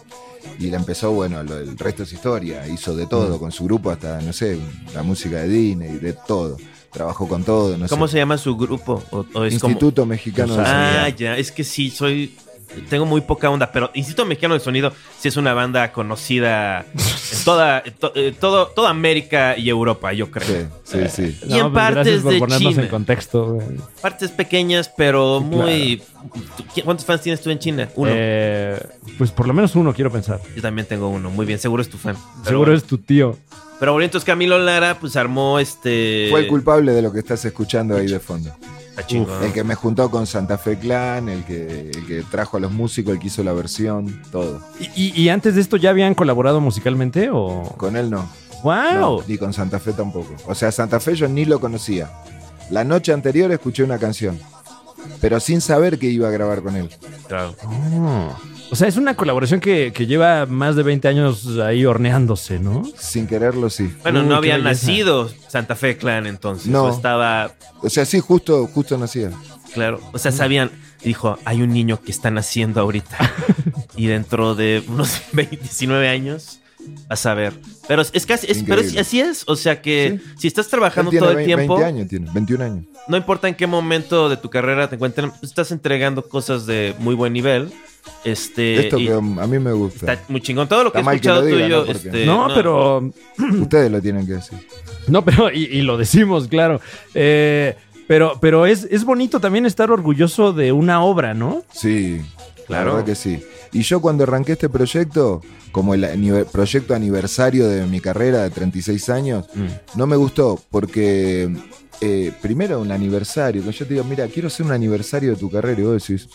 Speaker 4: Y él empezó, bueno, lo- el resto es historia. Hizo de
Speaker 3: Mm.
Speaker 4: todo con su grupo, hasta, no sé, la música de Disney, de todo. Trabajó con todo, no
Speaker 3: ¿Cómo
Speaker 4: sé.
Speaker 3: se llama su grupo? ¿O, o es como-
Speaker 4: Instituto Mexicano de
Speaker 3: Ah,
Speaker 4: Sonido.
Speaker 3: ya. Es que sí, soy. Tengo muy poca onda, pero Instituto Mexicano de Sonido sí es una banda conocida en toda, en to- eh, todo, toda América y Europa, yo creo.
Speaker 4: Sí, sí, sí.
Speaker 3: Y en partes
Speaker 1: pues, gracias por
Speaker 3: de
Speaker 1: ponernos
Speaker 3: China.
Speaker 1: en contexto. güey.
Speaker 3: Partes pequeñas, pero muy. ¿Qui- ¿Cuántos fans tienes tú en China? Uno.
Speaker 1: Eh, pues por lo menos uno, quiero pensar.
Speaker 3: Yo también tengo uno. Muy bien, seguro es tu fan. Pero
Speaker 1: Seguro
Speaker 3: bueno.
Speaker 1: es tu tío.
Speaker 3: Pero bueno, entonces Camilo Lara, pues armó este.
Speaker 4: Fue el culpable de lo que estás escuchando ahí de fondo.
Speaker 3: Está chingón.
Speaker 4: El que me juntó con Santa Fe Clan, el que, el que trajo a los músicos, el que hizo la versión, todo.
Speaker 1: ¿Y, y- y antes de esto ya habían colaborado musicalmente o...?
Speaker 4: Con él no.
Speaker 1: ¡Wow!
Speaker 4: No, ni con Santa Fe tampoco. O sea, Santa Fe yo ni lo conocía. La noche anterior escuché una canción, pero sin saber que iba a grabar con él.
Speaker 3: Claro.
Speaker 1: Oh. O sea, es una colaboración que, que lleva más de 20 años ahí horneándose, ¿no?
Speaker 4: Sin quererlo, sí.
Speaker 3: Bueno,
Speaker 1: Uy,
Speaker 3: no
Speaker 1: qué
Speaker 3: había
Speaker 1: belleza.
Speaker 3: nacido Santa Fe Clan entonces.
Speaker 4: No.
Speaker 3: No. estaba
Speaker 4: O sea, sí, justo, justo nacía.
Speaker 3: Claro, o sea, sabían, dijo, hay un niño que está naciendo ahorita y dentro de unos 29 años vas a ver. Pero es casi, es, pero es-
Speaker 4: Increíble.
Speaker 3: así es, o sea que si estás
Speaker 4: Él
Speaker 3: trabajando
Speaker 4: tiene
Speaker 3: todo el
Speaker 4: 20
Speaker 3: tiempo,
Speaker 4: 20 años, tiene, 21 años.
Speaker 3: no importa en qué momento de tu carrera te encuentren, estás entregando cosas de muy buen nivel. Este,
Speaker 4: Esto
Speaker 3: y
Speaker 4: que a mí me gusta.
Speaker 3: está muy chingón. Todo lo que
Speaker 4: Está
Speaker 3: he
Speaker 4: mal que
Speaker 3: escuchado
Speaker 4: lo diga,
Speaker 3: tuyo,
Speaker 4: ¿no? Porque-
Speaker 3: este,
Speaker 1: no, pero...
Speaker 4: Ustedes lo tienen que decir.
Speaker 1: No, pero... Y, y lo decimos, claro. Eh, pero pero es, es bonito también estar orgulloso de una obra, ¿no?
Speaker 4: Sí, claro.
Speaker 3: Claro.
Speaker 4: La verdad que sí. Y yo cuando arranqué este proyecto, como el anive- proyecto aniversario de mi carrera de 36 años, no me gustó porque eh, primero un aniversario, que yo te digo, mira, quiero hacer un aniversario de tu carrera y vos decís,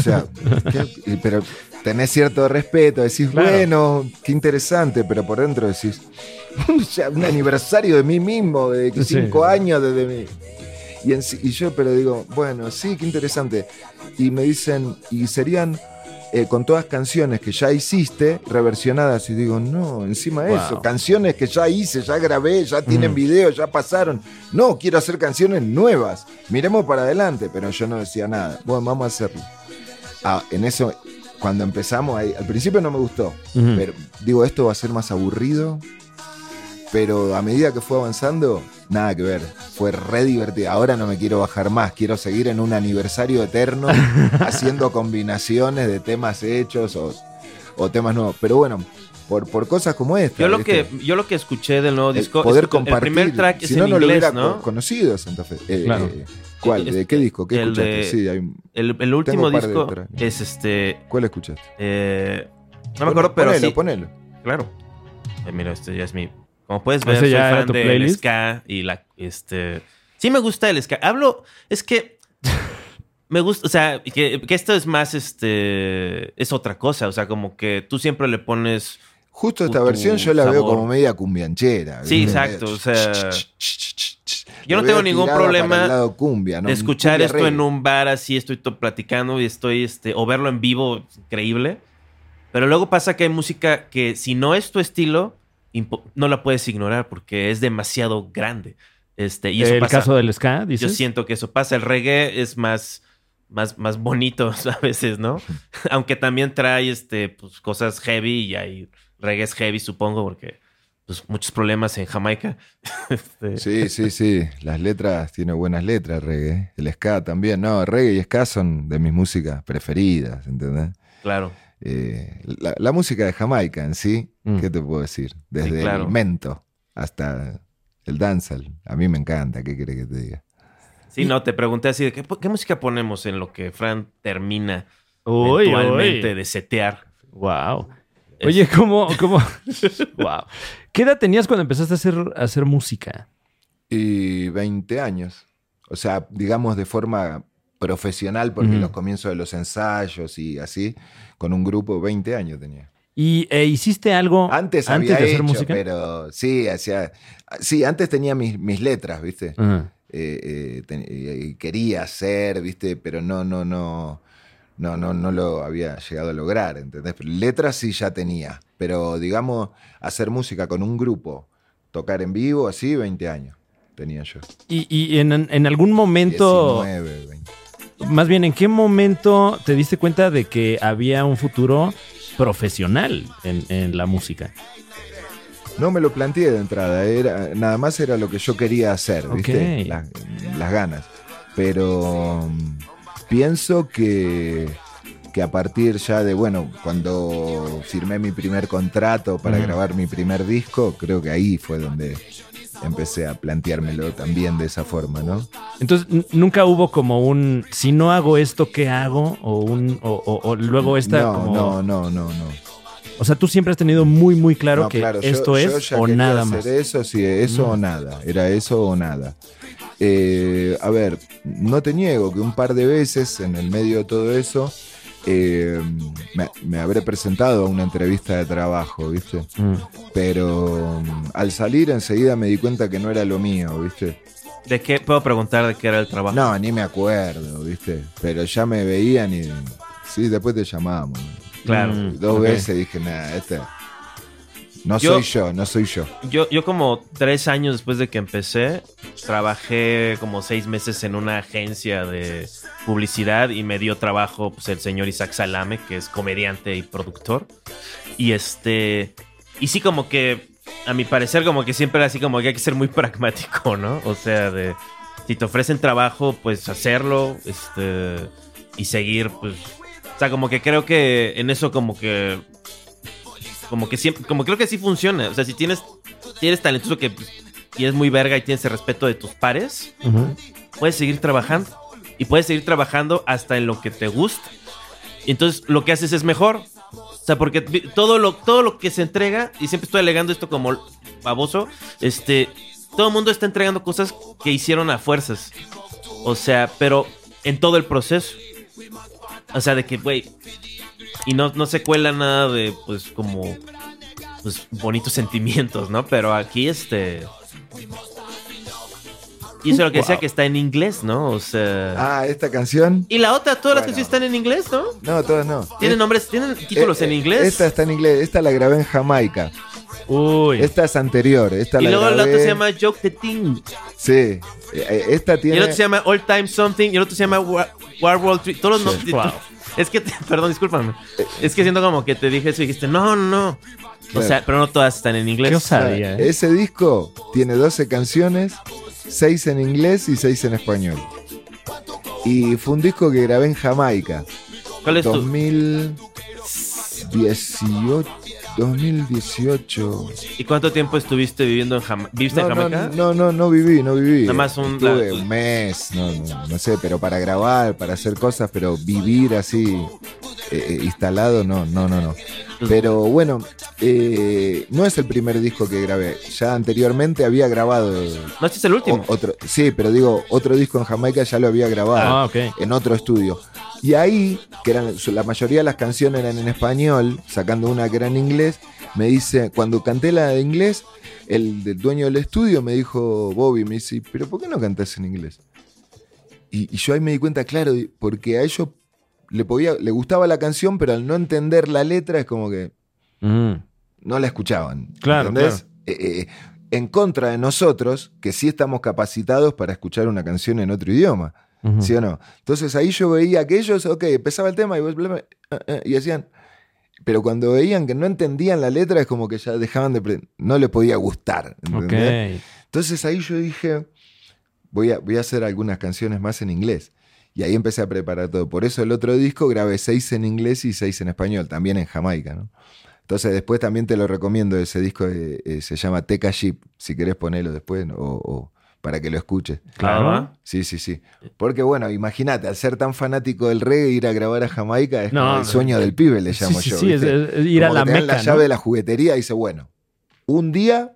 Speaker 4: sea, ¿qué? pero tenés cierto respeto, decís,
Speaker 1: Claro.
Speaker 4: bueno, qué interesante, pero por dentro decís, ya, un aniversario de mí mismo, de
Speaker 1: Sí.
Speaker 4: cinco años desde mí. Y, en sí- y yo, pero digo, bueno, sí, qué interesante. Y me dicen, y serían eh, con todas canciones que ya hiciste, reversionadas. Y digo, no, encima de
Speaker 1: Wow.
Speaker 4: eso, canciones que ya hice, ya grabé, ya tienen video, ya pasaron. No, quiero hacer canciones nuevas. Miremos para adelante, pero yo no decía nada. Bueno, vamos a hacerlo. Ah, en eso, cuando empezamos, ahí- al principio no me gustó. Pero digo, esto va a ser más aburrido. Pero a medida que fue avanzando, nada que ver. Fue re divertido. Ahora no me quiero bajar más. Quiero seguir en un aniversario eterno haciendo combinaciones de temas hechos o, o temas nuevos. Pero bueno, por, por cosas como esta.
Speaker 3: Yo lo,
Speaker 4: ¿viste?
Speaker 3: que, yo lo que escuché del nuevo
Speaker 4: El
Speaker 3: disco.
Speaker 4: poder
Speaker 3: escu-
Speaker 4: compartir.
Speaker 3: El primer track
Speaker 4: si
Speaker 3: es
Speaker 4: no,
Speaker 3: en
Speaker 4: no lo hubiera
Speaker 3: inglés,
Speaker 4: co-
Speaker 3: ¿no?
Speaker 4: conocido Santa Fe. Eh,
Speaker 1: Claro.
Speaker 4: eh, ¿Cuál? ¿De qué disco? ¿Qué
Speaker 3: El de-
Speaker 4: escuchaste? Sí, hay un-
Speaker 3: El, el último
Speaker 4: Tengo un par de
Speaker 3: disco
Speaker 4: letras.
Speaker 3: es este.
Speaker 4: ¿Cuál escuchaste?
Speaker 3: eh, no me acuerdo, pero
Speaker 4: ponelo,
Speaker 3: sí.
Speaker 4: ponelo.
Speaker 3: Claro. Eh, mira, este ya es mi. Como puedes ver,
Speaker 1: ¿Ese
Speaker 3: soy
Speaker 1: ya era
Speaker 3: fan
Speaker 1: tu
Speaker 3: del
Speaker 1: playlist?
Speaker 3: ska y la. Este. Sí, me gusta el ska. Hablo. Es que. Me gusta, o sea, que, que esto es más, este, es otra cosa, o sea, como que tú siempre le pones,
Speaker 4: Justo esta
Speaker 3: Tu- tu
Speaker 4: versión yo la veo
Speaker 3: sabor.
Speaker 4: como media cumbianchera.
Speaker 3: Sí,
Speaker 4: ¿viste?
Speaker 3: exacto,
Speaker 4: Medio
Speaker 3: o sea, yo
Speaker 4: La
Speaker 3: no
Speaker 4: veo
Speaker 3: tengo ningún
Speaker 4: tirada para
Speaker 3: problema
Speaker 4: el lado cumbia, ¿no?
Speaker 3: de escuchar
Speaker 4: Cumbia
Speaker 3: esto
Speaker 4: reggae.
Speaker 3: en un bar así, estoy to- platicando y estoy, este, o verlo en vivo, es increíble. Pero luego pasa que hay música que si no es tu estilo, impo- no la puedes ignorar porque es demasiado grande. Este, y eso
Speaker 1: el
Speaker 3: pasa.
Speaker 1: caso del ska,
Speaker 3: Yo
Speaker 1: dices.
Speaker 3: siento que eso pasa. El reggae es más, más, más bonito a veces, ¿no? Aunque también trae este, pues, cosas heavy y hay reggae es heavy, supongo, porque pues, muchos problemas en Jamaica. Este,
Speaker 4: Sí, sí, sí. Las letras, tiene buenas letras, reggae. ¿eh? El ska también. No, reggae y ska son de mis músicas preferidas, ¿entendés?
Speaker 3: Claro.
Speaker 4: Eh, la, la música de Jamaica en sí,
Speaker 1: Mm.
Speaker 4: ¿qué te puedo decir? Desde
Speaker 3: claro.
Speaker 4: el mento hasta el dancehall. A mí me encanta, ¿qué querés que te diga?
Speaker 3: Sí, no, te pregunté así de qué, qué música ponemos en lo que Fran termina
Speaker 1: Uy,
Speaker 3: eventualmente
Speaker 1: uy.
Speaker 3: de setear.
Speaker 1: Wow. Oye, ¿cómo, cómo? wow. ¿Qué edad tenías cuando empezaste a hacer, a hacer música?
Speaker 4: Y 20 años. O sea, digamos de forma profesional, porque
Speaker 1: Ujú.
Speaker 4: los comienzos de los ensayos y así, con un grupo 20 años tenía.
Speaker 1: ¿Y eh, hiciste algo
Speaker 4: Antes,
Speaker 1: antes,
Speaker 4: había
Speaker 1: de hacer
Speaker 4: hecho,
Speaker 1: música?
Speaker 4: pero sí, hacía, sí, antes tenía mis, mis letras, ¿viste?
Speaker 1: Ajá.
Speaker 4: eh, eh, ten- eh, eh, quería hacer, ¿viste? Pero no, no, no, no, no, no lo había llegado a lograr, ¿entendés? Pero letras sí ya tenía, pero digamos, hacer música con un grupo, tocar en vivo, así, 20 años tenía yo.
Speaker 1: ¿Y, y en, en algún momento,
Speaker 4: 19, 20.
Speaker 1: más bien, en qué momento te diste cuenta de que había un futuro profesional en, en la música?
Speaker 4: No me lo planteé de entrada, era, nada más era lo que yo quería hacer, ¿viste?
Speaker 1: Ok.
Speaker 4: Las, las ganas. Pero mm, pienso que, que a partir ya de, bueno, cuando firmé mi primer contrato para
Speaker 1: Ujú.
Speaker 4: grabar mi primer disco, creo que ahí fue donde empecé a planteármelo también de esa forma, ¿no?
Speaker 1: Entonces, n- nunca hubo como un, si no hago esto, ¿qué hago? O, un, o, o- o luego esta...
Speaker 4: no,
Speaker 1: como-
Speaker 4: no, no, no, no.
Speaker 1: O sea, tú siempre has tenido muy, muy claro
Speaker 4: No,
Speaker 1: que
Speaker 4: claro, yo-
Speaker 1: esto
Speaker 4: yo
Speaker 1: es
Speaker 4: ya
Speaker 1: o
Speaker 4: quería
Speaker 1: nada
Speaker 4: hacer
Speaker 1: más. Mm.
Speaker 4: Eso sí, eso o nada. Era eso o nada. Eh, a ver, no te niego que un par de veces en el medio de todo eso eh, me, me habré presentado a una entrevista de trabajo, ¿viste?
Speaker 1: Mm.
Speaker 4: Pero mm, al salir enseguida me di cuenta que no era lo mío, ¿viste?
Speaker 3: ¿De qué puedo preguntar de qué era el trabajo?
Speaker 4: No, ni me acuerdo, ¿viste? Pero ya me veían y. Sí, después te llamamos.
Speaker 3: Claro.
Speaker 1: Mm.
Speaker 4: Dos
Speaker 3: Ok.
Speaker 4: veces dije, nada, este. No
Speaker 3: Yo-
Speaker 4: soy yo, no soy yo.
Speaker 3: Yo, yo como tres años después de que empecé, trabajé como seis meses en una agencia de publicidad y me dio trabajo pues, el señor Isaac Salame, que es comediante y productor. Y este... Y sí como que, a mi parecer, como que siempre era así como que hay que ser muy pragmático, ¿no? O sea, de... Si te ofrecen trabajo, pues hacerlo, este... Y seguir, pues... O sea, como que creo que en eso como que... Como que siempre, como creo que sí funciona. O sea, si tienes si eres talentoso que pues, y eres muy verga y tienes el respeto de tus pares,
Speaker 1: Ujú.
Speaker 3: puedes seguir trabajando. Y puedes seguir trabajando hasta en lo que te gusta. Y entonces lo que haces es mejor. O sea, porque vi- todo lo, todo lo que se entrega, y siempre estoy alegando esto como baboso, este, todo el mundo está entregando cosas que hicieron a fuerzas. O sea, pero en todo el proceso. O sea, de que, güey, y no, no se cuela nada de, pues, como, pues, bonitos sentimientos, ¿no? Pero aquí, este... Y eso es lo que decía que está en inglés, ¿no? O sea...
Speaker 4: Ah, esta canción.
Speaker 3: Y la otra, todas las
Speaker 4: Bueno.
Speaker 3: canciones están en inglés, ¿no?
Speaker 4: No, todas no.
Speaker 3: Tienen nombres, tienen títulos
Speaker 4: Eh,
Speaker 3: en
Speaker 4: eh,
Speaker 3: inglés.
Speaker 4: Esta está en inglés, esta la grabé en Jamaica.
Speaker 1: Uy.
Speaker 4: Esta es anterior, esta
Speaker 3: y
Speaker 4: la
Speaker 3: luego la
Speaker 4: grabé-
Speaker 3: otra se llama Joke the Thing.
Speaker 4: Sí, eh, eh, esta
Speaker 3: Y
Speaker 4: tiene...
Speaker 3: el otro se llama All Time Something. Y el otro se llama War, War World 3. Todos los
Speaker 1: Sí.
Speaker 3: nombres. Es que, te- perdón, discúlpame.
Speaker 4: Eh,
Speaker 3: Es que siento como que te dije eso y dijiste, no, no, no. O
Speaker 4: Claro.
Speaker 3: sea, pero no todas están en
Speaker 1: Qué
Speaker 3: inglés.
Speaker 4: Ah,
Speaker 1: osadía, ¿eh?
Speaker 4: Ese disco tiene 12 canciones, 6 en inglés y 6 en español. Y fue un disco que grabé en Jamaica,
Speaker 3: ¿Cuál es tu?
Speaker 4: 2007, 18, 2018.
Speaker 3: ¿Y cuánto tiempo estuviste viviendo en Jamaica? ¿Viviste
Speaker 4: No,
Speaker 3: en
Speaker 4: no,
Speaker 3: Jamaica?
Speaker 4: no, no, no viví, no viví.
Speaker 3: Nada más un-
Speaker 4: Estuve
Speaker 3: la-
Speaker 4: un mes, no, no, no sé, pero para grabar, para hacer cosas, pero vivir así eh, eh, instalado, no, no, no, no. Pero bueno, eh, no es el primer disco que grabé. Ya anteriormente había grabado
Speaker 3: No, este es el último.
Speaker 4: o- otro, sí, pero digo, otro disco en Jamaica ya lo había grabado
Speaker 1: Ah, ok.
Speaker 4: en otro estudio. Y ahí, que eran su- la mayoría de las canciones eran en español, sacando una que era en inglés, me dice, cuando canté la de inglés, el, del dueño del estudio me dijo, Bobby, me dice, pero ¿por qué no cantas en inglés? Y, y yo ahí me di cuenta, claro, y- porque a ellos le, podía, le gustaba la canción, pero al no entender la letra es como que
Speaker 1: Mm.
Speaker 4: no la escuchaban.
Speaker 1: Claro,
Speaker 4: ¿entendés? Eh, eh, en contra de nosotros, que sí estamos capacitados para escuchar una canción en otro idioma.
Speaker 1: Ujú.
Speaker 4: ¿Sí o no? Entonces ahí yo veía que ellos, ok, empezaba el tema y, vos, bla, bla, eh, eh, y hacían. Pero cuando veían que no entendían la letra, es como que ya dejaban de. pre- No le podía gustar.
Speaker 1: Ok.
Speaker 4: ¿entendés? Entonces ahí yo dije, voy a, voy a hacer algunas canciones más en inglés. Y ahí empecé a preparar todo. Por eso el otro disco grabé seis en inglés y seis en español, también en Jamaica, ¿no? Entonces después también te lo recomiendo, ese disco eh, eh, se llama Teca Jeep, si querés ponerlo después ¿no? o- o para que lo escuches.
Speaker 1: Claro.
Speaker 3: Ah,
Speaker 4: Sí, sí, sí. Porque bueno, imagínate, al ser tan fanático del reggae, ir a grabar a Jamaica es
Speaker 1: No,
Speaker 4: como
Speaker 1: no. eh,
Speaker 4: el sueño del pibe, le
Speaker 1: Sí,
Speaker 4: llamo
Speaker 1: sí,
Speaker 4: yo.
Speaker 1: sí, es,
Speaker 4: ¿viste?
Speaker 1: es ir a
Speaker 4: Como
Speaker 1: la
Speaker 4: que te dan
Speaker 1: meca.
Speaker 4: la llave
Speaker 1: ¿no?
Speaker 4: de la juguetería y dice, bueno, un día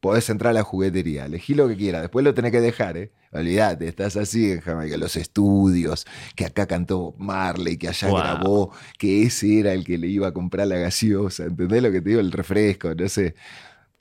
Speaker 4: podés entrar a la juguetería, elegí lo que quieras, después lo tenés que dejar, ¿eh? Olvídate, estás así en Jamaica, los estudios, que acá cantó Marley, que allá
Speaker 1: Wow.
Speaker 4: grabó, que ese era el que le iba a comprar la gaseosa, ¿entendés lo que te digo? El refresco, no sé.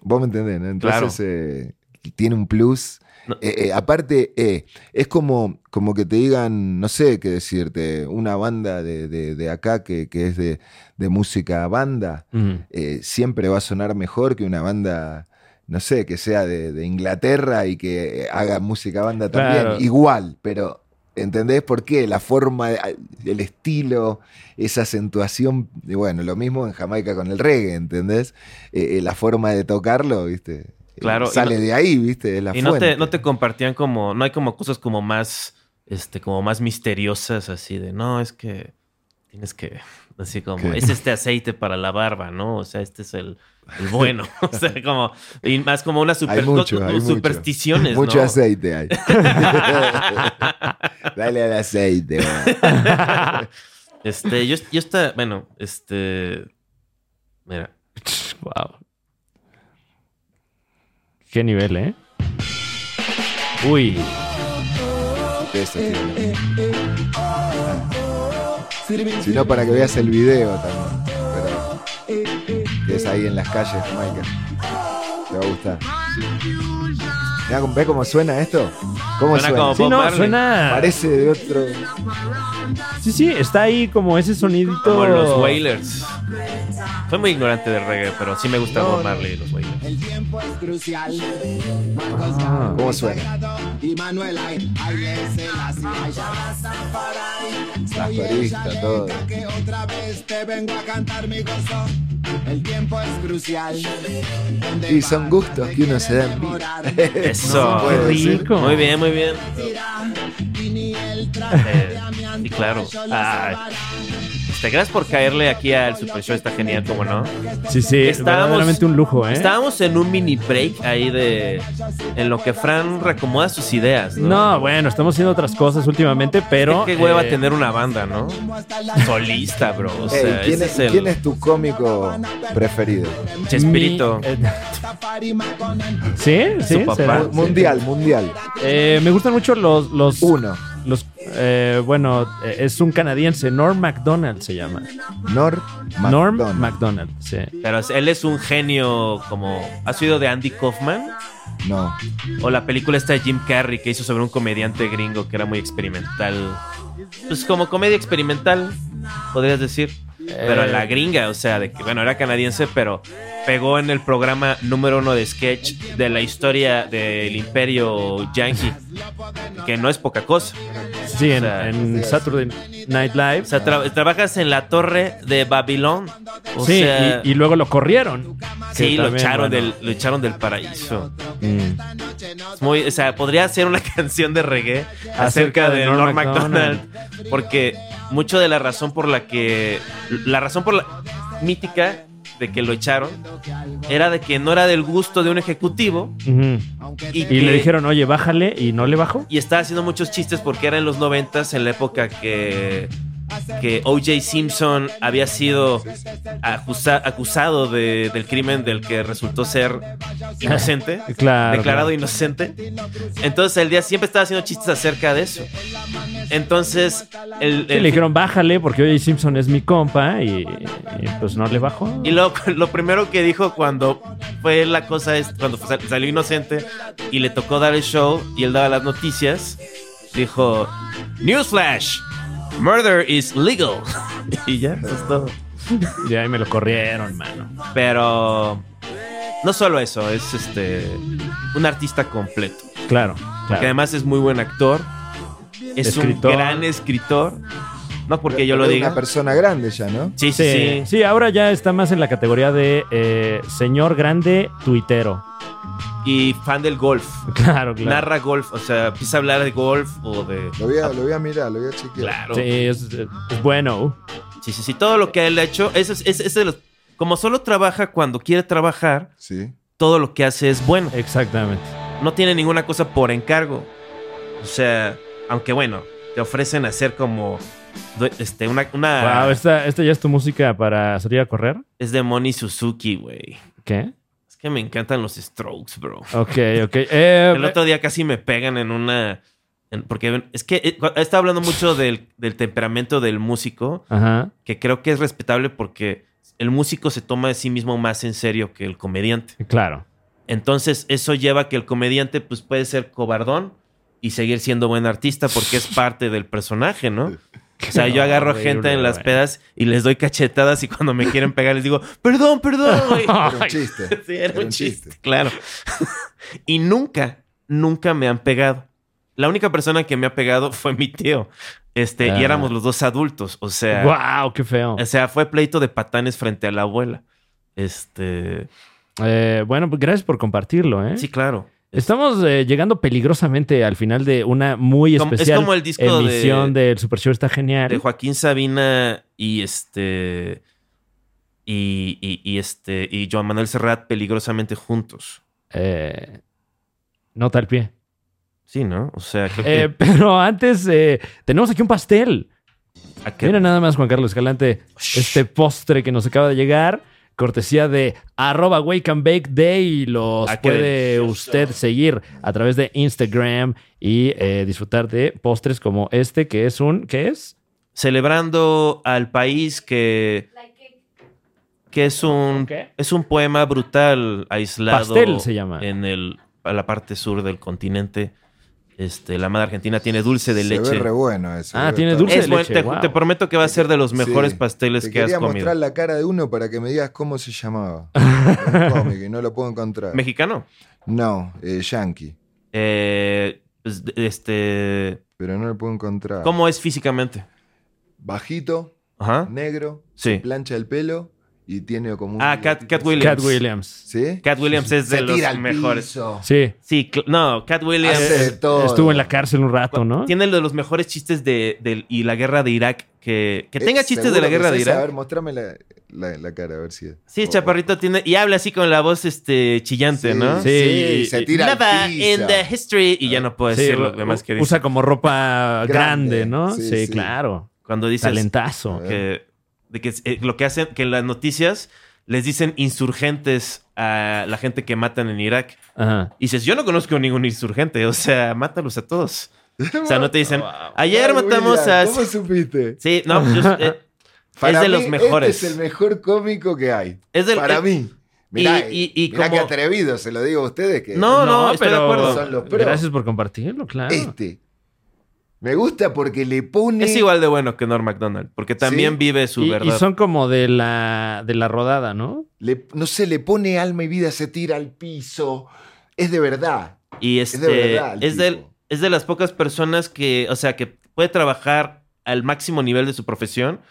Speaker 4: Vos me entendés, ¿no? Entonces eh, tiene un plus.
Speaker 3: No.
Speaker 4: Eh, eh, aparte, eh, es como, como que te digan, no sé qué decirte, una banda de, de- de acá que, que es de, de música banda,
Speaker 1: Ujú.
Speaker 4: eh, siempre va a sonar mejor que una banda, no sé, que sea de, de Inglaterra y que eh, haga música banda también.
Speaker 1: Claro.
Speaker 4: Igual, pero ¿entendés por qué? La forma, eh, el estilo, esa acentuación. Y bueno, lo mismo en Jamaica con el reggae, ¿entendés? Eh, eh, la forma de tocarlo, ¿viste? Eh,
Speaker 3: Claro, y
Speaker 4: Sale
Speaker 3: no-
Speaker 4: de ahí, ¿viste? Es la
Speaker 3: Y no te,
Speaker 4: fuente.
Speaker 3: no te compartían como. No hay como cosas como más. Este, como más misteriosas, así de no, es que tienes que. Así como,
Speaker 4: ¿Qué?
Speaker 3: es este aceite para la barba, ¿no? O sea, este es el, el bueno. O sea, como. Y más como unas super,
Speaker 4: Hay mucho,
Speaker 3: no-
Speaker 4: hay mucho.
Speaker 3: supersticiones,
Speaker 4: Mucho
Speaker 3: ¿no?
Speaker 4: aceite hay. Dale al aceite, va.
Speaker 3: Este, yo, yo está. Bueno, este. Mira.
Speaker 1: Wow. Qué nivel, ¿eh? Uy.
Speaker 4: Eso, sí. Sino para que veas el video también. Pero que es ahí en las calles de Jamaica. Te va a gustar. Mirá, ¿Ves cómo suena esto? ¿Cómo
Speaker 3: Suena
Speaker 4: suena?
Speaker 3: como
Speaker 1: Sí,
Speaker 3: Bob
Speaker 1: no,
Speaker 3: Marley.
Speaker 1: suena.
Speaker 4: Parece de otro.
Speaker 1: Sí, sí, está ahí como ese sonidito.
Speaker 3: Como los Wailers. Fue muy ignorante del reggae, pero sí me gusta Bob Marley y los Wailers.
Speaker 5: El tiempo es crucial.
Speaker 1: Ah.
Speaker 4: ¿Cómo suena?
Speaker 5: Y Manuela, ay, ay, ese la
Speaker 4: Las coristas, todo.
Speaker 5: que otra vez te vengo a cantar mi gozo. El tiempo es crucial. Donde
Speaker 4: Y son
Speaker 5: vas,
Speaker 4: gustos
Speaker 5: te
Speaker 4: que uno se da en
Speaker 5: quieres
Speaker 4: vida.
Speaker 5: devorar.
Speaker 3: Eso.
Speaker 1: Qué
Speaker 4: puede decir.
Speaker 1: rico.
Speaker 3: Muy bien, muy bien.
Speaker 5: Y ni el traje
Speaker 3: Eh,
Speaker 5: de amianto
Speaker 3: y claro. Ah.
Speaker 5: yo lo
Speaker 3: Ay.
Speaker 5: salvará.
Speaker 3: Este, gracias por caerle aquí al Super Show, está genial, como no.
Speaker 4: ¿Eh?
Speaker 1: Sí, sí, es
Speaker 3: Estábamos-
Speaker 1: verdaderamente un lujo, ¿eh?
Speaker 3: Estábamos en un mini break ahí de. En lo que Fran recomoda sus ideas, ¿no?
Speaker 1: No, bueno, estamos haciendo otras cosas últimamente, pero.
Speaker 3: Qué hueva
Speaker 1: eh,
Speaker 3: tener una banda, ¿no? Solista, bro. O
Speaker 4: Ey,
Speaker 3: sea,
Speaker 4: eh, ¿quién,
Speaker 3: ese
Speaker 4: es,
Speaker 3: es el.
Speaker 4: quién es tu cómico preferido?
Speaker 3: Chespirito.
Speaker 1: mi- eh, sí, sí,
Speaker 3: Su papá.
Speaker 1: será.
Speaker 4: Mu- mundial, mundial.
Speaker 1: Eh, me gustan mucho los. los,
Speaker 4: Uno.
Speaker 1: los eh, bueno, eh, es un canadiense, Norm MacDonald se llama.
Speaker 4: Norm
Speaker 1: Norm
Speaker 4: Macdonald.
Speaker 1: MacDonald, sí.
Speaker 3: Pero él es un genio como... ¿Ha sido de Andy Kaufman?
Speaker 4: No.
Speaker 3: O la película esta de Jim Carrey que hizo sobre un comediante gringo que era muy experimental. Pues como comedia experimental, podrías decir. Pero a
Speaker 1: Eh.
Speaker 3: la gringa, o sea, de que, bueno, era canadiense, pero pegó en el programa número uno de sketch de la historia del imperio yankee. Que no es poca cosa.
Speaker 1: Sí, en,
Speaker 3: O sea,
Speaker 1: en Saturday Night Live.
Speaker 3: O sea, tra- trabajas en la torre de Babilón. O
Speaker 1: sí,
Speaker 3: sea,
Speaker 1: y, y luego lo corrieron.
Speaker 3: sí,
Speaker 1: Que
Speaker 3: lo,
Speaker 1: también,
Speaker 3: echaron
Speaker 1: bueno,
Speaker 3: del, lo echaron del paraíso.
Speaker 1: mm.
Speaker 3: Es muy, o sea, podría ser una canción de reggae acerca de Norm MacDonald. Porque mucho de la razón por la que. La razón por la. mítica de que lo echaron era de que no era del gusto de un ejecutivo
Speaker 1: Ujú.
Speaker 3: y,
Speaker 1: Y le
Speaker 3: que-
Speaker 1: dijeron, oye, bájale, y no le bajó.
Speaker 3: y estaba haciendo muchos chistes porque era en los noventas, en la época que, que O.J. Simpson había sido acusa- acusado de- del crimen del que resultó ser inocente,
Speaker 1: Claro.
Speaker 3: declarado inocente. Entonces el día siempre estaba haciendo chistes acerca de eso. Entonces el,
Speaker 1: Sí,
Speaker 3: el-
Speaker 1: le dijeron, bájale, porque oye, Simpson es mi compa, y, y, pues no le bajó.
Speaker 3: y lo, lo primero que dijo cuando fue la cosa es cuando sal- salió inocente y le tocó dar el show y él daba las noticias, dijo Newsflash, murder is legal. y ya, eso es todo.
Speaker 1: Y ahí me lo corrieron, mano.
Speaker 3: Pero no solo eso, es este un artista completo.
Speaker 1: Claro,
Speaker 3: Que
Speaker 1: claro.
Speaker 3: además es muy buen actor. Es
Speaker 1: Escritor.
Speaker 3: un gran escritor. No porque yo
Speaker 4: Pero
Speaker 3: lo
Speaker 4: es
Speaker 3: diga.
Speaker 4: Una persona grande ya, ¿no?
Speaker 3: Sí, sí,
Speaker 1: Sí,
Speaker 3: sí.
Speaker 1: sí, ahora ya está más en la categoría de eh, señor grande tuitero.
Speaker 3: Y fan del golf.
Speaker 1: Claro, claro.
Speaker 3: Narra golf. O sea, empieza a hablar de golf o de.
Speaker 4: Lo voy a, lo voy a mirar, lo voy a chequear.
Speaker 3: Claro.
Speaker 1: Sí,
Speaker 3: Sí,
Speaker 1: es, es bueno.
Speaker 3: sí, sí. Todo lo que él ha hecho. Eso es, es- es de los- como solo trabaja cuando quiere trabajar,
Speaker 4: Sí.
Speaker 3: todo lo que hace es bueno.
Speaker 1: Exactamente.
Speaker 3: No tiene ninguna cosa por encargo. O sea, aunque bueno, te ofrecen hacer como. due- Este, una. una
Speaker 1: Wow, esta, esta ya es tu música para salir a correr.
Speaker 3: Es de Moni Suzuki, güey.
Speaker 1: ¿Qué?
Speaker 3: Es que me encantan los strokes, bro.
Speaker 1: Ok, ok. Eh,
Speaker 3: El otro día casi me pegan en una. en- porque es que eh, cua- está hablando mucho del, del temperamento del músico,
Speaker 1: Ajá.
Speaker 3: que creo que es respetable porque el músico se toma de sí mismo más en serio que el comediante.
Speaker 1: Claro.
Speaker 3: Entonces, eso lleva a que el comediante pues, puede ser cobardón y seguir siendo buen artista porque es parte del personaje, ¿no? O sea, yo agarro a gente
Speaker 1: Horrible,
Speaker 3: en las
Speaker 1: güey.
Speaker 3: pedas y les doy cachetadas y cuando me quieren pegar les digo, perdón, perdón, güey.
Speaker 4: Era un chiste.
Speaker 3: Sí, era, un chiste, claro. y nunca, nunca me han pegado. La única persona que me ha pegado fue mi tío. Este,
Speaker 1: Ah.
Speaker 3: y éramos los dos adultos. O sea,
Speaker 1: Wow, qué feo.
Speaker 3: o sea, fue pleito de patanes frente a la abuela. Este.
Speaker 1: Eh, bueno, pues gracias por compartirlo, ¿eh?
Speaker 3: Sí, claro.
Speaker 1: Estamos eh, llegando peligrosamente al final de una muy
Speaker 3: Como- es
Speaker 1: especial
Speaker 3: como el disco de-
Speaker 1: emisión del Super Show. Está genial.
Speaker 3: De Joaquín Sabina y este. Y, y- y este. Y Joan Manuel Serrat peligrosamente juntos.
Speaker 1: Eh, nota al pie.
Speaker 3: Sí, ¿no? O sea, creo que.
Speaker 1: Eh, pero antes, eh, tenemos aquí un pastel.
Speaker 3: ¿a qué?
Speaker 1: Mira nada más, Juan Carlos Escalante, este postre que nos acaba de llegar. Cortesía de arroba Wake and Bake Day. Los
Speaker 3: Ah, qué
Speaker 1: puede usted seguir a través de Instagram y eh, disfrutar de postres como este, que es un. ¿Qué es?
Speaker 3: celebrando al país que que es un
Speaker 1: ¿Qué?
Speaker 3: es un poema brutal aislado
Speaker 1: Pastel se llama.
Speaker 3: en el a la parte sur del continente. Este, la madre argentina tiene dulce de
Speaker 4: Se
Speaker 3: leche.
Speaker 4: ve re bueno eso.
Speaker 1: Ah,
Speaker 4: Debe
Speaker 1: tiene
Speaker 4: estar-
Speaker 1: dulce de
Speaker 3: Es bueno,
Speaker 1: leche,
Speaker 3: te,
Speaker 1: wow.
Speaker 3: te prometo que va a ser de los mejores
Speaker 4: Sí.
Speaker 3: pasteles
Speaker 4: Te
Speaker 3: que has
Speaker 4: quería
Speaker 3: comido.
Speaker 4: mostrar la cara de uno para que me digas cómo se llamaba. Un cómic y no lo puedo encontrar.
Speaker 3: Mexicano.
Speaker 4: No, eh, Yankee.
Speaker 3: Eh, pues, de- este,
Speaker 4: Pero no lo puedo encontrar.
Speaker 3: ¿cómo es físicamente?
Speaker 4: Bajito,
Speaker 3: Ajá.
Speaker 4: negro,
Speaker 3: Sí.
Speaker 4: plancha el pelo y tiene como un.
Speaker 3: Ah, Cat, Cat Williams.
Speaker 1: Cat Williams.
Speaker 4: ¿Sí?
Speaker 3: Cat Williams es de
Speaker 4: Se tira
Speaker 3: los
Speaker 4: al
Speaker 3: mejores.
Speaker 4: piso.
Speaker 1: Sí.
Speaker 3: Sí, cl- no, Cat Williams
Speaker 4: Hace de todo.
Speaker 1: Estuvo en la cárcel un rato, ¿no?
Speaker 3: Tiene lo de los mejores chistes de, del- y la guerra de Irak. Que, que
Speaker 4: Eh,
Speaker 3: tenga chistes de
Speaker 4: seguro
Speaker 3: la
Speaker 4: que
Speaker 3: guerra
Speaker 4: es
Speaker 3: de
Speaker 4: esa. A ver,
Speaker 3: Irak.
Speaker 4: mostrame la, la- la cara, a ver si.
Speaker 3: Sí, Chaparrito tiene. Y habla así con la voz este chillante, ¿no?
Speaker 1: sí.
Speaker 4: Sí, se tira
Speaker 3: Nada
Speaker 4: al
Speaker 3: in
Speaker 4: piso. Ah.
Speaker 3: the history. Y ya no puedo
Speaker 1: Sí,
Speaker 3: decir lo
Speaker 1: u-
Speaker 3: demás que dice.
Speaker 1: usa como ropa grande,
Speaker 4: Grande,
Speaker 1: ¿no?
Speaker 4: sí,
Speaker 1: sí,
Speaker 4: sí.
Speaker 1: claro.
Speaker 3: Cuando dices
Speaker 1: Talentazo.
Speaker 3: que, de que eh, lo que hacen, que en las noticias les dicen insurgentes a la gente que matan en Irak.
Speaker 1: Ajá.
Speaker 3: Y dices, yo no conozco ningún insurgente. O sea, mátalos a todos. O sea, no te dicen, ayer
Speaker 4: Ay,
Speaker 3: matamos
Speaker 4: William,
Speaker 3: a.
Speaker 4: ¿Cómo supiste?
Speaker 3: Sí, no, yo- eh,
Speaker 4: Para
Speaker 3: de
Speaker 4: mí,
Speaker 3: los mejores.
Speaker 4: Este es el mejor cómico que hay.
Speaker 3: es del.
Speaker 4: Para
Speaker 3: eh,
Speaker 4: mí. Mirá,
Speaker 3: y- y
Speaker 4: mirá
Speaker 3: como-
Speaker 4: qué atrevido, se lo digo a ustedes que
Speaker 3: No, no, estoy de acuerdo.
Speaker 4: Son los pros.
Speaker 1: gracias por compartirlo, claro.
Speaker 4: este. Me gusta porque le pone.
Speaker 3: Es igual de bueno que Norm MacDonald, porque también
Speaker 4: Sí.
Speaker 3: vive su
Speaker 1: Y,
Speaker 3: verdad.
Speaker 1: y son como de la, de la rodada, ¿no?
Speaker 4: le- no sé, le pone alma y vida, se tira al piso. Es de verdad.
Speaker 3: Y este,
Speaker 4: de verdad el
Speaker 3: es, de,
Speaker 4: tipo.
Speaker 3: es de las pocas personas que, o sea, que puede trabajar al máximo nivel de su profesión,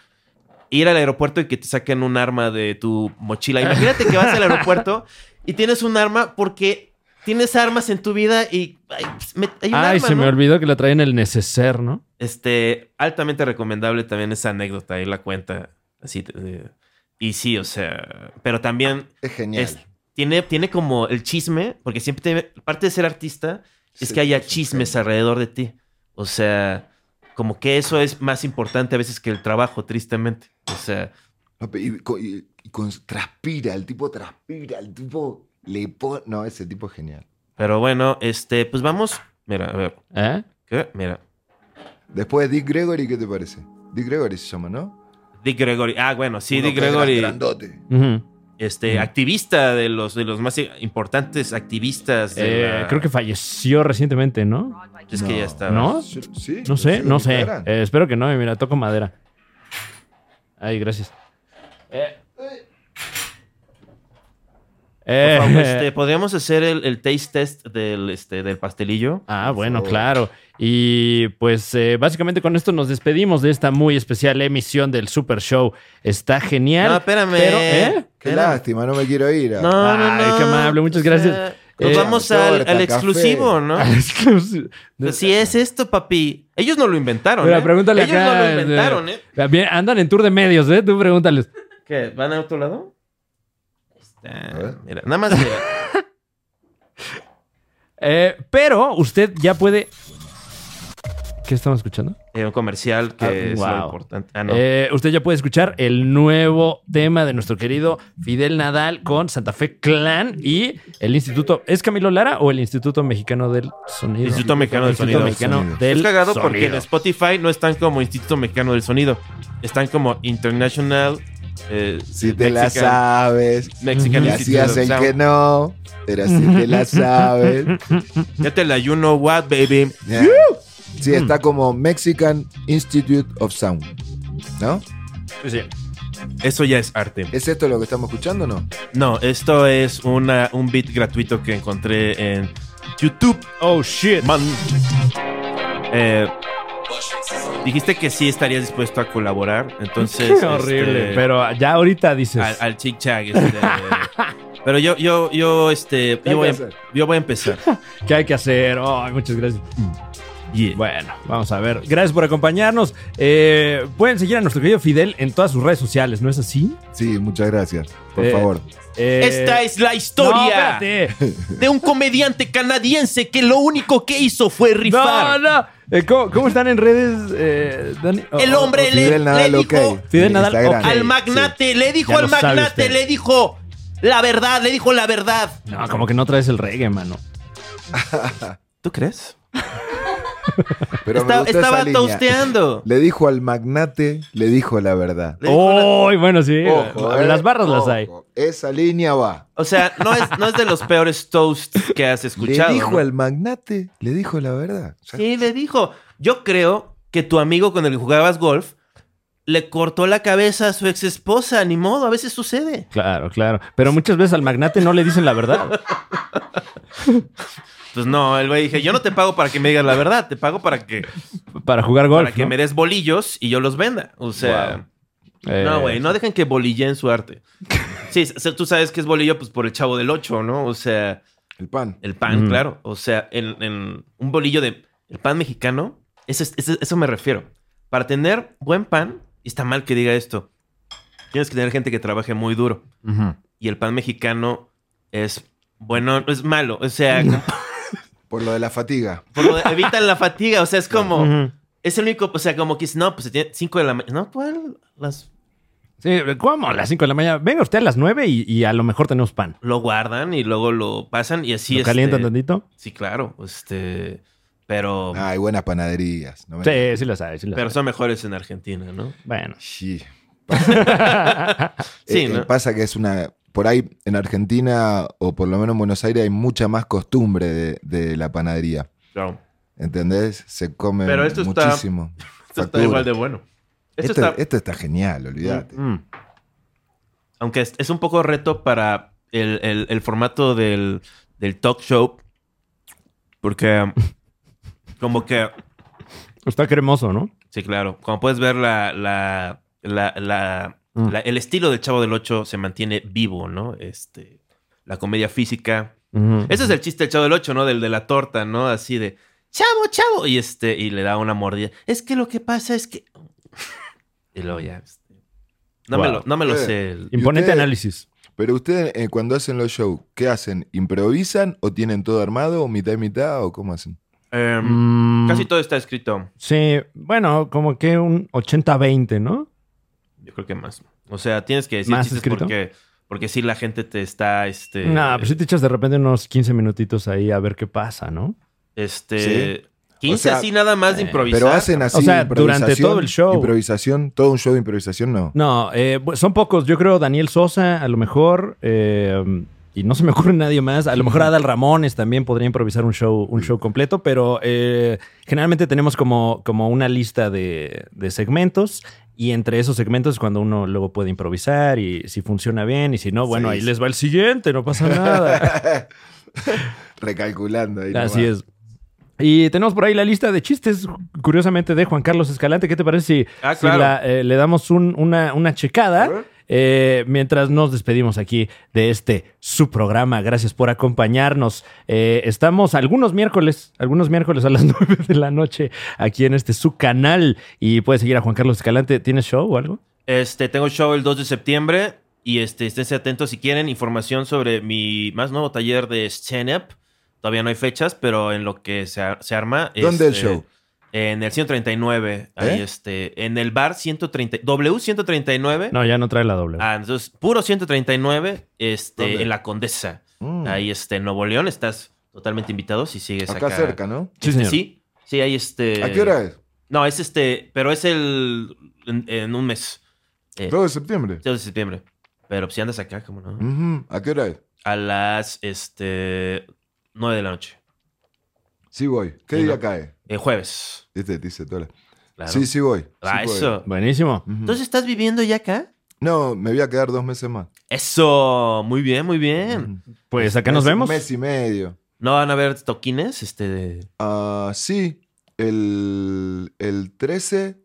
Speaker 3: ir al aeropuerto y que te saquen un arma de tu mochila. Imagínate que vas al aeropuerto y tienes un arma porque tienes armas en tu vida y ay, pues, me- hay un
Speaker 1: Ay,
Speaker 3: arma,
Speaker 1: se
Speaker 3: ¿no?
Speaker 1: me olvidó que la traen el neceser, ¿no?
Speaker 3: Este, altamente recomendable también esa anécdota, ahí la cuenta. Así, de- de- Y sí, o sea, pero también
Speaker 4: Es genial.
Speaker 3: es- tiene, tiene como el chisme, porque siempre te- parte de ser artista es
Speaker 4: Sí,
Speaker 3: que haya
Speaker 4: sí,
Speaker 3: chismes
Speaker 4: sí.
Speaker 3: alrededor de ti. O sea, como que eso es más importante a veces que el trabajo, tristemente. O sea,
Speaker 4: No, pe- Y, co- y- y cons- transpira, el tipo transpira, el tipo le pone. No, ese tipo es genial.
Speaker 3: pero bueno, este, pues vamos. Mira, a ver,
Speaker 1: ¿Eh?
Speaker 3: ¿qué? Mira.
Speaker 4: Después Dick Gregory, ¿qué te parece? Dick Gregory se llama, ¿no?
Speaker 3: Dick Gregory. Ah, bueno, sí,
Speaker 4: Uno
Speaker 3: Dick
Speaker 4: que era
Speaker 3: Gregory.
Speaker 4: Grandote.
Speaker 1: Ujú.
Speaker 3: Este,
Speaker 1: Mm.
Speaker 3: activista de los, de los más importantes activistas. de
Speaker 1: Eh,
Speaker 3: la-
Speaker 1: creo que falleció recientemente, ¿no?
Speaker 3: Es que ya está.
Speaker 1: ¿No?
Speaker 4: Sí, sí,
Speaker 1: No sé,
Speaker 4: sí,
Speaker 1: no sé.
Speaker 4: Gran.
Speaker 1: Eh, espero que no. y Mira, toco madera. Ay, gracias. Eh.
Speaker 3: Por
Speaker 1: Eh,
Speaker 3: favor, este, podríamos hacer el, el taste test del, este, del pastelillo.
Speaker 1: Ah, bueno,
Speaker 4: favor.
Speaker 1: claro. Y pues eh, básicamente con esto nos despedimos de esta muy especial emisión del Super Show. Está genial.
Speaker 3: No, espérame.
Speaker 1: Pero, ¿eh?
Speaker 4: Qué
Speaker 3: Espérame.
Speaker 4: lástima, no me quiero ir.
Speaker 3: No, no,
Speaker 1: Ay,
Speaker 3: no.
Speaker 1: qué amable, muchas
Speaker 3: O sea,
Speaker 1: gracias.
Speaker 3: Nos
Speaker 1: Eh,
Speaker 3: vamos
Speaker 4: torta,
Speaker 3: al, al
Speaker 4: café.
Speaker 3: exclusivo, ¿no? Pues sí es esto, papi. Ellos no lo inventaron,
Speaker 1: Mira,
Speaker 3: ¿eh?
Speaker 1: pregúntale
Speaker 3: Ellos
Speaker 1: acá,
Speaker 3: no lo
Speaker 1: este,
Speaker 3: inventaron, ¿eh?
Speaker 1: Bien, andan en tour de medios, ¿eh? Tú pregúntales.
Speaker 3: ¿Qué? ¿Van a otro lado? Ahí está.
Speaker 4: A ver.
Speaker 3: Mira, nada más mira.
Speaker 1: Eh, pero usted ya puede. ¿Qué estamos escuchando?
Speaker 3: Eh, un comercial que
Speaker 1: Ah,
Speaker 3: es lo
Speaker 1: wow.
Speaker 3: importante. Ah, no.
Speaker 1: Eh, usted ya puede escuchar el nuevo tema de nuestro querido Fidel Nadal con Santa Fe Clan y el Instituto. ¿Es Camilo Lara o el Instituto Mexicano del Sonido?
Speaker 3: Instituto Mexicano del
Speaker 1: Instituto
Speaker 3: Sonido.
Speaker 1: Mexicano
Speaker 4: Sonido.
Speaker 1: del
Speaker 3: es cagado porque en
Speaker 1: Sonido.
Speaker 3: Spotify no están como Instituto Mexicano del Sonido. Están como International. eh,
Speaker 4: Si te la
Speaker 3: Mexican-
Speaker 4: sabes.
Speaker 3: Mexican
Speaker 4: Y
Speaker 3: Institute
Speaker 4: hacías
Speaker 3: of
Speaker 4: el
Speaker 3: Sound.
Speaker 4: que no. Pero si te la sabes.
Speaker 3: Ya te la you know what, baby.
Speaker 4: Yeah. Sí,
Speaker 1: Mm.
Speaker 4: está como Mexican Institute of Sound. ¿No?
Speaker 1: Sí, sí.
Speaker 3: Eso ya es arte.
Speaker 4: ¿Es esto lo que estamos escuchando o no?
Speaker 3: No, esto es una, un beat gratuito que encontré en YouTube.
Speaker 1: Oh shit.
Speaker 3: Man. Eh, dijiste que sí estarías dispuesto a colaborar. Entonces.
Speaker 1: Qué horrible.
Speaker 3: este,
Speaker 1: Pero ya ahorita dices.
Speaker 3: al, al Chic Chag. este, pero yo, yo, yo, este.
Speaker 4: ¿Qué hay
Speaker 3: Yo voy,
Speaker 4: que
Speaker 3: a,
Speaker 4: hacer?
Speaker 3: yo voy a empezar.
Speaker 1: ¿Qué hay que hacer? Ay, muchas gracias.
Speaker 3: Yeah.
Speaker 1: Bueno, vamos a ver. Gracias por acompañarnos. Eh, pueden seguir a nuestro querido Fidel en todas sus redes sociales, ¿no es así?
Speaker 4: Sí, muchas gracias. Por
Speaker 1: Eh,
Speaker 4: favor.
Speaker 1: Eh,
Speaker 2: Esta es la
Speaker 1: No,
Speaker 2: historia
Speaker 1: espérate.
Speaker 2: de un comediante canadiense que lo único que hizo fue
Speaker 1: No,
Speaker 2: rifar.
Speaker 1: no. Eh, ¿cómo, cómo están en redes, eh, Dani? Oh,
Speaker 2: El hombre
Speaker 1: oh,
Speaker 2: le-
Speaker 4: Fidel Nadal,
Speaker 2: le
Speaker 4: ok.
Speaker 2: dijo-
Speaker 1: Fidel Nadal,
Speaker 4: Instagram.
Speaker 1: ok.
Speaker 2: Al magnate, le dijo
Speaker 1: Ya
Speaker 2: al
Speaker 1: lo sabe
Speaker 2: magnate,
Speaker 1: usted.
Speaker 2: le dijo la verdad, le dijo la verdad.
Speaker 1: No, como que no traes el reggae, mano.
Speaker 3: ¿Tú crees?
Speaker 4: Pero me
Speaker 3: Esta-
Speaker 4: gustó
Speaker 3: estaba
Speaker 4: esa línea.
Speaker 3: tosteando.
Speaker 4: Le dijo al magnate, le dijo la verdad.
Speaker 3: Le dijo la-
Speaker 1: ¡Uy! bueno, sí.
Speaker 4: Ojo, eh,
Speaker 1: las barras las
Speaker 4: ojo.
Speaker 1: hay.
Speaker 4: Esa línea va.
Speaker 3: O sea, no es, no es de los peores toasts que has escuchado.
Speaker 4: le dijo
Speaker 3: ¿no?
Speaker 4: al magnate, le dijo la verdad. O sea,
Speaker 3: Sí, le dijo. Yo creo que tu amigo con el que jugabas golf le cortó la cabeza a su ex esposa. Ni modo, a veces sucede.
Speaker 1: Claro, claro. Pero muchas veces al magnate no le dicen la verdad.
Speaker 3: Pues no, el güey dije, yo no te pago para que me digas la verdad, te pago para que,
Speaker 1: Para jugar golf.
Speaker 3: para que
Speaker 1: ¿no?
Speaker 3: me des bolillos y yo los venda. O sea,
Speaker 1: Eh,
Speaker 3: no, güey, no dejen que bolillen su arte. Sí, s- tú sabes que es bolillo pues por el chavo del 8, ¿no? O sea,
Speaker 4: el pan.
Speaker 3: el pan,
Speaker 1: Mm.
Speaker 3: claro. O sea, en, en un bolillo de el pan mexicano, eso, es- eso- eso me refiero. Para tener buen pan, y está mal que diga esto, tienes que tener gente que trabaje muy duro.
Speaker 1: Ujú.
Speaker 3: y el pan mexicano es bueno, es malo. O sea,
Speaker 4: Por lo de la fatiga.
Speaker 3: por lo de- evitan la fatiga. O sea, es como,
Speaker 1: Ujú.
Speaker 3: es el único, o sea, como que no, pues se tiene 5 de la mañana. No, ¿cuál? Las,
Speaker 1: Sí, ¿cómo? A las 5 de la mañana. Venga usted a las 9 y, y a lo mejor tenemos pan.
Speaker 3: lo guardan y luego lo pasan y así
Speaker 1: ¿Lo
Speaker 3: es.
Speaker 1: calientan tantito?
Speaker 3: Sí, claro. Este, pero,
Speaker 4: Ah, hay buenas panaderías. No me-
Speaker 1: Sí, sí lo sabes, sí lo
Speaker 3: pero
Speaker 1: sabes.
Speaker 3: son mejores en Argentina, ¿no?
Speaker 1: Bueno.
Speaker 4: Sí.
Speaker 3: Sí,
Speaker 4: Eh,
Speaker 3: ¿no?
Speaker 4: Pasa que es una. Por ahí en Argentina, o por lo menos en Buenos Aires, hay mucha más costumbre de, de la panadería.
Speaker 3: Claro.
Speaker 4: ¿Entendés? Se come
Speaker 3: Pero esto está-
Speaker 4: muchísimo.
Speaker 3: Esto está
Speaker 4: Factura. Este-
Speaker 3: igual de bueno. Esto,
Speaker 4: Esto,
Speaker 3: está,
Speaker 4: esto está genial, olvídate.
Speaker 1: Mm.
Speaker 3: aunque es, es un poco reto para el, el- el formato del, del talk show, porque como que
Speaker 1: Está cremoso, ¿no?
Speaker 3: Sí, claro. Como puedes ver, la, la, la, la-
Speaker 1: Mm.
Speaker 3: la- el estilo del Chavo del Ocho se mantiene vivo, ¿no? Este, la comedia física.
Speaker 1: Ujú.
Speaker 3: Ese es el chiste del Chavo del Ocho, ¿no? Del de la torta, ¿no? Así de, chavo, chavo. Y, este, y le da una mordida. Es que lo que pasa es que... Y luego ya... este, No, me, lo,
Speaker 1: Wow.
Speaker 3: no me lo
Speaker 4: Eh.
Speaker 3: sé. el-
Speaker 1: Imponente
Speaker 4: ustedes?
Speaker 1: análisis.
Speaker 4: Pero ustedes eh, cuando hacen los shows, ¿qué hacen? ¿Improvisan o tienen todo armado o mitad y mitad o cómo hacen?
Speaker 3: em,
Speaker 1: Mm,
Speaker 3: Casi todo está escrito.
Speaker 1: Sí, bueno, como que un 80-20, ¿no?
Speaker 3: Yo creo que más. O sea, tienes que decir
Speaker 1: ¿Más
Speaker 3: chistes
Speaker 1: escrito? pues
Speaker 3: porque, porque si la gente te está, este...
Speaker 1: Nah, pero si te echas de repente unos 15 minutitos ahí a ver qué pasa, ¿no?
Speaker 3: Este...
Speaker 4: Sí.
Speaker 3: 15
Speaker 4: O sea, eh,
Speaker 3: así nada más de improvisar.
Speaker 4: Pero hacen así
Speaker 1: O sea,
Speaker 4: improvisación,
Speaker 1: durante todo el show.
Speaker 4: Improvisación, todo un show de improvisación, no.
Speaker 1: No, eh, bu- son pocos. Yo creo Daniel Sosa, a lo mejor. eh, y no se me ocurre nadie más. A lo mejor Adal Ramones también podría improvisar un show, un show completo, pero eh, generalmente tenemos como, como una lista de, de segmentos. Y entre esos segmentos es cuando uno luego puede improvisar y si funciona bien y si no, bueno,
Speaker 4: Sí,
Speaker 1: ahí
Speaker 4: sí.
Speaker 1: les va el siguiente, no pasa nada.
Speaker 4: Recalculando ahí.
Speaker 1: Así
Speaker 4: nomás.
Speaker 1: es. Y tenemos por ahí la lista de chistes, curiosamente, de Juan Carlos Escalante. ¿Qué te parece si,
Speaker 3: Ah,
Speaker 1: si
Speaker 3: claro.
Speaker 1: la- eh, le damos un- una, una
Speaker 3: A
Speaker 1: checada
Speaker 3: ver.
Speaker 1: eh, mientras nos despedimos aquí de este su programa? Gracias por acompañarnos. Eh, estamos algunos miércoles, algunos miércoles a las 9 de la noche aquí en este su canal. Y puedes seguir a Juan Carlos Escalante. ¿Tienes show o algo?
Speaker 3: Este, tengo show el 2 de septiembre y este, esténse atentos si quieren información sobre mi más nuevo taller de stand-up. Todavía no hay fechas, pero en lo que se, ar- se arma.
Speaker 4: ¿Dónde el
Speaker 3: este,
Speaker 4: show?
Speaker 3: En el 139. Ahí
Speaker 4: ¿Eh?
Speaker 3: este, en el bar 130, W139.
Speaker 1: No, ya no trae la doble.
Speaker 3: Ah, entonces, puro 139, este,
Speaker 4: ¿Dónde?
Speaker 3: en la Condesa.
Speaker 4: Mm,
Speaker 3: Ahí este, en Nuevo León, estás totalmente invitado si sigues acá.
Speaker 4: acá cerca, ¿no?
Speaker 1: sí, señor.
Speaker 3: este Sí, sí, ahí este.
Speaker 4: ¿A qué hora es?
Speaker 3: No, es este, pero es el. en, en un mes. Eh,
Speaker 4: 2 de septiembre.
Speaker 3: 2 de septiembre. Pero pues, si andas acá, como no.
Speaker 4: Ujú, ¿A qué hora es?
Speaker 3: A las este 9 de la noche.
Speaker 4: Sí voy. ¿Qué
Speaker 3: Sí,
Speaker 4: día
Speaker 3: no.
Speaker 4: cae?
Speaker 3: El jueves.
Speaker 4: Este dice toda la-
Speaker 3: Claro.
Speaker 4: Sí, Mm. sí voy. Sí
Speaker 3: Ah,
Speaker 4: voy.
Speaker 3: eso.
Speaker 1: Buenísimo.
Speaker 4: Ujú.
Speaker 3: Entonces, ¿estás viviendo ya acá?
Speaker 4: No, me voy a quedar dos meses más.
Speaker 3: Eso. Muy bien, muy bien.
Speaker 4: Ujú.
Speaker 1: Pues acá nos
Speaker 3: Este
Speaker 4: Mes-
Speaker 1: vemos.
Speaker 4: mes y medio.
Speaker 3: ¿No van a haber toquines? Este. de-
Speaker 4: Ah, sí, el, el 13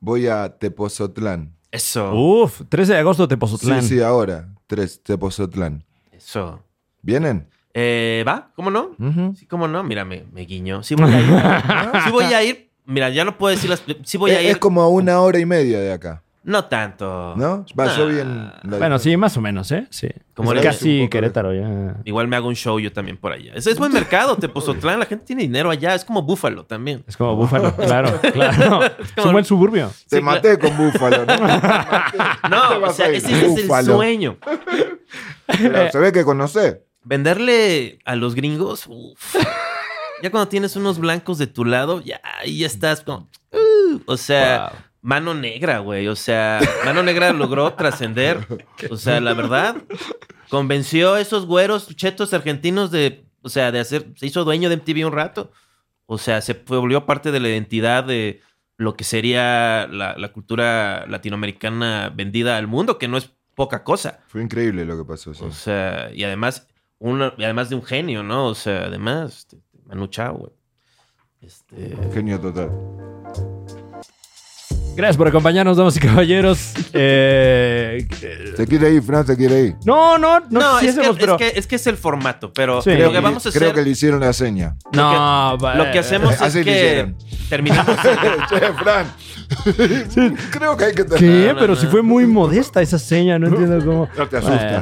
Speaker 4: voy a Tepozotlán.
Speaker 3: Eso.
Speaker 4: Uh.
Speaker 1: Uf, 13 de agosto Tepozotlán.
Speaker 4: Sí, sí, ahora. Tres, Tepozotlán.
Speaker 3: Eso.
Speaker 4: ¿Vienen?
Speaker 3: Eh, ¿Va? ¿Cómo no?
Speaker 4: Ujú.
Speaker 3: Sí, ¿cómo no? Mira, me, me guiño. Sí voy a ir. sí voy a ir. Mira, ya no puedo decir las. Sí voy
Speaker 4: Es,
Speaker 3: a ir.
Speaker 4: Eh, es como a una hora y media de acá,
Speaker 3: No tanto.
Speaker 4: ¿no? Va, yo vi en
Speaker 3: Ah.
Speaker 4: la-
Speaker 1: Bueno, sí, más o menos, ¿eh? Sí.
Speaker 3: Como
Speaker 1: Es
Speaker 3: le-
Speaker 4: un
Speaker 1: casi
Speaker 4: poco de-
Speaker 1: Querétaro ya.
Speaker 3: Igual me hago un show yo también por allá. Es, es buen mercado, Tepozotlán. La gente tiene dinero allá. Es como Búfalo también.
Speaker 1: Es como Búfalo, claro, claro. Es un buen suburbio.
Speaker 4: Te
Speaker 3: Sí,
Speaker 4: maté con Búfalo, ¿no?
Speaker 3: No, o
Speaker 4: vas
Speaker 3: sea,
Speaker 4: a ir?
Speaker 3: ese es el
Speaker 4: Búfalo.
Speaker 3: sueño.
Speaker 4: Pero se ve que conocés.
Speaker 3: Venderle a los gringos, uf. Ya cuando tienes unos blancos de tu lado, ya ahí ya estás como... uh, o sea, mano negra, güey. O sea, mano negra logró trascender. O sea, la verdad, convenció a esos güeros chetos argentinos de... O sea, de hacer... Se hizo dueño de MTV un rato. O sea, se volvió parte de la identidad de lo que sería la, la cultura latinoamericana vendida al mundo, que no es poca cosa.
Speaker 4: Fue increíble lo que pasó. sí.
Speaker 3: O sea, y además, una, y además de un genio, ¿no? O sea, además, este, Manu Chao, güey. Este,
Speaker 4: Genio total.
Speaker 1: Gracias por acompañarnos, damas y caballeros. Eh, eh,
Speaker 4: Se quiere ir, Fran, se quiere ir.
Speaker 1: no, no, no,
Speaker 3: no, es, que,
Speaker 1: quisiésemos,
Speaker 3: es
Speaker 1: pero.
Speaker 3: que- es que es el formato, pero
Speaker 1: Sí.
Speaker 3: lo
Speaker 1: Creo
Speaker 3: que vamos a
Speaker 4: Creo
Speaker 3: hacer,
Speaker 4: que le hicieron la seña.
Speaker 1: no, va-
Speaker 3: lo que hacemos es
Speaker 4: Eh, Así lo
Speaker 3: que
Speaker 4: hicieron.
Speaker 3: terminamos.
Speaker 4: che, Fran. Creo que hay que...
Speaker 1: ¿Qué?
Speaker 3: No, no,
Speaker 1: pero
Speaker 3: no.
Speaker 1: si fue muy modesta esa seña, no entiendo cómo.
Speaker 4: No te asustes.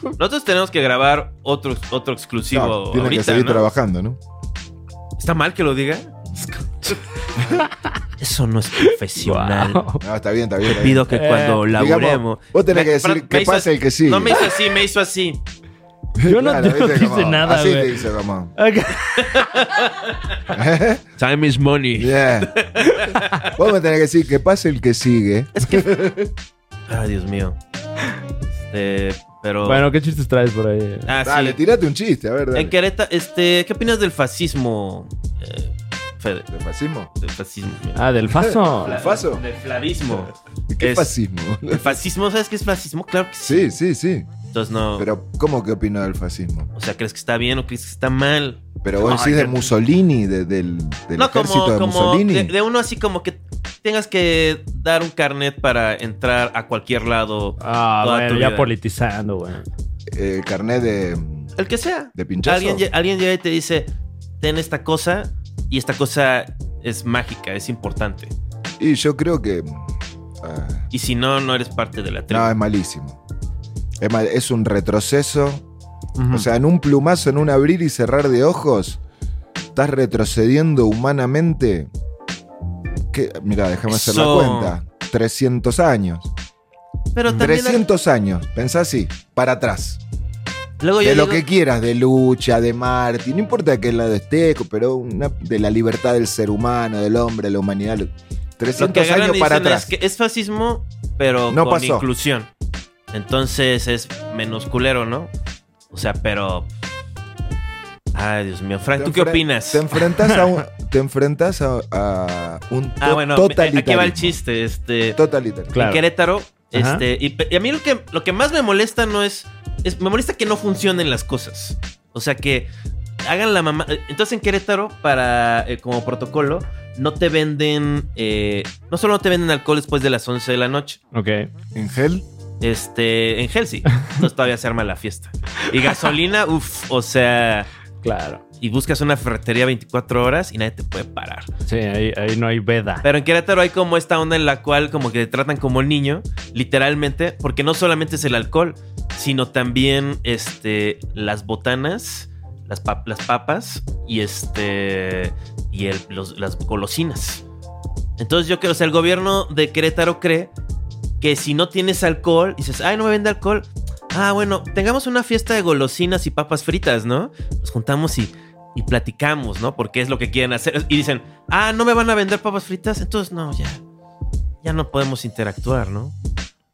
Speaker 1: Bueno,
Speaker 3: Nosotros tenemos que grabar otro, otro exclusivo
Speaker 4: No, tiene que
Speaker 3: ahorita,
Speaker 4: seguir
Speaker 3: ¿no?
Speaker 4: trabajando, ¿no?
Speaker 3: ¿Está mal que lo diga? Eso no es profesional.
Speaker 1: Wow.
Speaker 4: No, está bien, está
Speaker 3: Te
Speaker 4: bien. está bien.
Speaker 3: pido que
Speaker 1: Eh,
Speaker 3: cuando
Speaker 4: Digamos,
Speaker 3: laburemos...
Speaker 4: vos tenés
Speaker 3: Me-
Speaker 4: que decir
Speaker 3: me
Speaker 4: que
Speaker 3: hizo así-
Speaker 4: pasa el que sigue.
Speaker 3: No me hizo así, me hizo así.
Speaker 1: Yo no- yo no
Speaker 4: ¿viste?
Speaker 1: hice
Speaker 4: Como-
Speaker 1: nada,
Speaker 4: Así te
Speaker 1: güey.
Speaker 4: dice Ramón.
Speaker 3: Time is money.
Speaker 4: Bien. Vos me tenés que decir que pase el que sigue.
Speaker 3: Ah, Dios mío. Este, pero...
Speaker 1: bueno, ¿qué chistes traes por ahí?
Speaker 3: Ah, sí.
Speaker 4: Dale, tirate un chiste, a ver. Dale.
Speaker 3: En Querétaro, este, ¿qué opinas del fascismo, eh, Fede?
Speaker 4: ¿De fascismo?
Speaker 3: Del fascismo.
Speaker 1: Ah, del Faso.
Speaker 4: ¿Del faso?
Speaker 3: Del flavismo.
Speaker 4: ¿Qué
Speaker 3: Es-
Speaker 4: fascismo?
Speaker 3: ¿El fascismo? ¿Sabes qué es fascismo? Claro que sí.
Speaker 4: Sí, sí, sí.
Speaker 3: Entonces no...
Speaker 4: Pero, ¿cómo que opino del fascismo?
Speaker 3: O sea, ¿crees que está bien o crees que está mal?
Speaker 4: Pero vos
Speaker 3: Ay,
Speaker 4: decís de
Speaker 3: yo-
Speaker 4: Mussolini, de- del, del
Speaker 3: no,
Speaker 4: ejército
Speaker 3: como,
Speaker 4: de
Speaker 3: como
Speaker 4: Mussolini.
Speaker 3: de, de uno así como que tengas que dar un carnet para entrar a cualquier lado.
Speaker 1: Ah,
Speaker 3: Toda
Speaker 1: bueno,
Speaker 3: tu
Speaker 1: ya
Speaker 3: vida.
Speaker 1: politizando, güey.
Speaker 4: Eh, El carnet de,
Speaker 3: El que sea.
Speaker 4: de pinchazo.
Speaker 3: Alguien, lle- alguien llega y te dice, ten esta cosa y esta cosa es mágica, es importante.
Speaker 4: Y yo creo que, Ah,
Speaker 3: Y si no, no eres parte de la tribu.
Speaker 4: no, es malísimo. Es, mal- es un retroceso. O sea, en un plumazo, en un abrir y cerrar de ojos, estás retrocediendo humanamente. ¿Qué? Mira, déjame hacer la
Speaker 3: Eso.
Speaker 4: cuenta. 300 años.
Speaker 3: Pero también.
Speaker 4: 300 años, pensá así, para atrás.
Speaker 3: Luego yo
Speaker 4: de lo
Speaker 3: digo-
Speaker 4: que quieras, de lucha, de Marte, no importa que lado esté, pero una- de la libertad del ser humano, del hombre, de la humanidad. lo-
Speaker 3: Lo que
Speaker 4: 300
Speaker 3: agarran
Speaker 4: años
Speaker 3: y
Speaker 4: para
Speaker 3: dicen
Speaker 4: atrás.
Speaker 3: Es, que es fascismo, pero
Speaker 4: No
Speaker 3: con
Speaker 4: pasó.
Speaker 3: inclusión. Entonces es menos culero, ¿no? O sea, pero. Ay, Dios mío. Frank,
Speaker 4: Te
Speaker 3: ¿tú qué
Speaker 4: enfren-
Speaker 3: opinas?
Speaker 4: Te enfrentas a un, te enfrentas a, a un
Speaker 3: ah,
Speaker 4: to-
Speaker 3: bueno, me-
Speaker 4: totalitarismo.
Speaker 3: aquí va el chiste. Este,
Speaker 4: Totalitarismo.
Speaker 1: Claro.
Speaker 3: En Querétaro.
Speaker 1: Ajá.
Speaker 3: Este, y, pe- y a mí lo que, lo que más me molesta no es, es- Me molesta que no funcionen las cosas. O sea, que hagan la mamá. eh, Entonces en Querétaro, para, eh, como protocolo, no te venden. eh, no solo no te venden alcohol después de las 11 de la noche.
Speaker 1: Ok.
Speaker 4: En gel,
Speaker 3: Este, en Helsi. Entonces todavía se arma la fiesta. Y gasolina, uff, o sea,
Speaker 1: Claro.
Speaker 3: y buscas una ferretería 24 horas y nadie te puede parar.
Speaker 1: Sí, ahí, ahí no hay veda.
Speaker 3: Pero en Querétaro hay como esta onda en la cual como que te tratan como el niño, literalmente, porque no solamente es el alcohol, sino también este, las botanas, las, pap- las papas y este y el- los- las golosinas. Entonces yo creo, o sea, el gobierno de Querétaro cree que si no tienes alcohol, dices, ay, no me vende alcohol. Ah, bueno, tengamos una fiesta de golosinas y papas fritas, ¿no? Nos juntamos y, y platicamos, ¿no? Porque es lo que quieren hacer. Y dicen, ah, no me van a vender papas fritas, entonces no, ya. Ya no podemos interactuar, ¿no?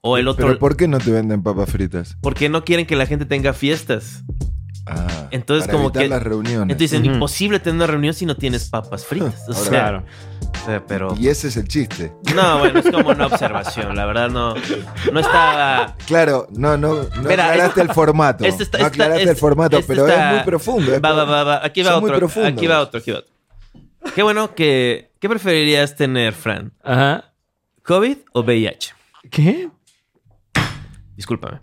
Speaker 3: O el otro,
Speaker 4: pero ¿por qué no te venden papas fritas?
Speaker 3: porque no quieren que la gente tenga fiestas.
Speaker 4: Ah,
Speaker 3: Entonces,
Speaker 4: para
Speaker 3: como
Speaker 4: evitar
Speaker 3: que-
Speaker 4: las reuniones.
Speaker 3: Entonces dicen,
Speaker 1: Ujú.
Speaker 3: imposible tener una reunión si no tienes papas fritas. O
Speaker 4: Ahora,
Speaker 3: sea,
Speaker 1: claro.
Speaker 3: o sea, pero...
Speaker 4: Y ese es el chiste.
Speaker 3: No, bueno, es como una observación, la verdad no, no estaba...
Speaker 4: Claro, no, no, no
Speaker 3: Mira,
Speaker 4: aclaraste el formato.
Speaker 3: este está-
Speaker 4: no
Speaker 3: está-
Speaker 4: aclaraste
Speaker 3: este-
Speaker 4: el formato,
Speaker 3: este
Speaker 4: pero
Speaker 3: está-
Speaker 4: es muy profundo. es
Speaker 3: Va, va, va, va. Aquí va
Speaker 4: Son muy
Speaker 3: otro.
Speaker 4: profundos.
Speaker 3: Aquí va otro, aquí va otro. Qué bueno que. ¿Qué preferirías tener, Fran?
Speaker 1: Ajá.
Speaker 3: ¿COVID o VIH?
Speaker 1: ¿Qué?
Speaker 3: Discúlpame.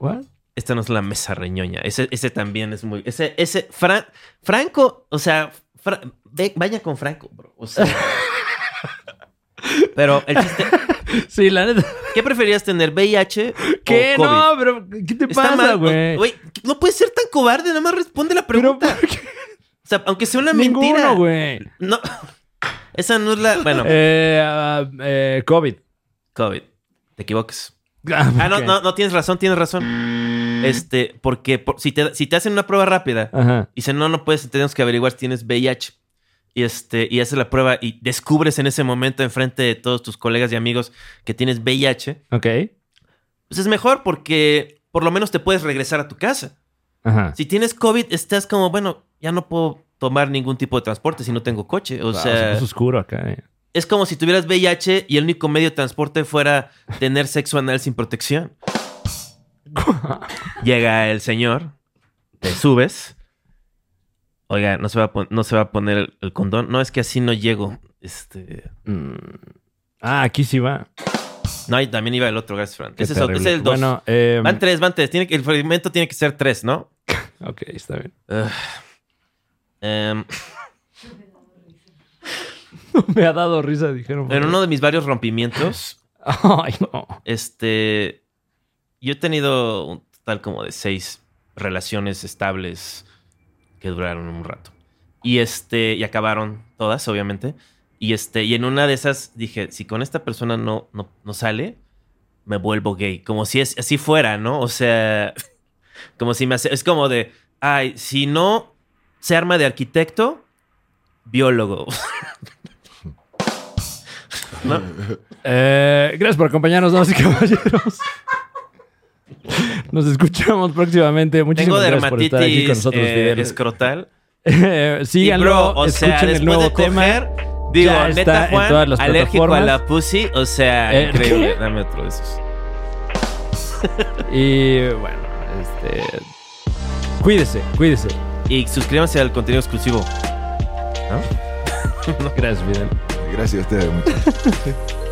Speaker 1: ¿What?
Speaker 3: Esta no es la mesa reñoña. Ese, ese también es muy. Ese, ese. Fran- Franco, o sea, Fra- ve- vaya con Franco, bro. O sea. Pero el chiste.
Speaker 1: Sí, la neta.
Speaker 3: ¿Qué preferirías tener, VIH
Speaker 1: ¿Qué?
Speaker 3: o COVID?
Speaker 1: No, pero ¿qué te
Speaker 3: Está
Speaker 1: pasa,
Speaker 3: mal,
Speaker 1: güey?
Speaker 3: Güey, no puedes ser tan cobarde, nada más responde la
Speaker 1: Pero
Speaker 3: pregunta.
Speaker 1: ¿por qué?
Speaker 3: O sea, aunque sea una mentira.
Speaker 1: ninguno, güey.
Speaker 3: No. Esa no es la. Bueno,
Speaker 1: Eh, ah, eh, COVID.
Speaker 3: COVID. Te equivocas.
Speaker 1: Ah,
Speaker 3: Ah, no,
Speaker 1: ok.
Speaker 3: no, no tienes razón, tienes razón. Este, porque por- si, te, si te hacen una prueba rápida
Speaker 1: Ajá.
Speaker 3: y dicen, no, no puedes, tenemos que averiguar si tienes VIH. Y, este, y haces la prueba y descubres en ese momento, enfrente de todos tus colegas y amigos, que tienes VIH,
Speaker 1: Ok.
Speaker 3: pues es mejor porque por lo menos te puedes regresar a tu casa.
Speaker 1: Ajá.
Speaker 3: Si tienes COVID, estás como, bueno, ya no puedo tomar ningún tipo de transporte si no tengo coche. O
Speaker 1: Wow, se
Speaker 3: sea,
Speaker 1: puso oscuro acá. eh.
Speaker 3: es como si tuvieras VIH y el único medio de transporte fuera tener sexo anal sin protección. Llega el señor, te subes. Oiga, no se va a, pon- no se va a poner el, el condón. No, es que así no llego. Este.
Speaker 1: Mm. Ah, aquí sí va.
Speaker 3: No, y también iba el otro Gas Fran.
Speaker 1: Qué
Speaker 3: Ese es, otro-
Speaker 1: terrible.
Speaker 3: ese es el dos.
Speaker 1: Bueno, eh,
Speaker 3: van tres, van tres. Tiene que- el fragmento tiene que ser tres, ¿no?
Speaker 1: ok, está bien.
Speaker 3: Ugh. Em,
Speaker 1: Me ha dado risa, dijeron.
Speaker 3: en uno de mis varios rompimientos,
Speaker 1: Ay, no.
Speaker 3: Este. Yo he tenido un total como de seis relaciones estables que duraron un rato. Y este. Y acabaron todas, obviamente. Y este. Y en una de esas dije: si con esta persona no, no, no sale, me vuelvo gay. Como si es, así fuera, ¿no? O sea. Como si me hace. Es como de. Ay, si no se arma de arquitecto, biólogo. ¿No?
Speaker 1: Eh, gracias por acompañarnos, damas y caballeros. Nos escuchamos próximamente.
Speaker 3: Tengo
Speaker 1: Muchísimas gracias por
Speaker 3: dermatitis
Speaker 1: estar aquí con nosotros,
Speaker 3: eh,
Speaker 1: Fidel.
Speaker 3: escrotal.
Speaker 1: Eh, síganlo,
Speaker 3: y bro, o
Speaker 1: escuchen
Speaker 3: sea, después
Speaker 1: el nuevo
Speaker 3: de
Speaker 1: tema.
Speaker 3: coger, digo,
Speaker 1: Ya está
Speaker 3: neta
Speaker 1: en
Speaker 3: Juan,
Speaker 1: todas las
Speaker 3: alérgico a
Speaker 1: plataformas.
Speaker 3: la pussy, o sea,
Speaker 1: Eh,
Speaker 3: increíble.
Speaker 1: ¿qué?
Speaker 3: Dame otro de esos.
Speaker 1: Y bueno, este. Cuídese, cuídese.
Speaker 3: Y suscríbanse al contenido exclusivo.
Speaker 1: Gracias, Fidel.
Speaker 4: Gracias a ustedes, muchachos.